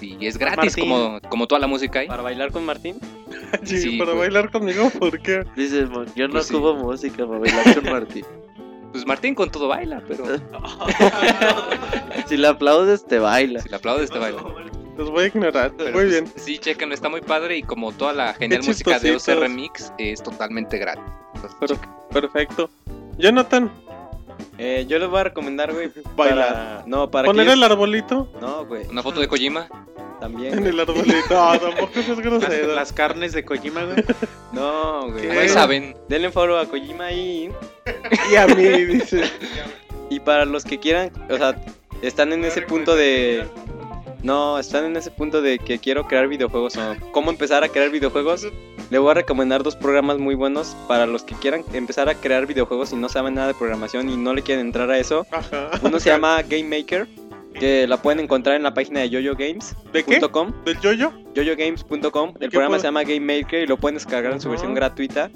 y es gratis
Martín.
como, como toda la música ahí.
¿Para bailar con Martín?
Sí,
sí, pues.
para
güey.
bailar conmigo, porque
Dice, "Mo- yo no
Pues sí.
ocupo música para bailar con Martín.
Pues Martín con todo baila, pero
Si le aplaudes, te baila.
si le aplaudes te baila.
los voy a ignorar.
Pero,
muy
pues,
bien.
Sí, chequenlo, está muy padre y como toda la genial
Qué
música de OC
chistositos.
Remix es totalmente gratis. Entonces,
Pero- Perfecto. Jonathan,
Eh, yo les voy a recomendar, güey.
Bailar.
Para... No, para
poner
que...
el arbolito
No, güey,
Una foto de Kojima.
también.
en
güey.
el arbolito. No, tampoco es grosero.
Las carnes de Kojima, güey.
No, güey.
¿Qué?
Ahí
Bueno,
saben.
Denle follow a Kojima ahí.
Y a mí, dice.
Y para los que quieran, o sea, están en ese punto de... No, están en ese punto de que quiero crear videojuegos o cómo empezar a crear videojuegos. Le voy a recomendar dos programas muy buenos para los que quieran empezar a crear videojuegos y no saben nada de programación y no le quieren entrar a eso.
Ajá.
Uno se llama Game Maker, que la pueden encontrar en la página de yoyogames.com.
¿De qué? ¿Del yoyo?
yoyogames.com.
¿Y
El
qué
programa
puedo-
se llama Game Maker y lo pueden descargar en su versión
Ujú.
gratuita.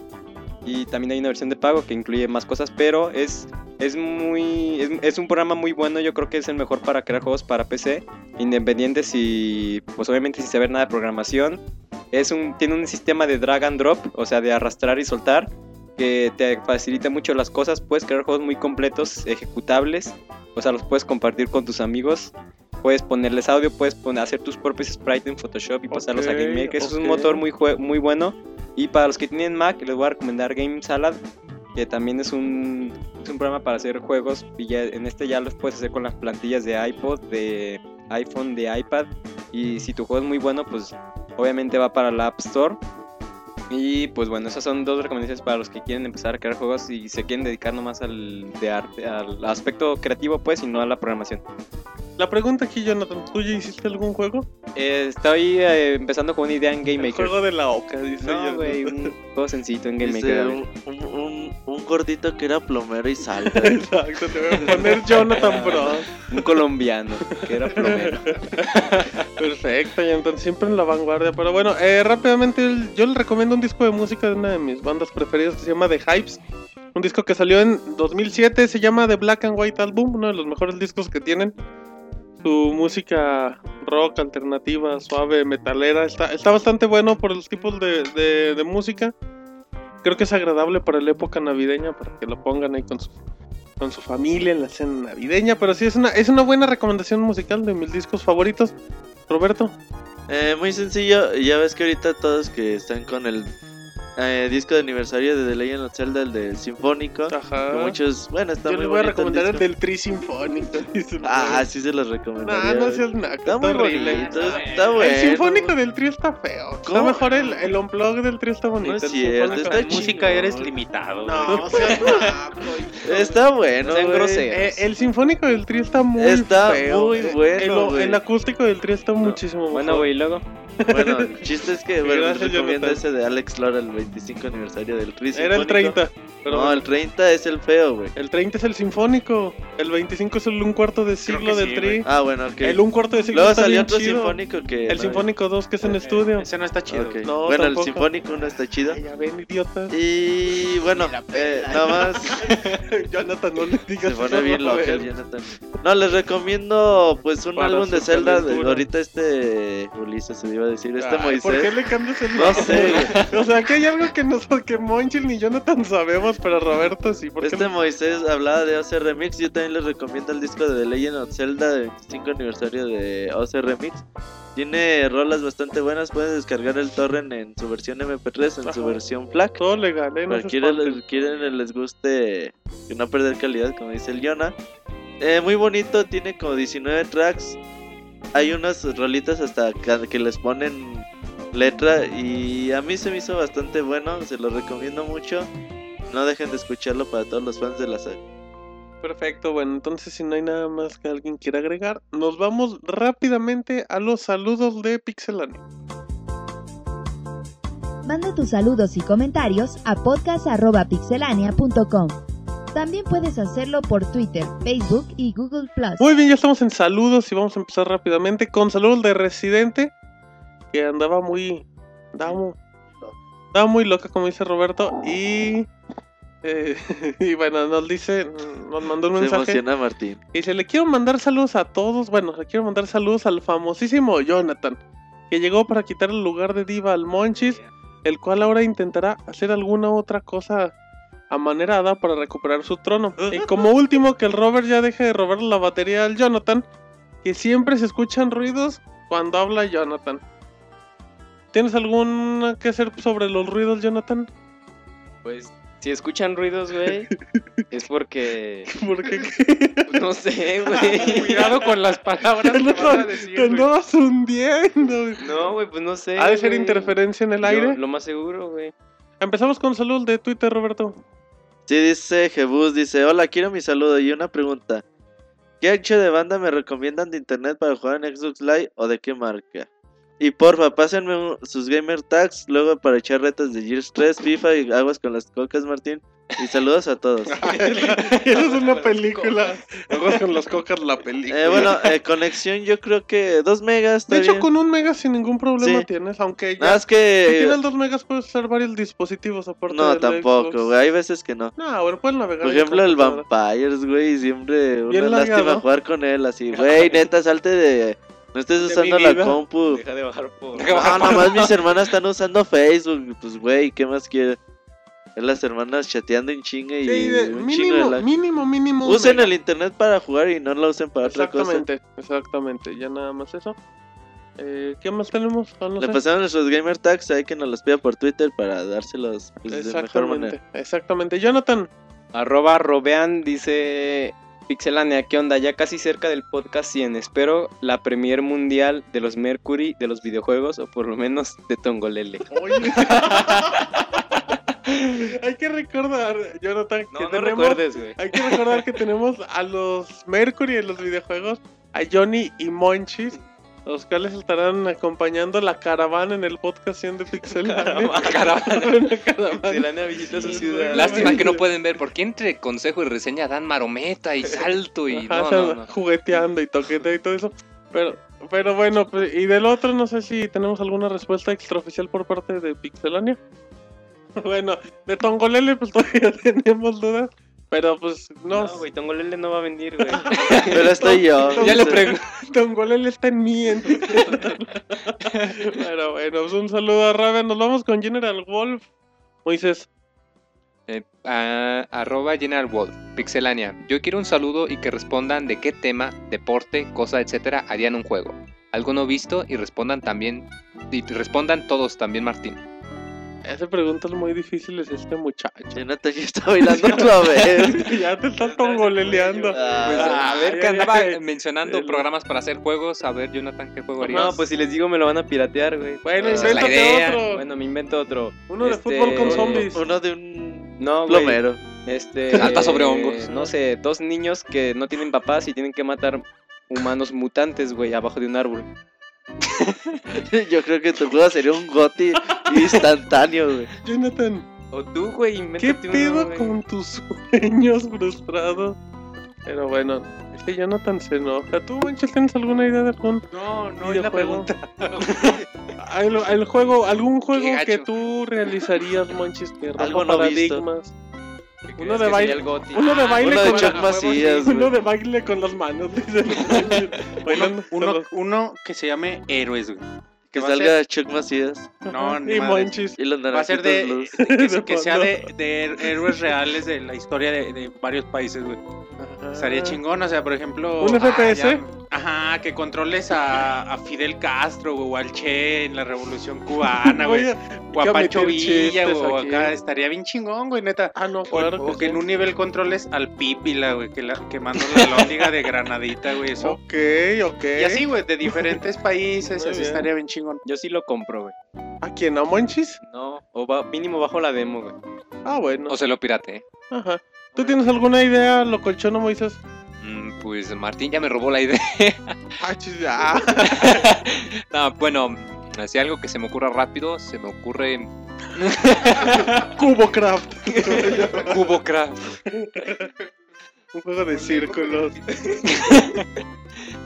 Y también hay una versión de pago que incluye más cosas, pero es, es muy es, es un programa muy bueno, yo creo que es el mejor para crear juegos para PC, independiente si pues obviamente sin saber nada de programación. Es un tiene un sistema de drag and drop, o sea, de arrastrar y soltar que te facilita mucho las cosas, puedes crear juegos muy completos, ejecutables, o sea, los puedes compartir con tus amigos puedes ponerles audio, puedes poner, hacer tus propios sprites en Photoshop y pasarlos a
Ok,
Game Maker. Es
ok.
un motor muy, jue- muy bueno. Y para los que tienen Mac, les voy a recomendar Game Salad, que también es un, es un programa para hacer juegos. Y ya, en este ya los puedes hacer con las plantillas de iPod, de iPhone, de iPad. Y si tu juego es muy bueno, pues obviamente va para la App Store. Y pues bueno, esas son dos recomendaciones para los que quieren empezar a crear juegos y se quieren dedicar nomás al, de arte, al aspecto creativo, pues, y no a la programación.
La pregunta aquí, Jonathan, ¿tú ya hiciste algún juego?
Eh, estoy eh, empezando con una idea en Game
El
Maker.
juego de la oca, dice
No,
Jonathan.
güey, un juego sencillito en Game
Dice
Maker.
un, un, un- un gordito que era plomero y salta.
Exacto, te voy a poner Jonathan Bros.
Un colombiano, que era plomero.
Perfecto, Jonathan, siempre en la vanguardia. Pero bueno, eh, rápidamente el- yo les recomiendo un disco de música de una de mis bandas preferidas que se llama The Hypes. Un disco que salió en 2007, se llama The Black and White Album, uno de los mejores discos que tienen. Su música rock, alternativa, suave, metalera, está, está bastante bueno por los tipos de, de- de música. Creo que es agradable para la época navideña, para que lo pongan ahí con sus con su familia en la cena navideña, pero sí es una, es una buena recomendación musical de mis discos favoritos. Roberto,
Eh, muy sencillo, ya ves que ahorita todos que están con el eh, disco de aniversario de The Legend of Zelda, el del Sinfónico,
ajá.
que muchos, bueno, está
Ah, Yo
muy
les voy a
bonito
recomendar el,
disco.
del Tri Sinfónico. dice el
Ah,
Roberto.
sí se los
Nah,
recomendaría.
no
güey.
seas naco,
Está muy
horrible.
bonito, está bueno.
El Sinfónico del Tri está feo. Está
¿Cómo?
mejor el, el unplug del Tri está bonito.
No es
el
cierto,
Sinfónico
está
del
En música
chingón.
eres limitado.
No,
güey.
o sea, naco, hijo.
Está bueno,
Sean
güey.
groseros.
Eh, el Sinfónico del Tri está muy
Está
feo.
muy
Eh,
bueno,
El,
güey.
el acústico del Tri está muchísimo mejor.
Bueno, güey, y luego.
Bueno, el chiste es que bueno, les
Gracias,
recomiendo
Jonathan.
ese de Alex Lora, el 25 aniversario del Tri
Era el
Sinfónico.
30. pero
No, el 30 es el feo, güey.
El 30 es el sinfónico. El 25 es el un cuarto de siglo
que
del
sí,
tri.
güey.
Ah, bueno, ok.
El un cuarto de siglo
Luego
está
salió
bien
otro
chido.
sinfónico Eh, que...
El sinfónico 2 que es en estudio.
Ese no está chido.
Ok.
No,
bueno,
tampoco.
el sinfónico no está chido.
Ay, ya ven, idiotas.
Y bueno, eh, nada más
Jonathan, no les digas eso,
se pone bien
no,
loco
a
el
ver.
Jonathan. No, les recomiendo pues un
Para
álbum de
su
Zelda. de-
calentura.
ahorita este Ulises se iba a decir este
Ay,
Moisés.
Ah, ¿Por qué le cambias el
No sé,
O sea, que hay algo que, nos, que Monchil ni Jonathan sabemos, pero Roberto sí. ¿Por qué
Este Moisés hablaba de OC Remix. Yo también les recomiendo el disco de The Legend of Zelda del 25 aniversario de OC Remix. Tiene rolas bastante buenas. Pueden descargar el torrent en su versión MP3, en su
Ajá.
versión FLAC.
Todo legal, ¿eh? No se
Cualquiera
espanten.
les, quieren les guste que no perder calidad, como dice el Yona. Eh, muy bonito, tiene como 19 tracks. Hay unas rolitas hasta ca- que les ponen letra y a mí se me hizo bastante bueno, se lo recomiendo mucho. No dejen de escucharlo para todos los fans de la saga.
Perfecto, bueno, entonces si no hay nada más que alguien quiera agregar, nos vamos rápidamente a los saludos de Pixelania.
Manda tus saludos y comentarios a podcast.pixelania.com. También puedes hacerlo por Twitter, Facebook y Google Plus.
Muy bien, ya estamos en saludos y vamos a empezar rápidamente con saludos de Residente, que andaba muy... Andaba muy, andaba muy loca, como dice Roberto, y... eh, y bueno, nos dice, nos mandó un
Se
mensaje.
emociona Martín.
Y dice, le quiero mandar saludos a todos. Bueno, le quiero mandar saludos al famosísimo Jonathan, que llegó para quitar el lugar de Diva al Monchis, el cual ahora intentará hacer alguna otra cosa amanerada para recuperar su trono. Y como último, que el Robert ya deje de robar la batería al Jonathan, que siempre se escuchan ruidos cuando habla Jonathan. ¿Tienes alguna que hacer sobre los ruidos, Jonathan?
Pues, si escuchan ruidos, güey, es porque.
Porque
No sé, güey.
Cuidado con las palabras que vas a decir,
te
güey.
andabas hundiendo. güey.
No, güey, pues no sé.
¿Ha de ser
güey.
interferencia en el
Yo-
aire?
Lo más seguro, güey.
Empezamos con salud de Twitter, Roberto.
Sí, dice Jebus, dice, hola, quiero mi saludo y una pregunta. ¿Qué ancho de banda me recomiendan de internet para jugar en Xbox Live o de qué marca? Y porfa, pásenme un- sus gamer tags luego para echar retas de Gears 3, FIFA y aguas con las cocas, Martín. Y saludos a todos.
Eso es una película. Aguas con las cocas la película.
Eh, bueno, eh, conexión yo creo que 2 megas.
de
está
hecho,
bien.
con un mega sin ningún problema
Sí.
tienes, aunque ya.
Nada más
Si
que...
tienes dos megas puedes usar varios dispositivos aparte
No,
del
tampoco,
Xbox.
güey. Hay veces que no.
No, bueno, puedes navegar.
Por
en
ejemplo, el
computadora.
Vampires, güey, siempre una
Bien
lástima
largado.
jugar con él así, güey, neta, salte de... No estés usando
mi
la
vida.
compu.
Deja de bajar por.
No, nomás mis hermanas están usando Facebook, pues güey, ¿qué más quiere? Es las hermanas chateando en chinga y
Sí, de-
un chingo de
mínimo,
lag.
mínimo, mínimo. un
Usen
mega.
el internet para jugar y no lo usen para otra cosa.
Exactamente, exactamente. Ya nada más eso. Eh, ¿Qué más tenemos? Ah, no
Le
sé.
pasaron nuestros gamer tags, hay que nos los pida por Twitter para dárselos pues, de mejor manera.
Exactamente, exactamente. Jonathan.
Arroba Robean dice Pixelania, ¿qué onda? Ya casi cerca del podcast 100. Espero la premier mundial de los Mercury, de los videojuegos o por lo menos de Tongolele.
Oye. Hay que recordar, Jonathan,
No,
que
no
tenemos-
recuerdes, güey.
Hay que recordar que tenemos a los Mercury en los videojuegos, a Johnny y Monchis, los cuales estarán acompañando la caravana en el podcast 100 de Pixel. Una caravana.
Pixelania visita su ciudad.
Lástima que no pueden ver, porque entre consejo y reseña dan marometa y salto y
Ajá, o
no,
sea,
no, no.
Jugueteando y toqueteando y todo eso. Pero, pero bueno, pues, y del otro no sé si tenemos alguna respuesta extraoficial por parte de Pixelania. Bueno, de Tongolele pues todavía tenemos dudas, pero pues no.
No, güey, Tongolele no va a venir, güey.
Pero estoy yo. pues, eh,
Ya le
dice.
pregunté.
Tongolele está en mí. entonces. pero bueno, pues un saludo a Raven. Nos vamos con General Wolf. Moisés,
Eh, a- arroba General Wolf, Pixelania. Yo quiero un saludo y que respondan de qué tema, deporte, cosa, etcétera, harían un juego. Algo no visto y respondan también. Y respondan todos también, Martín.
hace preguntas muy difíciles este muchacho.
Jonathan ya está bailando otra vez.
ya te estás tongoleleando.
Ah,
a ver,
Pues, ya,
que
ya,
andaba
ya.
mencionando
El-
programas para hacer juegos. A ver, Jonathan, ¿qué juego harías?
No, pues si les digo me lo van a piratear, güey.
Bueno,
Esa es la
invéntate
idea.
otro.
Ah, Bueno, me invento otro.
Uno de
Este,
fútbol con zombies.
Uno de un
No, güey.
plomero.
Este.
Salta sobre hongos.
No sé, dos niños que no tienen papás y tienen que matar humanos mutantes, güey, abajo de un árbol.
Yo creo que tu juego sería un goti instantáneo, güey.
Jonathan,
O tú, güey,
Este
¿qué
invéntate uno,
pedo
güey.
con tus sueños frustrados? Pero bueno, es que Jonathan se enoja. ¿Tú, Manches, tienes alguna idea de algún
No, no es la
videojuego?
pregunta.
el, el juego, algún juego
gacho.
que tú realizarías, Manches, que rompa
Algo no
paradigmas? Uno de
Es que sería
baile.
el goti.
Uno de baile
Uno de
con
Chuck
las
Macías, güey.
uno de baile con las manos, dice.
Pues, Uno,
Bailando.
uno- uno que se llame Héroes, güey.
Que
va a
salga Chuck Macías
No, ni
Y
madres.
Monchis.
y los
Va a ser
naranjitos
de.
Blues.
Que, que
No,
sea
no.
de, de her- héroes reales de la historia de, de varios países, güey. Estaría chingón, o sea, por ejemplo.
Ah. ¿Un
ah,
FPS?
ya- ajá, que controles a, a Fidel Castro, güey, o al Che en la revolución cubana, güey.
Oye,
O a
que
Pancho
omitir
Villa,
chistes
o
aquí.
acá. Estaría bien chingón, güey, neta.
Ah, no,
O,
claro
o
que,
que en un nivel controles al Pípila, güey, que, la, que manda la lóndiga de granadita, güey, eso.
sí. Ok, ok.
Y así, güey, de diferentes países,
Muy
así
bien.
estaría bien chingón.
Yo sí lo compro, güey.
¿A quién? ¿A Monchis?
No, o ba- mínimo bajo la demo, güey.
Ah, bueno.
O se lo pirate. ¿eh?
Ajá. ¿Tú tienes alguna idea, lo colchono Moisés?
Mm, pues Martín ya me robó la idea.
Ah, chis, ah.
No, bueno, así algo que se me ocurra rápido, se me ocurre
Cubocraft.
Cubocraft.
un juego de círculos.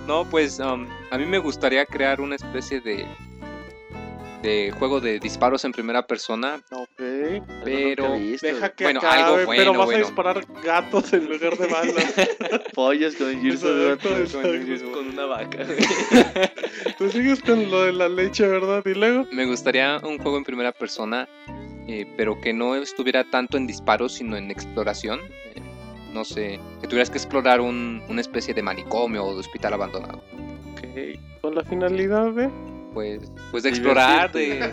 No, pues um, a mí me gustaría crear una especie de de juego de disparos en primera
Ah,
persona,
Ok.
pero
Nunca he visto.
Deja que
Bueno,
acabe,
algo
pero
bueno,
vas a
bueno.
disparar gatos en lugar de balas.
Pollos con Gears of War.
Exacto, exacto.
con una vaca.
Tú sigues con lo de la leche, ¿verdad? Y luego.
Me gustaría un juego en primera persona, eh, pero que no estuviera tanto en disparos, sino en exploración. Eh, no sé, que tuvieras que explorar un- una especie de manicomio o de hospital abandonado.
Con la finalidad de.
Pues, pues de explorar, de,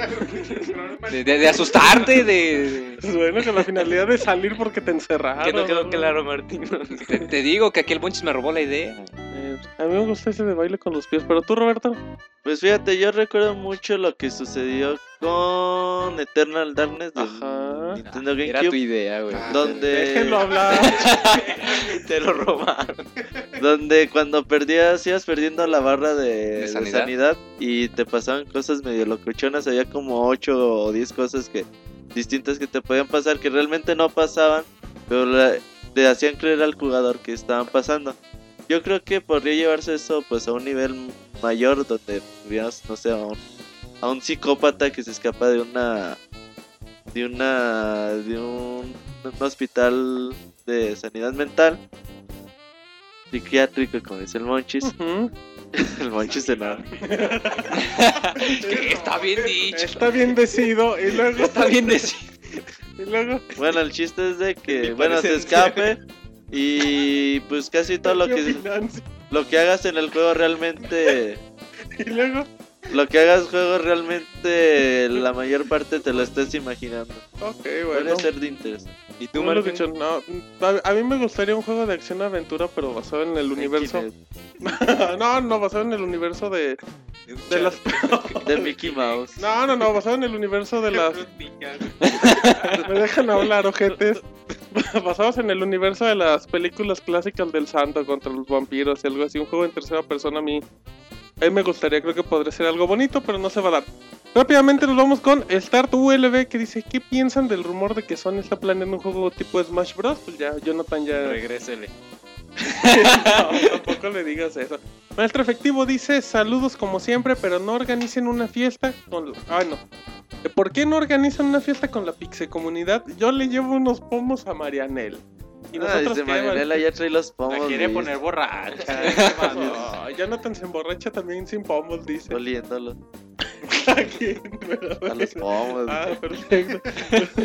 de, de- de asustarte, de,
Pues bueno, con la finalidad de salir porque te encerraron.
que no quedó
¿no?
claro, Martín.
Te, te digo que aquí el Bunches me robó la idea.
Eh, a mí me gusta ese de baile con los pies, pero tú, Roberto.
Pues fíjate, yo recuerdo mucho lo que sucedió con Eternal Darkness de
Ajá.
Nintendo
Era tu
GameCube.
idea, güey.
Eh,
Déjenlo
Donde,
hablar.
Te lo robaron.
donde cuando perdías, ibas perdiendo la barra de, de sanidad.
sanidad.
y te pasaban cosas medio locuchonas. Había como 8 o 10 cosas que distintas que te podían pasar que realmente no pasaban, pero la- te hacían creer al jugador que estaban pasando. Yo creo que podría llevarse eso pues a un nivel mayor donde tuvieras, no sé, a un, a un psicópata que se escapa de una de una de un, un hospital de sanidad mental psiquiátrico como dice el Monchis,
Ujú.
el Monchis de nada.
Que está bien dicho.
Está bien decido. Y luego.
Está bien decir.
Y luego.
Bueno, el chiste es de que
Mi
bueno, se
presencia.
escape y pues casi todo lo
¿qué
que
opinas?
lo que hagas en el juego realmente
Y luego.
lo que hagas juego realmente la mayor parte te lo estás imaginando.
Ok,
Puede
bueno.
ser de interés.
¿Y tú,
No lo he
Martín?
dicho, no. A, a mí me gustaría un juego de acción-aventura, pero basado en el universo. no, no, basado en el universo de, de las.
de Mickey Mouse.
No, no, no, basado en el universo de las. Me dejan hablar, ojetes. Basados en el universo de las películas clásicas del santo contra los vampiros y algo así. Un juego en tercera persona a mí. A mí me gustaría, creo que podría ser algo bonito, pero no se va a dar. Rápidamente nos vamos con Start ULB que dice: ¿Qué piensan del rumor de que Sony está planeando un juego tipo Smash Bros? Pues ya, Jonathan ya.
Regrésele.
No, tampoco le digas eso. Maestro efectivo dice saludos como siempre, pero no organicen una fiesta con... Ah, no. ¿Por qué no organizan una fiesta con la Pixe Comunidad? Yo le llevo unos pomos a Marianel. Y
Ah,
nosotros
dice
qué, Mar-
Marianela ya trae los pomos.
La quiere
güey,
poner borracha.
Oh, Jonathan se emborracha también sin pomos, dice.
Pues Oliéndolo
Aquí, pero
a los
bueno.
pomos.
Ah, perfecto.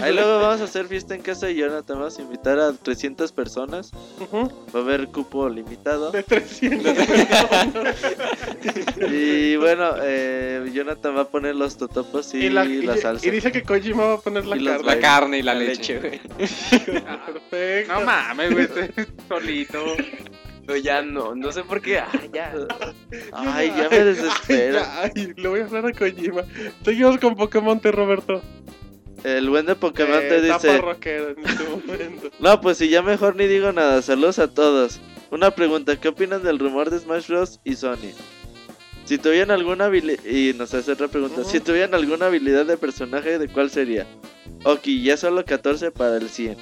Ahí luego vamos a hacer fiesta en casa de Jonathan. Vamos a invitar a 300 personas.
Ujú,
Va a haber cupo limitado.
De 300 personas.
Y bueno, eh, Jonathan va a poner los totopos y,
Y, la- y-
la salsa.
y dice que Kojima va a poner la
Y los
carne.
La carne y la,
La leche,
leche.
güey.
Perfecto.
No mames, güey, estoy solito.
No, ya no. No sé por qué. Ah, ya.
Ay, ya me desespero.
Ay, ya, ay, le voy a hablar a Kojima. Seguimos con Pokémon, te Roberto.
El buen de Pokémon te
Eh,
dice:
Tapa rockero en este momento.
No, pues si ya mejor ni digo nada. Saludos a todos. Una pregunta, ¿qué opinan del rumor de Smash Bros y Sony? Si tuvieran alguna habilidad y nos hace otra pregunta,
Ujú.
si tuvieran alguna habilidad de personaje, ¿de cuál sería? Ok, ya solo 14 para el 100.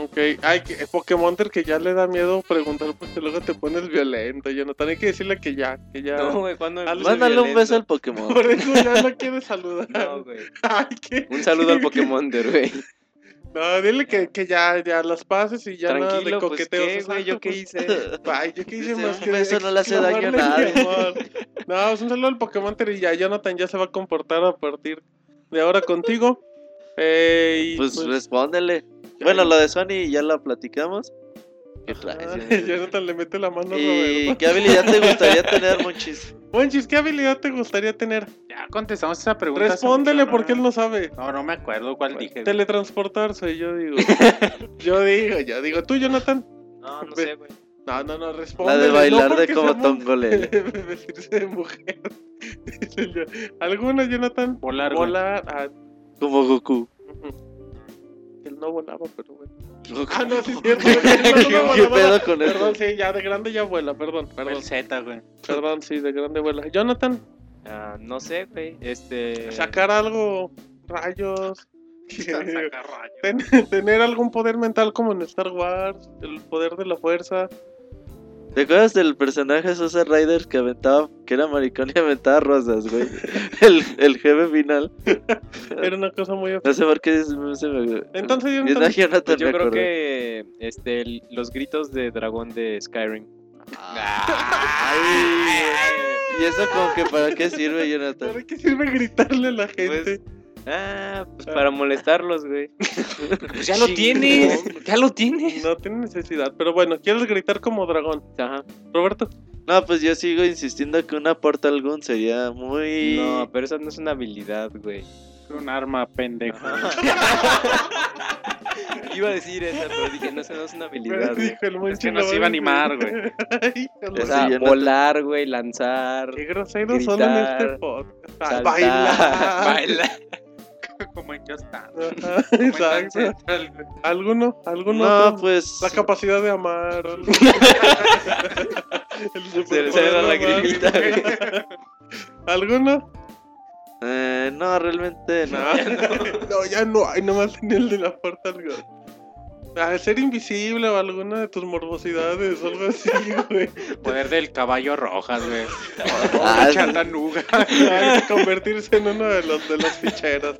ok, ay, que, eh, Pokémon que ya le da miedo preguntar porque luego te pones violento. Yo no tenía que decirle que ya, que ya.
No, güey, ¿cuándo me puse
Mándalo un
violento?
beso al Pokémon.
Por eso ya no quiere saludar.
No, güey.
Ay, qué-
Un saludo al
qué-
Pokémon, güey.
No, dile que, que ya, ya las pases y ya nada de
Tranquilo, pues,
coqueteos.
¿qué, güey? ¿Yo qué hice?
Ay, yo qué hice
Dice,
más
"Un
que
beso no le hace daño a
exclamarle
nadie".
mi amor. No, es un saludo al Pokémon y ya Jonathan ya se va a comportar a partir de ahora contigo. Eh, y
Pues,
pues,
respóndele. Bueno, lo de Sony ya la platicamos. ¿Qué traes?
ah, Jonathan le mete la mano a
¿Y
Roberto.
qué habilidad te gustaría tener, Monchis?
Monchis, ¿qué habilidad te gustaría tener?
Ya contestamos esa pregunta.
Respóndele
Samuel.
porque él no sabe.
No, no me acuerdo cuál dije.
Teletransportarse, yo digo. yo digo, yo digo. ¿Tú, Jonathan?
No, no
Ve-
sé, güey.
No, no, no, responde.
La de bailar de como tongole.
Vestirse de mujer. ¿Alguna, Jonathan?
Volar. güey.
Volar. ah,
Como Goku.
él no volaba, pero bueno.
Goku.
Ah, no, sí, es cierto. él no volaba.
¿Qué pedo con
Perdón,
eso?
sí, ya de grande ya vuela, perdón, perdón.
El Z, güey.
Perdón, sí, de grande vuela. Jonathan,
Ah, no sé, güey.
Eh.
Este.
sacar algo, rayos. Ten- tener algún poder mental como en Star Wars, el poder de la fuerza.
¿Te acuerdas del personaje Sosa Rider que aventaba, que era maricón y aventaba rosas, güey? El, el jefe final.
Era una cosa muy
No sé por qué se me- se me...
Entonces,
yo
yo
no,
entonces-
yo no te
Pues yo creo
acordé.
que este, el- los gritos de dragón de Skyrim.
¿Y eso como que para qué sirve, Jonathan?
¿Para qué sirve gritarle a
Pues,
la gente?
Ah, pues para molestarlos, güey.
Pues ya lo tienes, ya lo tienes.
No tiene necesidad, pero bueno, quieres gritar como dragón.
Ajá.
Roberto,
No, pues yo sigo insistiendo que una porta algún sería muy...
No, pero esa no es una habilidad, güey.
Un arma, pendejo.
Iba a decir esa, pero dije, no, esa no es una habilidad, güey.
dijo el
Es que
Monchi,
no
lo
se
decir.
iba a animar, güey.
Ay,
O
híjole.
Esa-
sea,
Sí, yo no te-
volar, güey, lanzar.
Qué grosero solo en
Gritar,
este podcast. Ah,
saltar,
bailar.
Baila.
Como en Just Dance.
Ajá, Exacto. ¿Alguno? ¿Alguno?
No,
otro?
pues...
La capacidad de amar. o algo. El
Se le
superpoder
sale
de
la
amar.
lagrimita, güey.
¿Alguno? Ah.
Eh, no, realmente no.
No, ya no hay, nomás en el de la puerta algo. Ah, ser invisible o alguna de tus morbosidades o algo así, güey.
Poder del caballo rojas, güey.
Ah, sí.
Chantanuga.
Ay, convertirse en uno de los de las ficheras.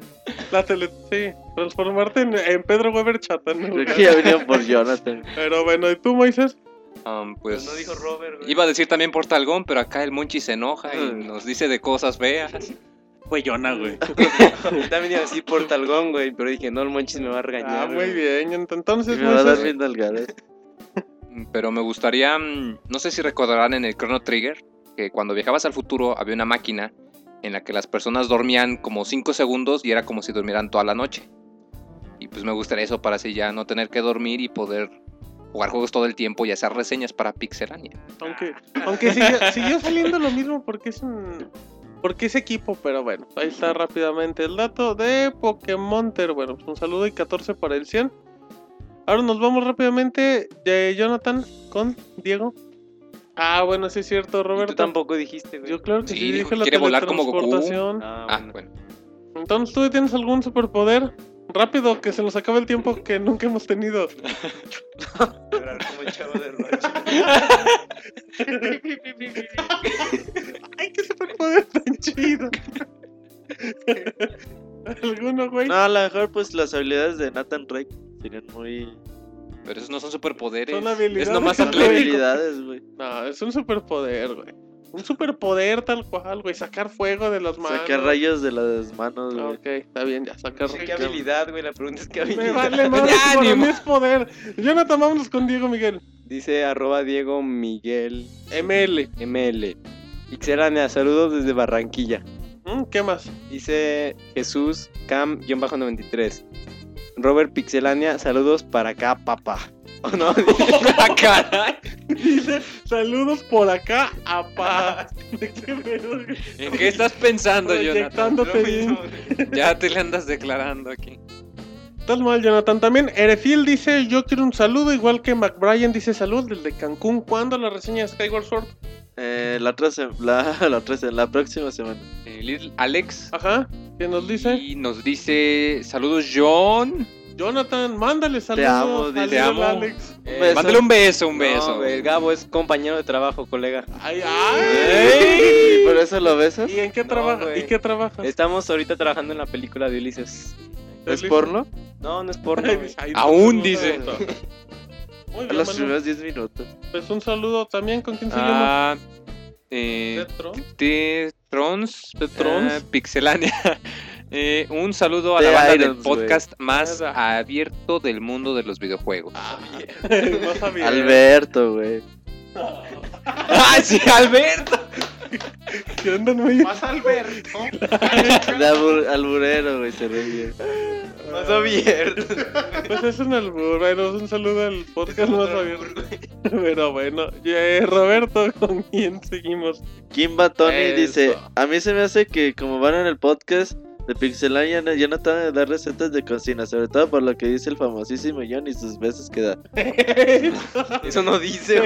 La tele, sí, transformarte en, en Pedro Weber Chata, ¿no?
Creo que ya venían por Jonathan.
Pero bueno, ¿y tú, Moisés?
Um, pues,
No dijo Robert, güey.
iba a decir también Portalgón, pero acá el Monchi se enoja y nos dice de cosas feas.
Güeyona, güey.
También iba a decir portalgón, güey, pero dije, no, el monchis me va a regañar.
Ah, muy
güey.
bien. ent-
Y
Entonces,
me va a dar
Moisés,
bien nalgadas.
Pero me gustaría, mm, no sé si recordarán en el Chrono Trigger, que cuando viajabas al futuro había una máquina en la que las personas dormían como 5 segundos y era como si durmieran toda la noche. Y pues me gustaría eso para así ya no tener que dormir y poder jugar juegos todo el tiempo y hacer reseñas para Pixelania.
aunque, aunque siguió, siguió saliendo lo mismo porque es un. Porque es equipo, pero bueno, ahí está rápidamente el dato de Pokémonter. Bueno, pues un saludo y 14 para el 100. Ahora nos vamos rápidamente de Jonathan con Diego. Ah, bueno, sí es cierto,
Tú
Roberto.
tampoco dijiste, güey.
Yo claro que sí,
Sí, dijo
dije
que
la
quiere volar como Goku.
teletransportación.
Ah,
Ah,
bueno.
bueno.
Entonces, ¿tú tienes algún superpoder? Rápido, que se nos acabe el tiempo que nunca hemos tenido. ¡Ay, qué superpoder tan chido! ¿Alguno, güey?
No, a lo mejor pues las habilidades de Nathan Drake serían muy...
Pero esos no son superpoderes.
Son habilidades.
Es nomás
Son
atlético.
habilidades, güey.
No, es un superpoder, güey. Un superpoder tal cual, güey. Sacar fuego de las manos.
Sacar rayos de las manos,
Ah,
güey.
Ok, está bien, ya. Sacar
¿Qué habilidad, güey? La pregunta es qué
Me
habilidad.
vale más.
Ya,
Para
ni
mí
mo-
es poder. Jonathan, vámonos con Diego Miguel.
Dice arroba Diego Miguel
ML.
ML. Ixelania, saludos desde Barranquilla.
Mm, ¿Qué más?
Dice Jesús Cam-93. Robert Pixelania, saludos para acá, papá. ¿O no?
¡Ah, caray!
Dice, saludos por acá, apá. ¿De qué pedo, güey?
¿En qué estás pensando, Jonathan?
Proyectándote bien.
Ya te le andas declarando aquí.
Estás mal, Jonathan. También Erefiel dice, yo quiero un saludo, igual que McBrien dice salud desde Cancún. ¿Cuándo la reseña de Skyward Sword?
Eh, la, otra se- la, la, otra se- la próxima semana.
Eh, Little Alex
Ajá. Que nos dice,
Y nos dice, saludos John.
Jonathan, mándale saludos.
amo,
al
dice,
Little
amo.
Alex.
Eh,
Beso.
Mándale un beso, un
no,
beso.
güey, el Gabo es compañero de trabajo, colega.
Ay, ay.
¿Y por eso lo besas?
¿Y en qué
No,
trabaja?
güey.
¿Y qué trabaja?
Estamos ahorita trabajando en la película de Ulises.
¿Es
Listo.
porno?
No, no es porno.
Ay,
güey.
ay,
Aún
no sé,
dice.
no sé. Muy
A
bien,
los
Manuel.
primeros 10 minutos.
Pues un saludo también con quien se llama.
Ah, eh,
Tetro.
de Trons,
De Trons.
ah, Pixelania. Eh, un saludo a
De
la banda del
Irons, güey.
podcast más
Nada.
abierto del mundo de los videojuegos.
No
eh.
sabía.
Alberto, güey.
¡Ah, sí, Alberto!
Que andan muy-
Más Alberto.
El albur- alburero, güey, se reía.
Más Ah, Pues es un albur, bueno, es un saludo al podcast más abierto. Pero bueno, ya, eh, Roberto, ¿con quién seguimos?
Kim Batoni
Eso.
dice: A mí se me hace que, como van en el podcast de Pixelania, ya no tratan de dar recetas de cocina, sobre todo por lo que dice el famosísimo John y sus besos que da.
Eso no dice,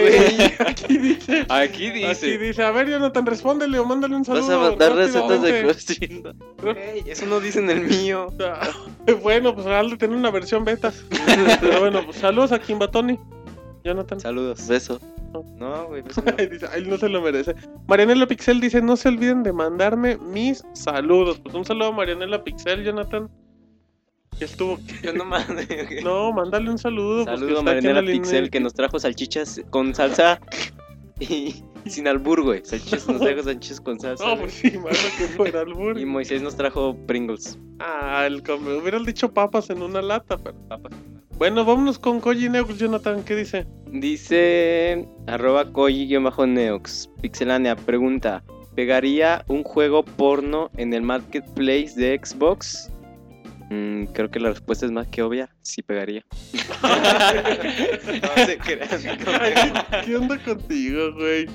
Aquí dice,
Aquí
aquí
dice.
dice, a ver, Jonathan, respóndele o mándale un saludo.
Vas a mandar
rápidamente.
recetas de cocina.
Ey, Eso no dice en el mío.
Ah, Bueno, pues Aldo tiene una versión beta. Pero bueno, pues saludos a Kim Batoni. Jonathan.
Saludos.
Beso.
No, güey. pues,
Ay, dice, ay, no se lo merece. Marianela Pixel dice, no se olviden de mandarme mis saludos. Pues un saludo a Marianela Pixel, Jonathan. Que estuvo.
Yo no mames. güey.
No, mándale un saludo. pues, que
Saludo a
está aquí en la
Marinela
línea.
Pixel que nos trajo salchichas con salsa y sin albur, güey. Salchichas nos trajo salchichas con salsa.
No,
güey.
pues sí, malo que fuera albur.
Y Moisés nos trajo Pringles.
Ah, el come- hubieran dicho papas en una lata, pero papas. Bueno, vámonos con Koji Neox, Jonathan, ¿qué dice?
Dice arroba koji-neox. Pixelania pregunta. ¿Pegaría un juego porno en el marketplace de Xbox? Mm, creo que la respuesta es más que obvia. Sí, pegaría. no se crean.
¿Qué onda contigo, güey?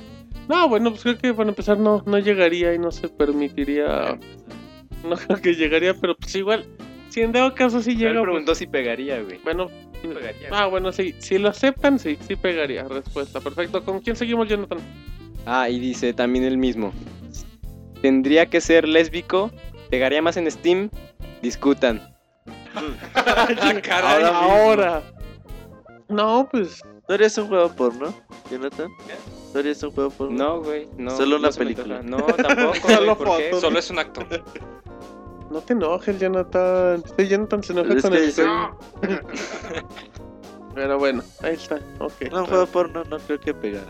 No, bueno, pues creo que para empezar no, no llegaría y no se permitiría. No creo que llegaría, pero pues igual. Si en dado caso sí
Él
llega. pues,
preguntó si pegaría, güey.
bueno, ah, bueno, sí. Si lo aceptan, sí, sí pegaría. Respuesta, perfecto. ¿Con quién seguimos, Jonathan?
Ah, y dice también el mismo. ¿Tendría que ser lésbico? ¿Pegaría más en Steam? Discutan.
Ahora. ahora. No, pues.
¿No harías un juego porno, Jonathan? ¿No harías un juego porno?
No, güey. No,
Solo
no
una
se me
película.
antoja. No, tampoco. güey,
Solo
¿por qué?
fotos.
Solo es un acto.
No te enojes, Jonathan. Este Jonathan se enoja
Es
con
que
el
dice-
tema. Pero bueno, ahí está. Ok.
No, un juego porno no creo que pegar.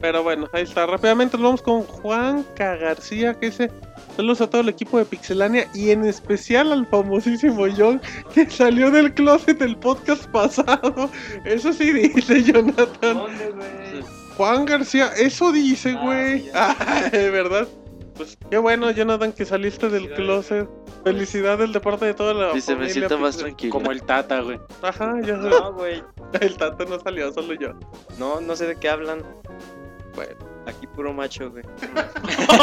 Pero bueno, ahí está. Rápidamente nos vamos con Juanca García, que dice saludos a todo el equipo de Pixelania y en especial al famosísimo John, que salió del closet del podcast pasado. Eso sí dice Jonathan. Juan García, eso dice, güey. Ah, de verdad. Pues qué bueno, Jonathan, que saliste del closet. Felicidades de parte de toda la
Dice, me
familia
siento más
Pixel".
tranquilo.
Como el Tata, güey.
Ajá, yo sé.
No, güey.
El tato no salió, solo yo.
No, no sé de qué hablan.
Bueno.
Aquí puro macho, güey.
No,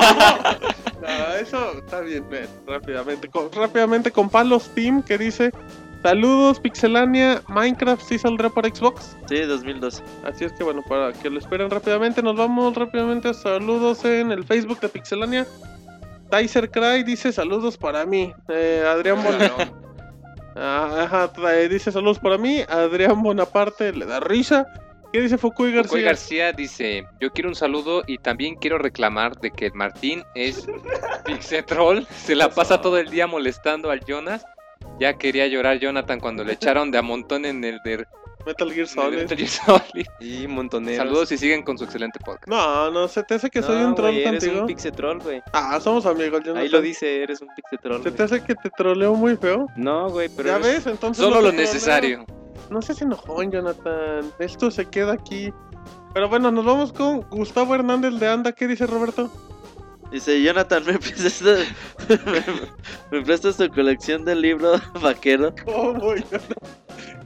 Ah, eso está bien, ven, rápidamente. Con, rápidamente con Palos Team que dice: Saludos, Pixelania. Minecraft sí saldrá para Xbox.
Sí, 2012.
Así es que bueno, para que lo esperen rápidamente, nos vamos rápidamente a saludos en el Facebook de Pixelania. Tyser Cry dice: Saludos para mí. Eh, Adrián Bonaparte. Ajá, trae- dice: Saludos para mí. Adrián Bonaparte le da risa. ¿Qué dice Fukui
García.
García?
García dice, yo quiero un saludo y también quiero reclamar de que el Martín es pixetrol, se la pasa todo el día molestando al Jonas. Ya quería llorar Jonathan cuando le echaron de a montón en el de
Metal Gear
en el
Solid.
Metal Gear Solid.
Y montoneros.
Saludos y siguen con su excelente podcast.
No, no, se te hace que soy
No,
un troll
güey, eres
contigo.
un pixetrol, güey.
Ah, somos amigos. yo no
Ahí lo
sé.
dice, eres un pixetrol.
¿Se
güey.
te hace que te troleo muy feo?
No, güey, pero
ya
eres-
ves, entonces. no
Solo
te
lo
troleo.
necesario.
No seas enojón, Jonathan. Esto se queda aquí. Pero bueno, nos vamos con Gustavo Hernández de Anda. ¿Qué dice Roberto?
Dice, Jonathan, ¿me prestas, me, me prestas tu colección del libro vaquero?
Oh,
¿Cómo, Jonathan?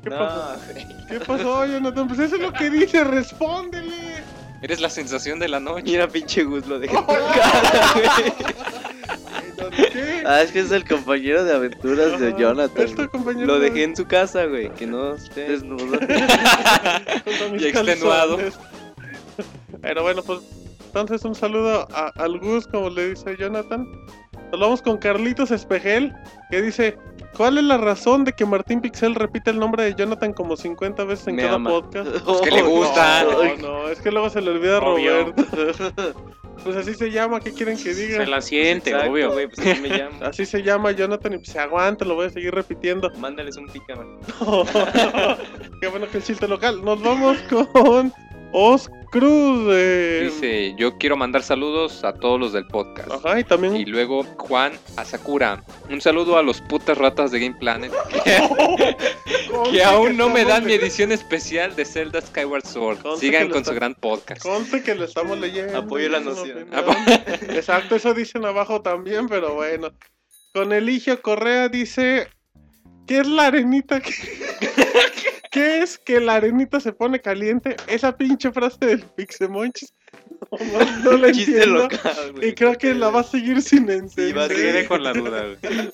¿Qué, pasó?
No, güey.
¿Qué pasó, Jonathan? Pues eso es lo que dice, respóndele.
Eres la sensación de la noche.
Mira, pinche Gus, lo dejé por cara, güey.
¿Qué?
Ah, es que es el compañero de aventuras de
Ajá.
Jonathan.
Esto, compañero.
Lo dejé en su casa, güey. Que no esté.
Desnudo.
junto a mis
Y extenuado.
calzones. Pero bueno, pues entonces un saludo a, al Gus, como le dice Jonathan. Nos vamos con Carlitos Espejel, que dice, ¿cuál es la razón de que Martín Pixel repite el nombre de Jonathan como 50 veces en
Me
cada
ama.
podcast?
que le
Oh,
gusta.
no.
No, no, es que luego se le olvida a
Obvio.
Roberto. Pues así se llama, ¿qué quieren que diga?
Se la siente,
Exacto,
obvio.
güey, pues así me llamo.
Así se llama Jonathan y pues se aguanta, lo voy a seguir repitiendo.
Mándales un pícame.
Qué bueno que es chiste local. Nos vamos con Os Cruz. eh,
Dice, yo quiero mandar saludos a todos los del podcast.
Ajá, y también
Y luego Juan Asakura. Un saludo a los putas ratas de Game Planet que,
Conste
que aún no me dan mi
estamos-
edición especial de Zelda Skyward Sword.
Conste que
Sigan
lo
con su
está-
gran podcast.
Conste que lo estamos leyendo.
Apoyo la
es una
noción.
opinión. Exacto, eso dicen abajo también, pero bueno. Con Eligio Correa dice: ¿Qué es la arenita? que- ¿Qué es que la arenita se pone caliente? Esa pinche frase del Pixemonchis. No, no, no la
Chiste
entiendo.
local, güey.
Y creo que la va a seguir sin
Sí, va a
entender.
seguir con la duda, güey.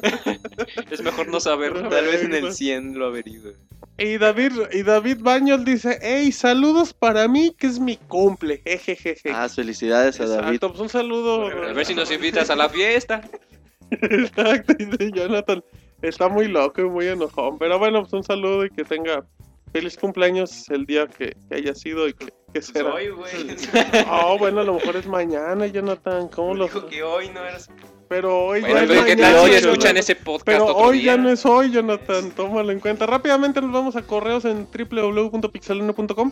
Es mejor no saberlo. Tal vez en el 100 lo averigüe.
Y David, y David Baños dice, hey, saludos para mí, que es mi cumple. Jejejeje.
Ah, felicidades a David.
Exacto, pues un saludo.
A ver si nos invitas a la fiesta.
Exacto, dice Jonathan. Está muy loco y muy enojón. Pero bueno, pues un saludo y que tenga feliz cumpleaños el día que, que haya sido y que, que
Pues
será.
Hoy, güey.
Oh, bueno, a lo mejor es mañana, Jonathan. ¿Cómo lo.?
Dijo que hoy no eras.
Pero hoy
Bueno,
ya
pero
es
¿qué tal si
mañana,
escuchan
Jonathan.
ese podcast
Pero
otro
hoy
día?
ya no es hoy, Jonathan. Tómalo en cuenta. Rápidamente nos vamos a correos en www.pixelano.com.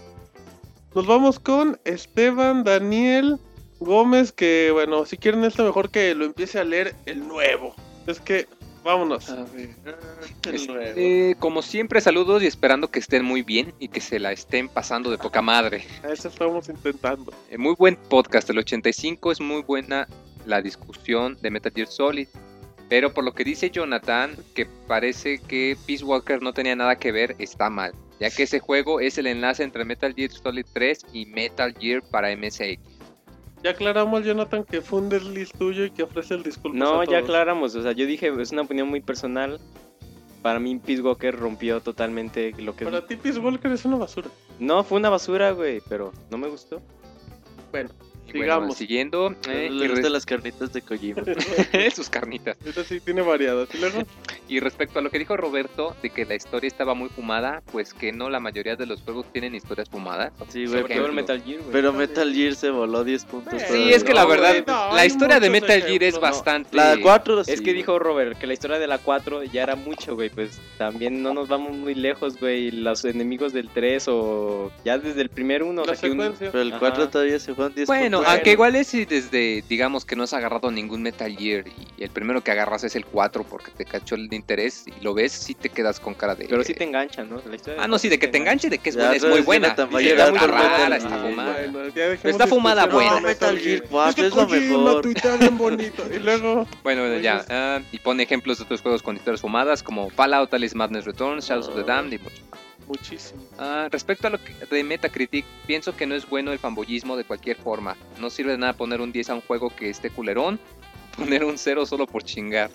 Nos vamos con Esteban Daniel Gómez, que bueno, si quieren esto mejor que lo empiece a leer el nuevo. Es que, vámonos.
Este, como siempre, saludos y esperando que estén muy bien y que se la estén pasando de poca madre.
A eso estamos intentando.
Eh, Muy buen podcast, el 85 es muy buena la discusión de Metal Gear Solid. Pero por lo que dice Jonathan, que parece que Peace Walker no tenía nada que ver, está mal. Ya que ese juego es el enlace entre Metal Gear Solid 3 y Metal Gear para MSX.
Ya aclaramos, Jonathan, que fue un desliz tuyo y que ofrece el disculpas
No,
a
ya
todos.
aclaramos. O sea, yo dije, es una opinión muy personal. Para mí, Pete Walker rompió totalmente lo que.
Para ti, Peace Walker es una basura.
No, fue una basura, güey, pero no me gustó.
Y
Sigamos.
siguiendo, eh,
Le
y
gustan
res-
las carnitas de Kojima.
sus carnitas.
Esta sí tiene variadas. Y luego,
Y respecto a lo que dijo Roberto de que la historia estaba muy fumada, pues que no, la mayoría de los juegos tienen historias fumadas.
Sí,
Sobre
güey.
todo el
pero-
Metal Gear, güey.
Pero Metal Gear se voló 10 puntos.
Sí,
todo
Sí,
el
es que la
No,
verdad,
güey, no,
la
hay
historia de
muchos
Metal Gear es
ejemplos, no.
bastante...
La 4
Es que dijo Robert que la historia de la 4 ya era mucho, güey. Pues también no nos vamos muy lejos, güey. Los enemigos del 3 o ya desde el primer uno. o
la
sea, que un-
secuencia.
Pero el
Ajá.
4 todavía se juegan 10
Bueno,
puntos.
aunque igual es si desde, digamos que no has agarrado ningún Metal Gear y el primero que agarras es el 4 porque te cachó el interés y lo ves, sí te quedas con cara de...
Pero sí te enganchan, ¿no? La historia de
Ah,
la
no, sí, de que te enganche, de que es,
Ya
buena, es muy
sabes,
buena.
Jonathan va a
Dice,
llegar
está muy
por Metal
rara,
Gear.
está fumada.
Bueno, ya dejemos
Está fumada
discusión.
buena.
No, Metal Gear 4 es lo
Kojima
mejor.
tuitea bien bonito. Y luego,
Bueno, bueno, ya.
Entonces-
ah, y pone ejemplos de otros juegos con historias fumadas como Fallout, Alice Madness Returns, Shadows of the Damned y mucho.
muchísimo.
Ah, respecto a lo que- de Metacritic, pienso que no es bueno el fanboyismo de cualquier forma. No sirve de nada poner un 10 a un juego que esté culerón, poner un 0 solo por chingar.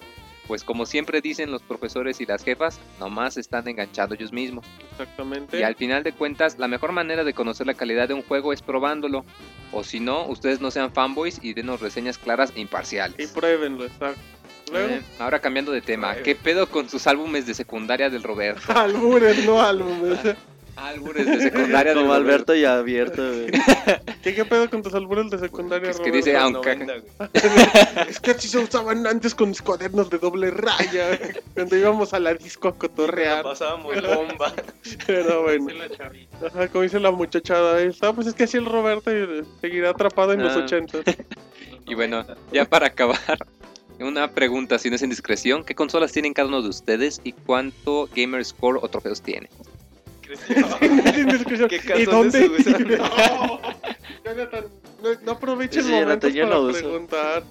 Pues como siempre dicen los profesores y las jefas, nomás están enganchados ellos mismos.
Exactamente.
Y al final de cuentas, la mejor manera de conocer la calidad de un juego es probándolo. O si no, ustedes no sean fanboys y denos reseñas claras e
Y
imparciales.
pruébenlo, exacto. Luego,
Eh, ahora cambiando de tema, ¿qué pedo con sus álbumes de secundaria del Roberto?
albures, no álbumes. ¿eh?
Álbures de secundaria del
Como
Roberto.
Alberto y abierto, güey.
¿Qué, ¿Qué pedo con tus albures de secundaria,
Es que
Roberto?
dice,
los
aunque...
90, güey.
Es que así se usaban antes con mis cuadernos de doble raya. ¿eh? cuando íbamos a la disco a cotorrear.
Pasábamos bomba.
Pero bueno. Ajá, como dice la muchachada. ahí Está, pues es que así el Roberto eh, seguirá atrapado en los
Ah.
80.
Y bueno, ya para acabar, una pregunta, si no es indiscreción, ¿qué consolas tienen cada uno de ustedes y cuánto gamer score o trofeos tiene?
¿Qué
¿Y
casos
dónde?
de su-
No, Jonathan, no, no aproveche el
Ese Jonathan
momento
ya
para
no usa.
preguntar.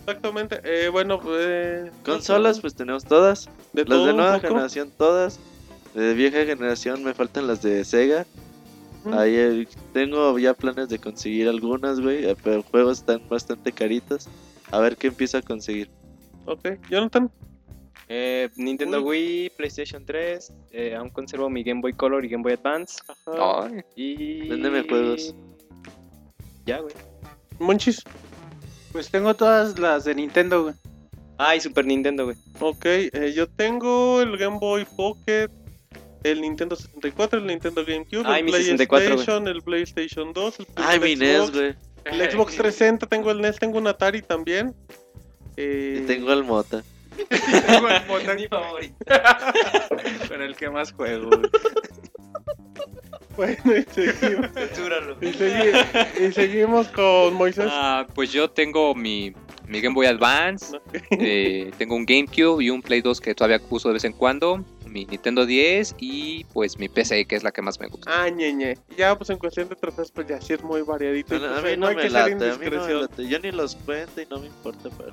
Exactamente. Eh, bueno, eh,
Consolas, pues tenemos todas.
de
Las
todo
de
un
nueva
poco.
generación, todas. De vieja generación me faltan las de Sega.
Mm.
Ujú.
Ahí eh, tengo ya planes de conseguir algunas, güey. eh, Pero juegos están bastante caritas. A ver qué empiezo a conseguir.
Ok, Jonathan.
Eh, Nintendo Wii, PlayStation 3. eh, aún conservo mi Game Boy Color y Game Boy Advance.
Ay,
Y.
Véndeme juegos.
Ya, güey.
Monchis.
Pues tengo todas las de Nintendo, güey.
Ah, y Super Nintendo, güey.
Ok, eh, yo tengo el Game Boy Pocket, el Nintendo 64, el Nintendo GameCube,
Ay,
el
mi 64, güey.
PlayStation, el PlayStation 2, el
Ay, mi
Xbox,
NES, güey.
El Xbox 360, tengo el NES, tengo un Atari también. Eh,
Y tengo el Mota.
Tengo el Mota
mi favorito.
con el que más juego. güey.
Bueno, y seguimos,
Censúralo.
y segui- y seguimos con Moisés.
Ah, pues yo tengo mi, mi Game Boy Advance, eh, tengo un GameCube y un Play 2 que todavía uso de vez en cuando, mi Nintendo 10 y pues mi PC que es la que más me gusta.
Ah, ñeñe. Ya, pues en cuestión de trofeos, pues ya sí es muy variadito. y,
No, no,
pues,
a mí
eh,
no,
hay
me
que ser
late, a mí no me
indiscreción.
late. Yo ni los cuento y no me importa. Pero...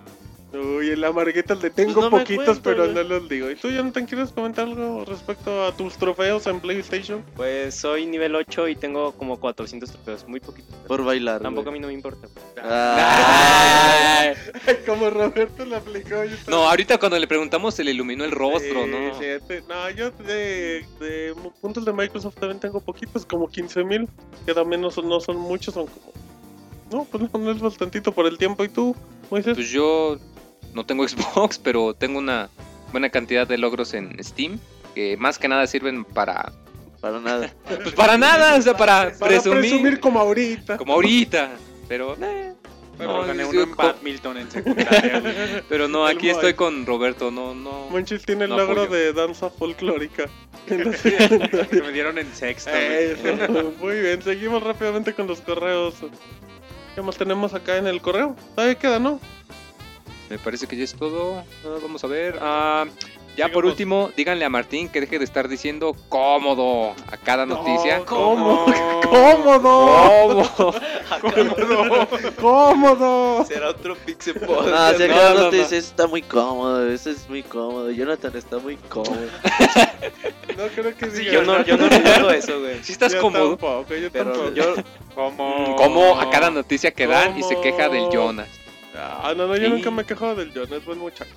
Uy, el amargueta el de tengo
Pues no me
poquitos,
cuento,
pero
güey.
no los digo. ¿Y tú, Jonathan, quieres comentar algo respecto a tus trofeos en PlayStation?
Pues soy nivel 8 y tengo como 400 trofeos, muy poquito.
Por bailar.
Tampoco a
güey.
mí no me importa. pues.
Ah.
Como Roberto le aplicó. yo
No, ahorita cuando le preguntamos se le iluminó el rostro,
Sí,
¿no?
sí, este- no, yo de, de mu- puntos de Microsoft también tengo poquitos, como 15.000 que también no son, no son muchos, son como... No, pues no, no es bastantito por el tiempo. ¿Y tú, Moisés?
Pues yo no tengo Xbox, pero tengo una buena cantidad de logros en Steam que más que nada sirven para...
Para nada.
Pues para nada, o sea, para,
Para
presumir,
presumir como ahorita.
como ahorita, pero... eh,
Bueno,
no,
gané
sí,
uno en
co-
badminton en secundaria. güey.
Pero no,
El
aquí
Moy.
estoy con Roberto, no, no.
Monchis tiene el
No
logro
apoyo.
de danza folclórica. Ah,
Que me dieron en sexta. güey.
Eso, Muy bien, seguimos rápidamente con los correos. ¿Qué más tenemos acá en el correo? Todavía queda, ¿no?
Me parece que ya es todo. Ah, vamos a ver. Ah, ya por
Sigamos.
último, díganle a Martín que deje de estar diciendo cómodo a cada noticia.
No, ¿Cómo? ¡Cómodo!
¡Cómodo!
¡Cómodo! ¡Cómodo!
Será otro pixel No, si
No,
acá
no,
no, te
no.
dice, "Eso está muy cómodo, eso es muy cómodo. Jonathan está muy cómodo.
No creo que diga.
Yo no, yo no recuerdo eso, güey.
Si estás
Yo
cómodo.
tampoco, yo
Pero
tampoco.
yo,
¿Cómo?
Como a cada noticia que dan y se
¿Cómo?
queja del Jonas.
Ah, no, no, yo
Sí.
nunca me he quejado del John, es buen muchacho.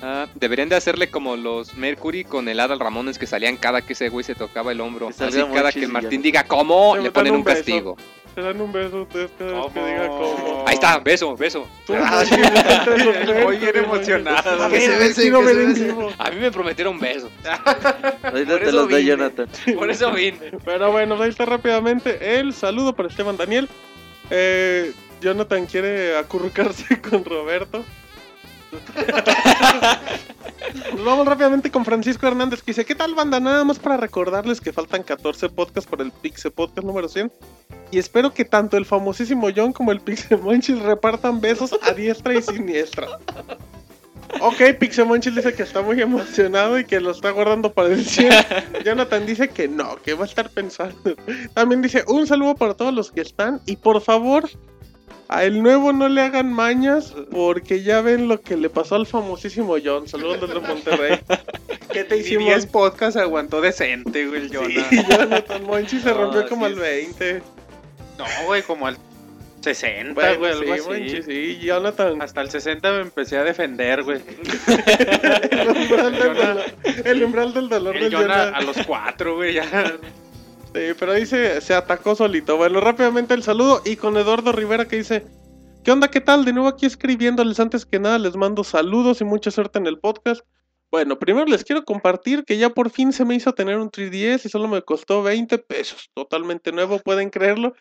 Ah, deberían de hacerle como los Mercury con el Adal Ramones que salían cada que ese güey se tocaba el hombro.
Que
Así
salía
cada
Monchis
que
y
Martín
Jonas.
diga cómo,
Le
le
botan
ponen
un
un
beso.
castigo.
Te dan un beso ustedes cada vez que
¿Cómo?
diga cómo.
Ahí está, beso, beso.
Tú, pues, Monchis,
Hoy bien emocionado.
Que
Que
se
se
ve
besen,
si no
que
me
se
den
besen.
vivo.
A mí me prometieron besos.
ahorita
Por
te
eso
los doy,
vine.
Jonathan.
Por eso vine.
Pero bueno, pues ahí está rápidamente el saludo para Esteban Daniel. Eh, Jonathan quiere acurrucarse con Roberto. Nos Pues vamos rápidamente con Francisco Hernández que dice, ¿qué tal banda? Nada más para recordarles que faltan 14 podcasts para el Pixe Podcast número 100. Y espero que tanto el famosísimo John como el Pixe Monchis repartan besos a diestra y siniestra. Ok, Pixe Monchis dice que está muy emocionado y que lo está guardando para el 100. Jonathan dice que no, que va a estar pensando. También dice, un saludo para todos los que están y por favor, a el nuevo no le hagan mañas porque ya ven lo que le pasó al famosísimo John. Saludos desde Monterrey. ¿Qué te
Ni
hicimos?
10 podcasts aguantó decente, güey, el Jonah.
Sí, Jonathan Monchi se
No,
rompió
sí
como al
es-
20.
No, güey, como al 60,
Bueno,
güey,
sí,
algo así.
Monchi, sí, Jonathan.
Hasta el 60 me empecé a defender, güey.
El umbral del
Jonah-
dolor, el umbral del dolor
El
del
Jonah
Jonathan.
a los 4, güey, ya.
Sí, pero dice, se atacó solito. Bueno, rápidamente el saludo y con Eduardo Rivera que dice, ¿qué onda? ¿Qué tal? De nuevo aquí escribiéndoles. Antes que nada les mando saludos y mucha suerte en el podcast. Bueno, primero les quiero compartir que ya por fin se me hizo tener un 3DS y solo me costó 20 pesos. Totalmente nuevo, pueden creerlo.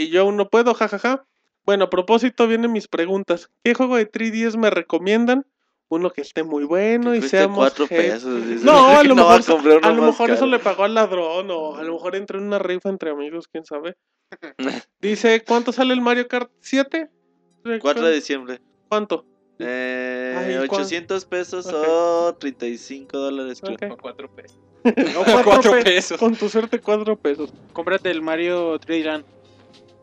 Y yo aún no puedo, jajaja. Bueno, a propósito vienen mis preguntas. ¿Qué juego de 3DS me recomiendan? Uno que esté muy bueno y
Cuesta
seamos...
4
happy.
pesos. dice,
No, a lo
no va
mejor-
comprar uno
A lo
más
mejor eso
caro.
le pagó al ladrón o a lo mejor entró en una rifa entre amigos, quién sabe. Dice, ¿cuánto sale el Mario Kart 7?
4 de diciembre.
¿Cuánto? Ay,
Eh,
¿cuál?
800 pesos
Ok.
o 35 dólares. creo.
Ok.
Por 4 pesos.
No,
Cuatro,
cuatro pe-
pesos.
Con tu suerte, cuatro pesos.
Cómprate el Mario 3 Land.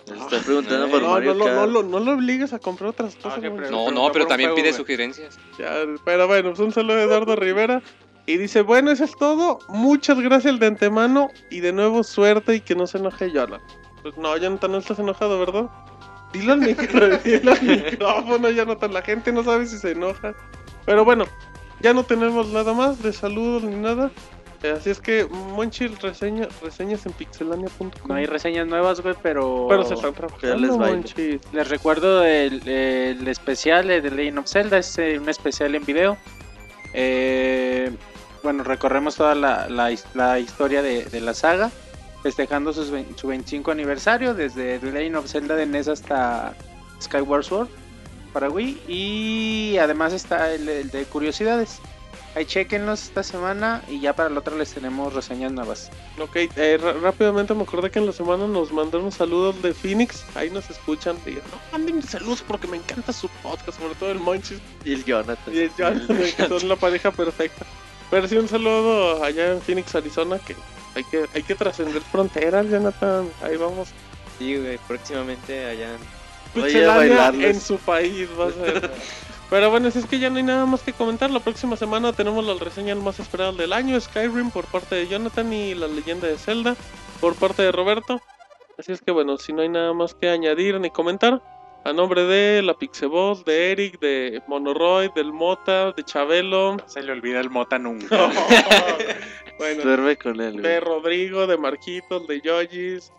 Nos están preguntando
Ay,
por
Ah, no,
Mario
no, lo-
Kart.
no, lo- no lo obligues a comprar otras cosas.
qué
güey.
pre-
No,
Ah, Pero
no,
por
pero
un
también
juego,
pide
güey.
sugerencias.
Ya, pero bueno, pues un saludo de Eduardo Rivera. Y dice, bueno, eso es todo. Muchas gracias de antemano. Y de nuevo, suerte y que no se enoje Jonathan. Pues no, Jonathan, no estás enojado, ¿verdad? Dilo al, micro- dilo al micrófono, Jonathan. La gente no sabe si se enoja. Pero bueno, ya no tenemos nada más de saludos ni nada. Eh, Así es que, Monchil, reseña, reseñas en pixelania.com.
No hay reseñas nuevas, güey, pero.
Pero se están
Pero
trabajando,
les baile.
Monchil.
Les recuerdo el, el especial eh, de Legend of Zelda, es eh, un especial en video. Eh, bueno, recorremos toda la, la his- la historia de, de la saga. festejando sus ve- su 25 aniversario desde The Legend of Zelda de NES hasta Skyward Sword para Wii y además está el, el de curiosidades. Ahí chequenlos esta semana y ya para la otra les tenemos reseñas nuevas.
Ok, eh, ra- rápidamente me acordé que en la semana nos mandaron saludos de Phoenix. Ahí nos escuchan. Y, no manden saludos porque me encanta su podcast, sobre todo el Monchis
Y el Jonathan.
y el Jonathan, que son la pareja perfecta. Pero sí, un saludo allá en Phoenix, Arizona, que hay que, hay que trascender fronteras, Jonathan. Ahí vamos.
Sí, güey, próximamente allá.
Voy a
Pixelania
bailarles.
en su país, va a ser. Pero bueno, si es que ya no hay nada más que comentar. La próxima semana tenemos las reseñas más esperadas del año: Skyrim por parte de Jonathan y La leyenda de Zelda por parte de Roberto. Así es que bueno, si no hay nada más que añadir ni comentar, a nombre de la Pixeboss, de Eric, de Monoroid, del Mota, de Chabelo,
Se le olvida el mota nunca.
bueno,
Duerme con él, güey.
de Rodrigo, de Marquitos, de Yojis.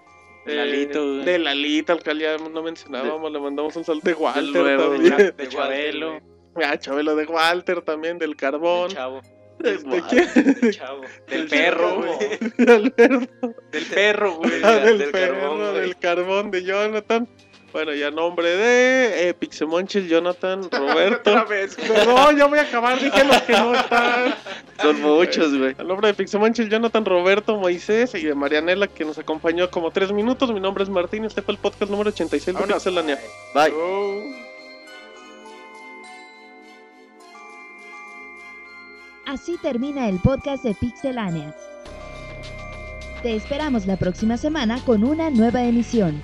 De
eh,
Lalito, güey.
de Lalito, al que ya no mencionábamos, le mandamos un saludo de Walter
nuevo,
también.
de
De Chabelo.
Ah, Chabelo de Walter también, del carbón.
chavo,
¿De, de
Walter,
quién?
del chavo.
Del perro, güey.
De Alberto,
Del perro, güey.
ah, del,
del
perro,
carbón, güey.
del carbón de Jonathan. Bueno, ya nombre de eh, Pixemonchil, Jonathan,
Otra
Roberto.
vez.
no, ya voy a acabar, dije los que no están.
Son muchos, güey.
Al nombre de Pixemonchil, Jonathan, Roberto, Moisés y de Marianela que nos acompañó como tres minutos. Mi nombre es Martín, este fue el podcast número 86 de
Vámonos.
Pixelania.
Bye.
Así termina el podcast de Pixelania. Te esperamos la próxima semana con una nueva emisión.